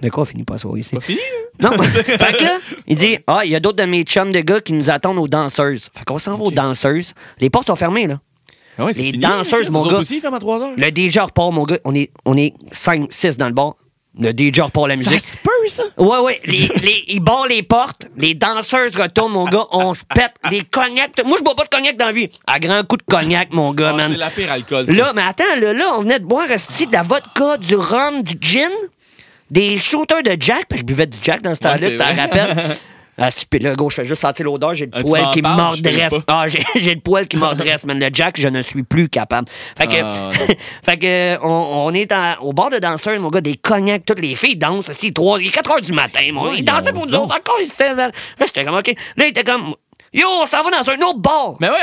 De quoi on finit pas la soirée ici?
Pas fini, là?
Non, fait que là, il dit Ah, il y a d'autres de mes chums de gars qui nous attendent aux danseuses. Fait qu'on s'en va aux danseuses. Les portes sont fermées, là.
Ah ouais, c'est
Les
fini,
danseuses,
là,
mon
eux autres
gars.
aussi, ils ferment à 3 heures.
Le DJ repart, mon gars. On est, on est 5, 6 dans le bar. Le DJ repart la
Ça
musique.
se peut, ça?
Ouais, ouais. Les, les, ils barrent les portes. Les danseuses retournent, mon gars. On se pète. Des cognacs. Moi, je bois pas de cognac dans la vie. À grand coup de cognac, mon gars,
Ah,
man.
c'est la pire alcool, ça.
Là, mais attends, là, là, on venait de boire esti, de la vodka, du rhum, du gin, des shooters de Jack, parce que je buvais du Jack dans ce temps-là,
Ouais, c'est
tu t'en
vrai.
rappelles? Ah, si, puis là, gauche, je fais juste sentir l'odeur, j'ai
Ah,
le
tu
poil
m'en
qui
parles,
mordresse.
je sais
Ah, j'ai j'ai le poil qui mordresse, man. Le Jack, je ne suis plus capable. Fait que,
Ah,
fait que on, on est en- au bord de danseurs, mon gars, des cognacs, toutes les filles dansent, ici, 3, 4 heures du matin, mon gars. Ils dansaient pour nous
donc.
autres, encore, ils se Là, j'étais comme, OK. Là, il était comme, Yo, on s'en va dans un autre bar.
Mais ouais!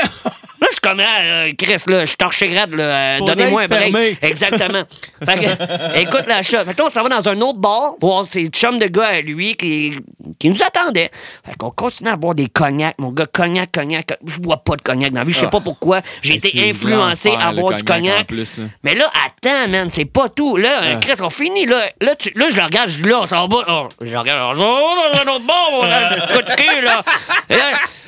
Là, je suis comme, ah, euh, Chris, là, je suis torché grade, là, euh,
Supposé
donnez-moi un
être
break.
fermé.
Exactement. fait que, écoute la chat. Fait que là, on s'en va dans un autre bar, voir ces chums de gars à lui qui, qui nous attendaient. Fait qu'on continue à boire des cognacs, mon gars, cognac, cognac. co- Je bois pas de cognac dans la vie, je sais pas pourquoi. J'ai
Ah. Mais
été
c'est
influencé à
l'enfer, le
boire du
cognac,
cognac.
en plus, là.
Mais là, attends, man, c'est pas tout. Là, euh, Chris, on finit. Là, là, tu- là, je le regarde, je dis là, on s'en va. Oh, je le regarde, on s'en va dans un autre bar, on a un coup de cul, là. Et là,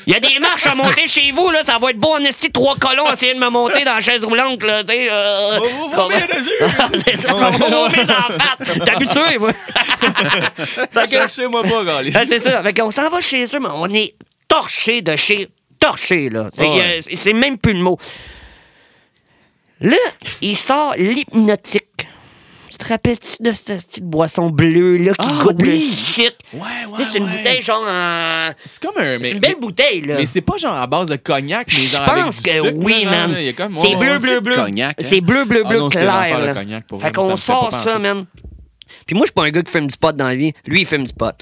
Il y a des marches à monter chez vous, là, ça va être beau en esti trois colons essayer de me monter dans la chaise roulante, là, tu sais. euh,
Va vous
tu comprends?
vomir dessus.
c'est ça, on va vomir en face. T'as pu tuer, moi. Fait que-
Cherchez-moi pas, Galis.
ah, c'est ça. Fait qu'on s'en va chez eux, mais on est torché de chez. Torché, là. Fait que,
Ouais.
euh, C'est même plus le mot. Là, il sort l'hypnotique. Tu te rappelles-tu de cette petite boisson bleue, là, qui
Ah,
goûte
oui.
le shit?
Ouais,
Tu
ouais,
sais, c'est une
ouais.
bouteille, genre. en-
C'est comme un... mais-
C'est une belle
mais-
bouteille, là.
Mais c'est pas genre à base de cognac, mais
Je
genre avec
pense
du
que
sucre,
oui,
là,
man.
genre, il y a comme-
C'est
ouais,
bleu,
ouais.
bleu,
Petite
bleu.
cognac, hein?
C'est bleu, bleu,
Ah
bleu
non, c'est
clair.
l'enfer, le
là.
cognac, pour
fait
vrai, ça
qu'on
me fait pas
sort ça,
pantoute.
man. Puis moi, je suis pas un gars qui fume du pot dans la vie. Lui, il fume du pot.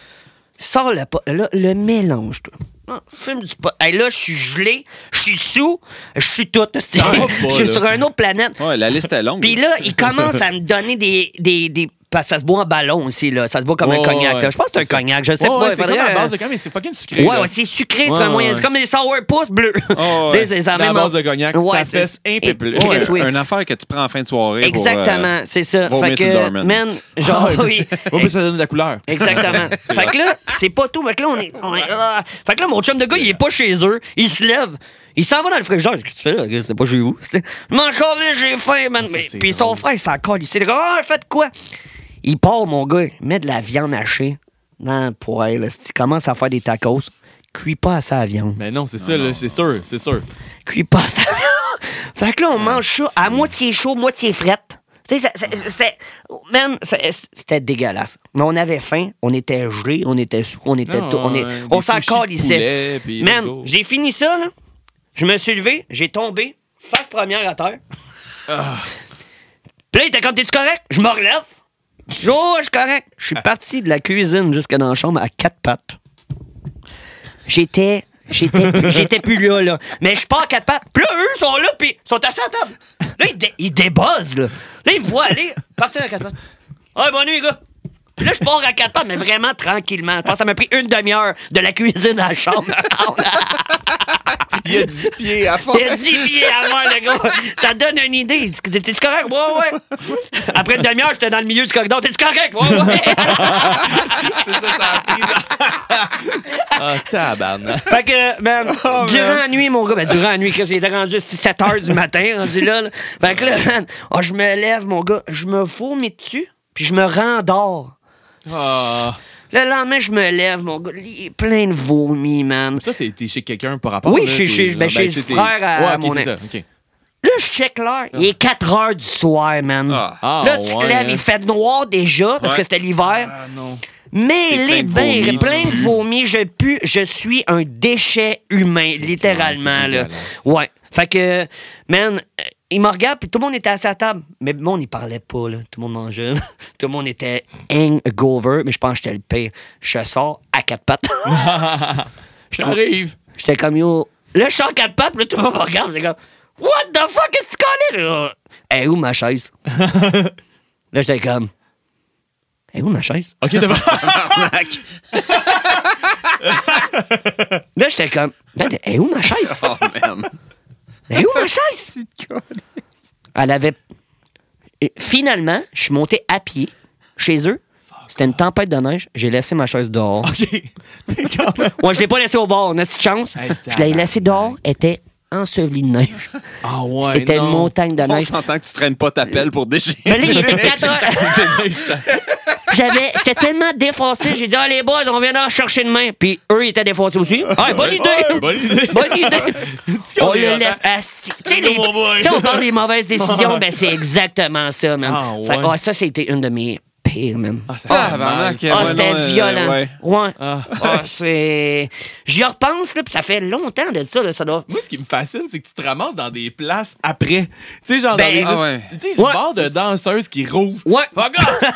Sors le, pot- là, le mélange, toi. Ah, fume du pot. Hey, là, je suis gelé, je suis sous, je suis tout. C'est-
Ah,
Je suis
bah, là.
sur une autre planète.
Ouais, la liste est longue.
Puis là, il commence à me donner des. des, des- parce que ça se boit en ballon aussi, là. Ça se boit comme un
Ouais,
cognac.
ouais,
là. Je pense que c'est un
ça.
cognac. Je sais
Ouais,
pas.
ouais,
il
c'est
faudrait,
comme à base
euh,
de cognac, mais c'est fucking sucré.
Ouais,
là.
ouais, c'est sucré sur
Ouais,
un moyen.
ouais. Oh,
C'est comme des sourpuss bleus.
ouais.
Tu sais, c'est ça
La base de cognac, ça fesse un peu plus.
Ouais,
Chris,
un- une affaire que tu prends en fin de soirée. euh,
Exactement, c'est ça.
vomir
Fait
sur le
que,
doorman.
man, genre, oui.
En plus, Ah, ça donne de la couleur.
Exactement. fait que là, c'est pas tout. Fait que là, on est. on est- ah. Fait que là, mon chum de gars, il est pas chez eux. Il se lève. Il s'en va dans le frigidaire. Qu'est-ce que tu fais là? gars? C'est pas chez vous. C'est- Mais encore là, j'ai faim, man. Mais-
c'est
Puis son frère, il s'en colle. Il s'est dit, ah, faites quoi? Il part, mon gars, il met de la viande hachée dans le poêle. Il commence à faire des tacos. Cuis pas assez la viande.
Mais non, c'est ça, là, c'est sûr, c'est sûr.
Cuis pas ça. fait que là, on mange ça à moitié chaud, moitié frette. Tu sais, ça- ça- c'est- man, c'est- c'était dégueulasse. Mais on avait faim, on était gelés, on était sous, on était
Non,
tout, on est,
Ah ouais,
on
des
s'en
sushis de
calissait.
poulet, puis
Man,
let's go.
j'ai fini ça, là. Je me suis levé, j'ai tombé, face première à terre.
Ah.
Puis là, il était comme, t'es-tu correct? Je me relève. Oh, je suis correct. Je suis parti de la cuisine jusque dans la chambre à quatre pattes. J'étais. J'étais plus, j'étais plus là, là. Mais je pars à quatre pattes. Puis là, eux sont là, puis ils sont assis à table. Là, ils, dé- ils débuzzent, là. Là, ils me voient aller, partir à quatre pattes. Ouais, bonne nuit, les gars. Puis là, je pars à quatre pattes, mais vraiment tranquillement. Je pense que ça m'a pris une demi-heure de la cuisine à la chambre.
Il y a 10 pieds à
Il a
faire.
10 pieds avant, le gars. Ça donne une idée. T'es- T'es-tu correct? Ouais, ouais. Après une demi-heure, j'étais dans le milieu du corridor. T'es-tu correct? Ouais, ouais.
C'est ça, ça a pris. Ah, tabarnak.
fait que, ben,
Oh,
durant
man.
la nuit, mon gars, ben, durant la nuit, Chris, il était rendu 7 heures du matin, rendu là. là. Fait que là, man, oh, je me lève, mon gars, je me vomis dessus, puis je me rendors.
Ah.
Le lendemain, je me lève, mon gars, il est plein de vomi, man.
Ça, t'es t'es chez quelqu'un par rapport
Oui,
là,
chez-
t'es
chez-
genre,
ben, chez
tu sais,
le
t'es-
frère à-
Ouais,
à
ok,
mon
c'est
ex.
ça, ok.
Là, je check l'heure. Il est 4 heures du soir, man.
Ah.
Ah,
là, tu te
ouais,
lèves,
hein.
il fait noir déjà, parce
Ouais.
que c'était l'hiver.
Ah, non.
Mais
T'es
les
plein de
bains,
vomi,
plein de vomi, je pue, je suis un déchet humain, littéralement.
clair,
Là.
t'es dégueulasse.
Ouais. Fait que, man, euh, il me regarde, puis tout le monde était à sa table. Mais moi, on n'y parlait pas, là. Tout le monde mangeait. tout le monde était hangover, mais je pense que j'étais le pire. Je sors à quatre pattes.
J'arrive.
J'étais comme yo. Là, je sors à quatre pattes, puis là, tout le monde me regarde. J'étais comme, What the fuck, est-ce que tu connais? là? Elle est où ma chaise? là, j'étais comme, Elle est où ma chaise?
Ok, t'as pas.
Arnaque.
Là, j'étais comme, Ben, elle est où ma chaise?
Oh, man.
Mais où ma chaise? Elle avait. Et Finalement, je suis monté à pied chez eux. C'était une tempête de neige. J'ai laissé ma chaise dehors.
Ok. Quand même.
Ouais, je l'ai pas laissée au bord. On a cette chance.
Hey,
Je l'ai laissée dehors. Elle était ensevelie de neige.
Ah, ouais.
C'était une
non.
montagne de
On
neige.
s'entend que tu traînes pas ta pelle pour déchirer.
Mais là, il était 4 heures. J'avais, j'étais tellement défoncé. J'ai dit, ah, les boys, on vient d'en chercher demain. Puis eux, ils étaient défoncés aussi. Ah, bonne idée!
Bonne idée.
Bonne idée!
Si
On
est
le
content.
laisse assis. Tu sais,
Go,
les-
mon boy.
tu sais, on parle des mauvaises décisions, ben c'est exactement ça, man.
Ah,
Fait que,
ouais.
ouais, ça, c'était une de mes pires, man. Ah,
Ah, ça fait mal, Ah,
Tabarnak,
ça.
ouais, non,
c'était
euh,
violent.
ouais.
ouais.
Ah.
Ah, c'est. J'y repense, là, puis ça fait longtemps de ça, là, ça doit.
Moi, ce qui me fascine, c'est que tu te ramasses dans des places après. Tu sais, genre
Ben,
dans les.
ah ouais.
Tu sais, le
Ouais.
bord de danseuse qui rouvre.
Ouais.
Fuck off!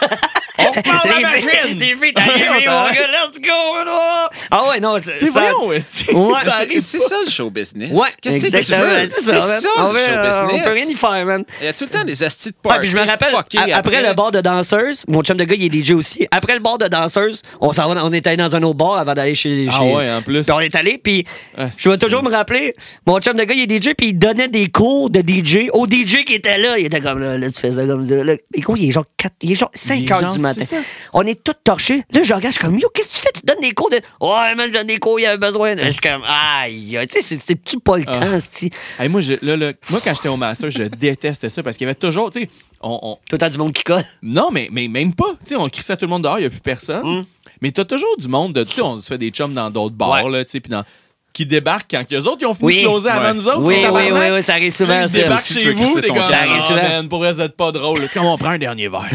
On repart la
Ah, Les filles,
machine!
les filles, t'as aimé, mon gars, let's go, là. Ah ouais, non, c'est.
C'est
ça-
voyons, aussi.
Ouais.
Ça
C'est
arrive.
c'est ça le show business.
Ouais,
Qu'est-ce que tu
exactement,
veux?
c'est ça, man. On
le
veut, euh,
show business.
On peut rien y faire, man.
Il y a tout le temps des astis de
Ouais,
party.
puis je me rappelle,
fuckés
a- après, le bar de danseuse, mon chum de gars, il est DJ aussi. Après le bar de danseuse, on s'en va, dans- on est allé dans un autre bar avant d'aller chez.
Ah
chez-
ouais, en plus.
Puis on est allé, puis
Ah,
je vais
c'est-
toujours me rappeler, mon chum de gars, il est DJ, puis il donnait des cours de DJ au DJ qui était là. Il était comme là, là tu fais ça comme ça. Là. Les cours, il est genre, 4, il est genre 5
est
heures
genre-
du matin.
c'est ça.
On est tous torchés. Là, je regarde, je suis comme, yo, qu'est-ce que tu fais? Tu donnes des cours de. Ouais, man, je donne des cours, il y avait besoin. de- Je suis comme, aïe, aïe. tu sais, c'est- c'est-tu pas le
Ah.
temps, si.
Hey, moi, je- là, là, moi, quand j'étais au master, je détestais ça parce qu'il y avait toujours. Tu sais, on- on,
Tout le temps du monde qui colle.
Non, mais, mais même pas. Tu sais, on crie ça à tout le monde dehors, il n'y a plus personne. Mais t'as toujours du monde, de, tu sais, on se fait des chums dans d'autres bars,
Ouais.
là, tu sais, puis dans- qui débarquent quand eux autres, ils ont fini
Oui.
de closer avant
Ouais.
nous autres.
Oui,
les
oui, oui,
tabarnak.
oui, ça arrive
Là,
souvent,
Ils
ça.
débarquent
Aussi, tu
chez
veux
vous,
crisser
t'es
ton
comme,
camp.
ah,
Souvent.
man, pour vrai, vous êtes pas drôle. C'est comme, on prend un dernier verre.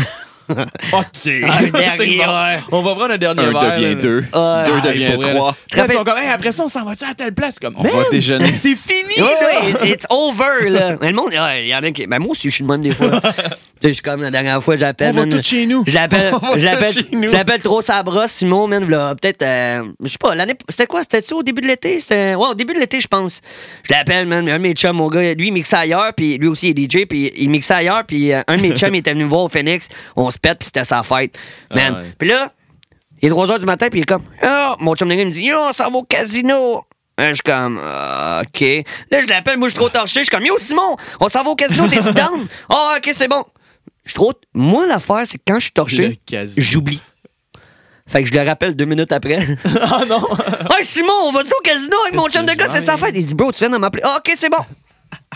OK.
Un dernier,
C'est
ouais.
On va prendre un dernier
Un
verre. là.
devient deux.
Ah,
deux
Ah,
devient
pour vrai,
trois.
là. Là, ils sont comme, Hey, après ça, on s'en va-tu à telle place? Comme,
On va
man,
déjeuner.
C'est fini,
Ouais,
là!
ouais, it's over, là. Mais le monde, ouais, il y en a qui. Mais moi aussi, je suis le même des fois. Tu sais, Je suis comme la dernière fois, j'appelle.
On va
man,
tout chez nous.
Je l'appelle.
On va
Je
tout
l'appelle.
chez nous.
Je l'appelle trop sa brosse, Simon, man. v'là, Peut-être. euh, je sais pas, l'année. C'était quoi? C'était-tu au début de l'été? C'était- Ouais, au début de l'été, je pense. Je l'appelle, man. Un de mes chums, mon gars, lui, il mixe ailleurs, puis lui aussi, il est DJ, puis il mixe ailleurs, puis euh, un de mes chums, il était venu me voir au Phoenix. On se pète, puis c'était sa fête. Man.
Ah ouais.
Puis là, il est 3 h du matin, puis il est comme Ah, mon chum de gars, il me dit Yo, on s'en va au casino. Là, je suis comme Ah, OK. Là, je l'appelle, moi, je suis trop torché. Je suis comme Yo, Simon, on s'en va au casino, t'es-tu down? Ah, OK, c'est bon. Je suis trop. Moi, l'affaire, c'est que quand je suis
Le
torché,
casino.
j'oublie. Fait que je le rappelle deux minutes après.
Ah non!
Ah, Simon, on va-tu au casino avec mon
Qu'est-ce
chum de
que
gars?
je
C'est sa
vais?
fête. Il dit Bro, tu viens de m'appeler. Ah, OK, c'est bon.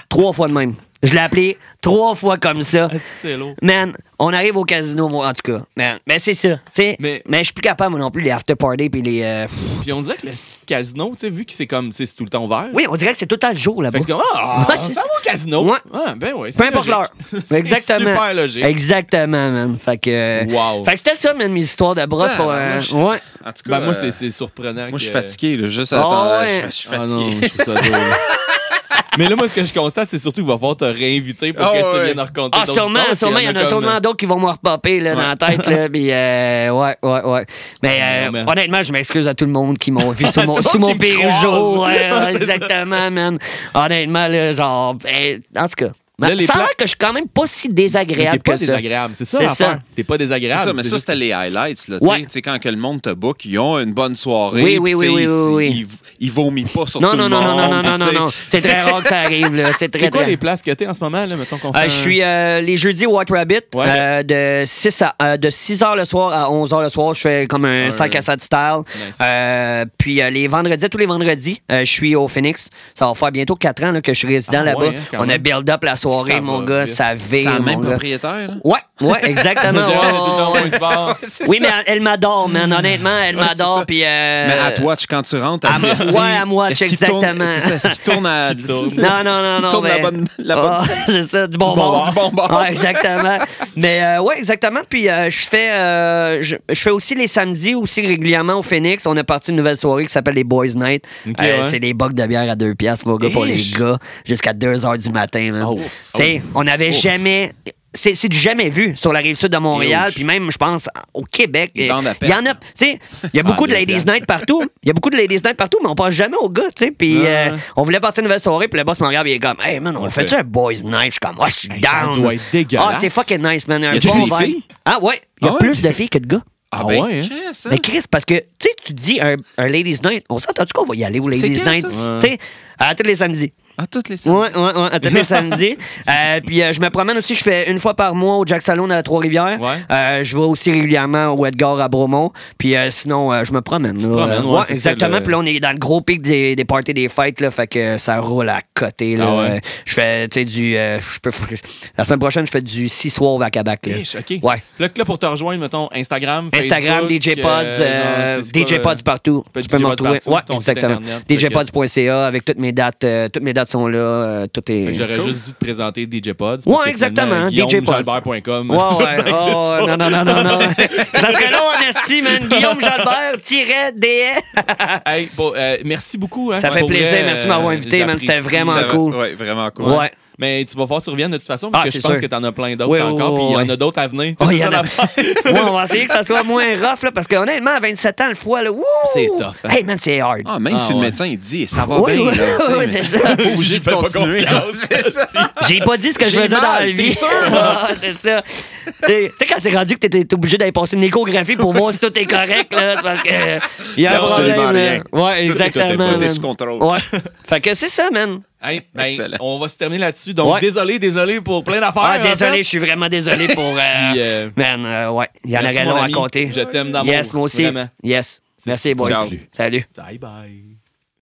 trois fois de même. Je l'ai appelé trois fois comme ça.
Est-ce que Ah, c'est lourd?
Man, on arrive au casino, moi, en tout cas. Man, mais c'est ça. tu sais.
Mais-
Mais, je suis plus capable, moi non plus, les after party puis les. euh,
Puis on dirait que le casino, tu sais, vu que c'est comme, tu sais, c'est tout le temps ouvert.
Oui, on dirait que c'est tout le temps le jour là-bas.
Fait que c'est comme, ah,
Ouais,
on
c'est
s'en
ça.
va au casino.
Ouais.
Ah, ben ouais, c'est
Peu importe l'heure.
logique. C'est
Exactement.
super logique.
Exactement, man. Fait que. euh,
Wow.
Fait que c'était ça, man, mes histoires de brosse pour. euh,
Tabarnouche.
ouais.
En tout cas,
Ben, moi,
euh,
c'est- c'est surprenant.
Moi, je suis
que-
fatigué, là, juste à
Ah
attendre.
ouais.
Je je suis
Ah non,
fatigué.
je trouve ça drôle. Mais là, moi, ce que je constate, c'est surtout qu'il va falloir te réinviter pour
Ah
que tu
ouais.
viennes raconter
Ah,
d'autres
sûrement,
histoires, parce
sûrement,
qu'il
il y en a
comme-
sûrement d'autres qui vont me repopper là, dans la tête. Là, puis, euh, ouais, ouais, ouais. Mais
Ah,
euh,
non, man.
honnêtement, je m'excuse à tout le monde qui m'ont vu sous mon,
Tout le
sous
monde
mon
qui
pire
me croise.
jour. Ouais, ouais,
C'est ça.
exactement, man. Honnêtement, là, genre. eh, en tout cas,
Là,
Mais
les
ça a
plats-
l'air que je suis quand même pas si
Mais T'es
désagréable
pas
que ça.
désagréable. C'est ça
C'est
l'affaire.
ça.
T'es pas
C'est
désagréable.
ça, mais
c'est
ça,
juste-
c'était les highlights. Là, Tu
Ouais.
sais, tu sais, quand que le monde te book, ils ont une bonne soirée.
Oui, oui,
puis, tu sais,
oui, oui,
ils-
oui,
Ils, ils vomissent pas sur
Non,
tout
non,
le
non,
monde.
non, non, non, non,
puis, tu
non,
sais,
non. C'est très rare que ça arrive, là. C'est très,
C'est quoi
très
les places que t'es en ce moment, là, mettons qu'on fait.
Euh, je
un-
suis euh, les jeudis au White Rabbit
Ouais.
euh, de 6 à, euh, de 6 h le soir à 11 h le soir. Je fais comme un
Un-
5 à 7 style.
Nice.
Euh, puis euh, les vendredis, tous les vendredis, euh, je suis au Phoenix. Ça va faire bientôt 4 ans là, que je suis résident
Ah,
là-bas.
ouais, hein, quand
On a
même.
build up la soirée,
Ça
mon
va
gars.
vite.
Ça vire,
C'est la
mon
même
gars.
propriétaire. là.
Ouais, ouais, exactement.
J'ai
Ouais,
l'air de tout le temps au
ouais,
coin
ouais.
du bar.
C'est
Oui,
ça.
mais elle- elle m'adore, man. Honnêtement, elle
Ouais, c'est ça.
m'adore. Puis. euh,
Mais à toi, quand tu rentres,
à
à
moi- ouais, à moi, exactement.
C'est ça, est-ce qu'il tourne à.
tourne.
Non, non, non,
Il
non.
tourne la
mais-
bonne- la bonne-
Ah, c'est ça, du bon
Du bon
bord.
bord, du bon bord.
Ouais, exactement. Mais euh, ouais, exactement. Puis euh, je fais euh, je, je fais aussi les samedis, aussi régulièrement au Phoenix. On a parti une nouvelle soirée qui s'appelle les Boys Night.
Ok,
Euh,
ouais.
C'est des bocs de bière à deux piastres, mon gars, pour les
Ish.
gars, jusqu'à 2 h du matin. man.
Oh.
Tu sais, on n'avait jamais. C'est c'est du jamais vu sur la rive sud de Montréal,
Huge.
puis même, je pense, au Québec.
Ils
Il y en
vendent
a.
à
Tu sais, il y a
Ah,
beaucoup de
deux
Ladies
piastres.
Night partout. Il y a beaucoup de Ladies Night partout, mais on pense jamais aux gars, tu sais. Puis
Ouais.
euh, on voulait partir une nouvelle soirée, puis le boss me regarde, il est comme, hey man, on,
On le
fait-tu
fait.
un boys night? Je suis comme, ouais, je suis
Hey, ça
down.
doit être dégueulasse.
Ah, c'est fucking nice, man. Un
Y a-tu
bon
des
vibe.
filles?
Ah ouais, il y a
Ah ouais?
plus de filles que de gars.
Ah
Ah
ben,
ouais, hein?
qu'est-ce, hein?
Mais Chris, parce que, tu sais, tu dis un, un Ladies Night, on s'entend qu'on va y aller au
C'est
Ladies
quand,
Night?
ça?
Tu sais, à tous les samedis.
Ah, toutes les semaines.
Ouais, ouais, ouais, à tous les samedis. Euh, puis euh, je me promène aussi, je fais une fois par mois au Jack Salon à Trois-Rivières.
Ouais.
Euh, je vais aussi régulièrement au Edgar à Bromont. Puis euh, sinon, euh, je me promène. là.
promènes, ouais, c'est ça,
exactement.
le-
Puis là, on est dans le gros pic des, des parties des fêtes, là, fait que ça roule à côté. Là.
Ah ouais.
Euh, Je fais, tu sais, du. euh, je peux- la semaine prochaine, je fais du 6 soirs back à back. là.
Ish, OK.
Ouais.
Là, là, pour te rejoindre, mettons, Instagram,
Instagram,
Facebook,
DJ Pods,
euh,
euh,
genre, c'est quoi,
DJ
euh,
Pods partout.
peut-
Tu peux
DJ
m'en
Pods
retrouver.
partout,
Ouais,
ton site
exactement.
internet. Fait que-
DJPods.ca avec toutes mes dates. euh, toutes mes dates sont là. euh, tout est.
Fait que J'aurais juste dû te présenter DJ Pods.
Ouais, exactement, DJ Pods.
DJPods.com.
Ouais, ouais. Oh, non, non, non, non, non. Ça serait long en esti, man. Guillaume Jalbert, tiret, DE.
Hey, bon, euh, merci beaucoup. hein,
Ça fait
pour
plaisir,
vrai, euh,
merci de m'avoir invité, man, c'était
j'apprécie.
vraiment
C'était-
cool.
Ouais, vraiment cool.
Ouais.
Mais tu vas voir, tu reviennes de toute façon, parce
Ah,
que je
c'est
pense
sûr.
que t'en as plein d'autres
Ouais,
encore,
ouais,
puis il y en
ouais.
a d'autres à venir.
Oh,
C'est
il y
ça,
en a-
l'affaire.
Ouais, on va essayer que ça soit moins rough, là, parce qu'honnêtement, à 27 ans, le foie, là, wouh!
C'est tough, hein.
Hey, man, c'est hard.
Ah, même
Ah,
si le
ouais.
médecin, il dit, ça va
Oui,
bien,
oui,
là. tu sais,
oui,
mais
c'est
t'es
ça.
pas obligé
J'y
de
fais pas
continuer.
confiance.
C'est ça.
J'ai pas dit ce que je
J'ai
faisais dans
mal,
la
t'es
vie.
sûr?
Ah, c'est ça. Tu sais, tu sais, quand c'est rendu que t'es t'es obligé d'aller passer une échographie pour voir si tout est correct, là, c'est parce que. euh, Il y a un
Absolument
problème. là.
rien.
Ouais,
Tout est- tout est-
exactement.
tout est
man.
sous contrôle.
Ouais. Fait que c'est ça, man.
Hey, ben,
Excellent.
on va se terminer là-dessus. Donc,
Ouais.
désolé, désolé pour plein d'affaires.
Ah,
en fait.
désolé, je suis vraiment désolé pour. euh,
Puis, euh,
man, euh, ouais, il y en
merci,
aurait
mon
long à
ami.
compter.
Je t'aime d'amour,
Yes, moi aussi.
vraiment.
Yes. Merci, boys.
Ciao.
Salut.
Bye bye.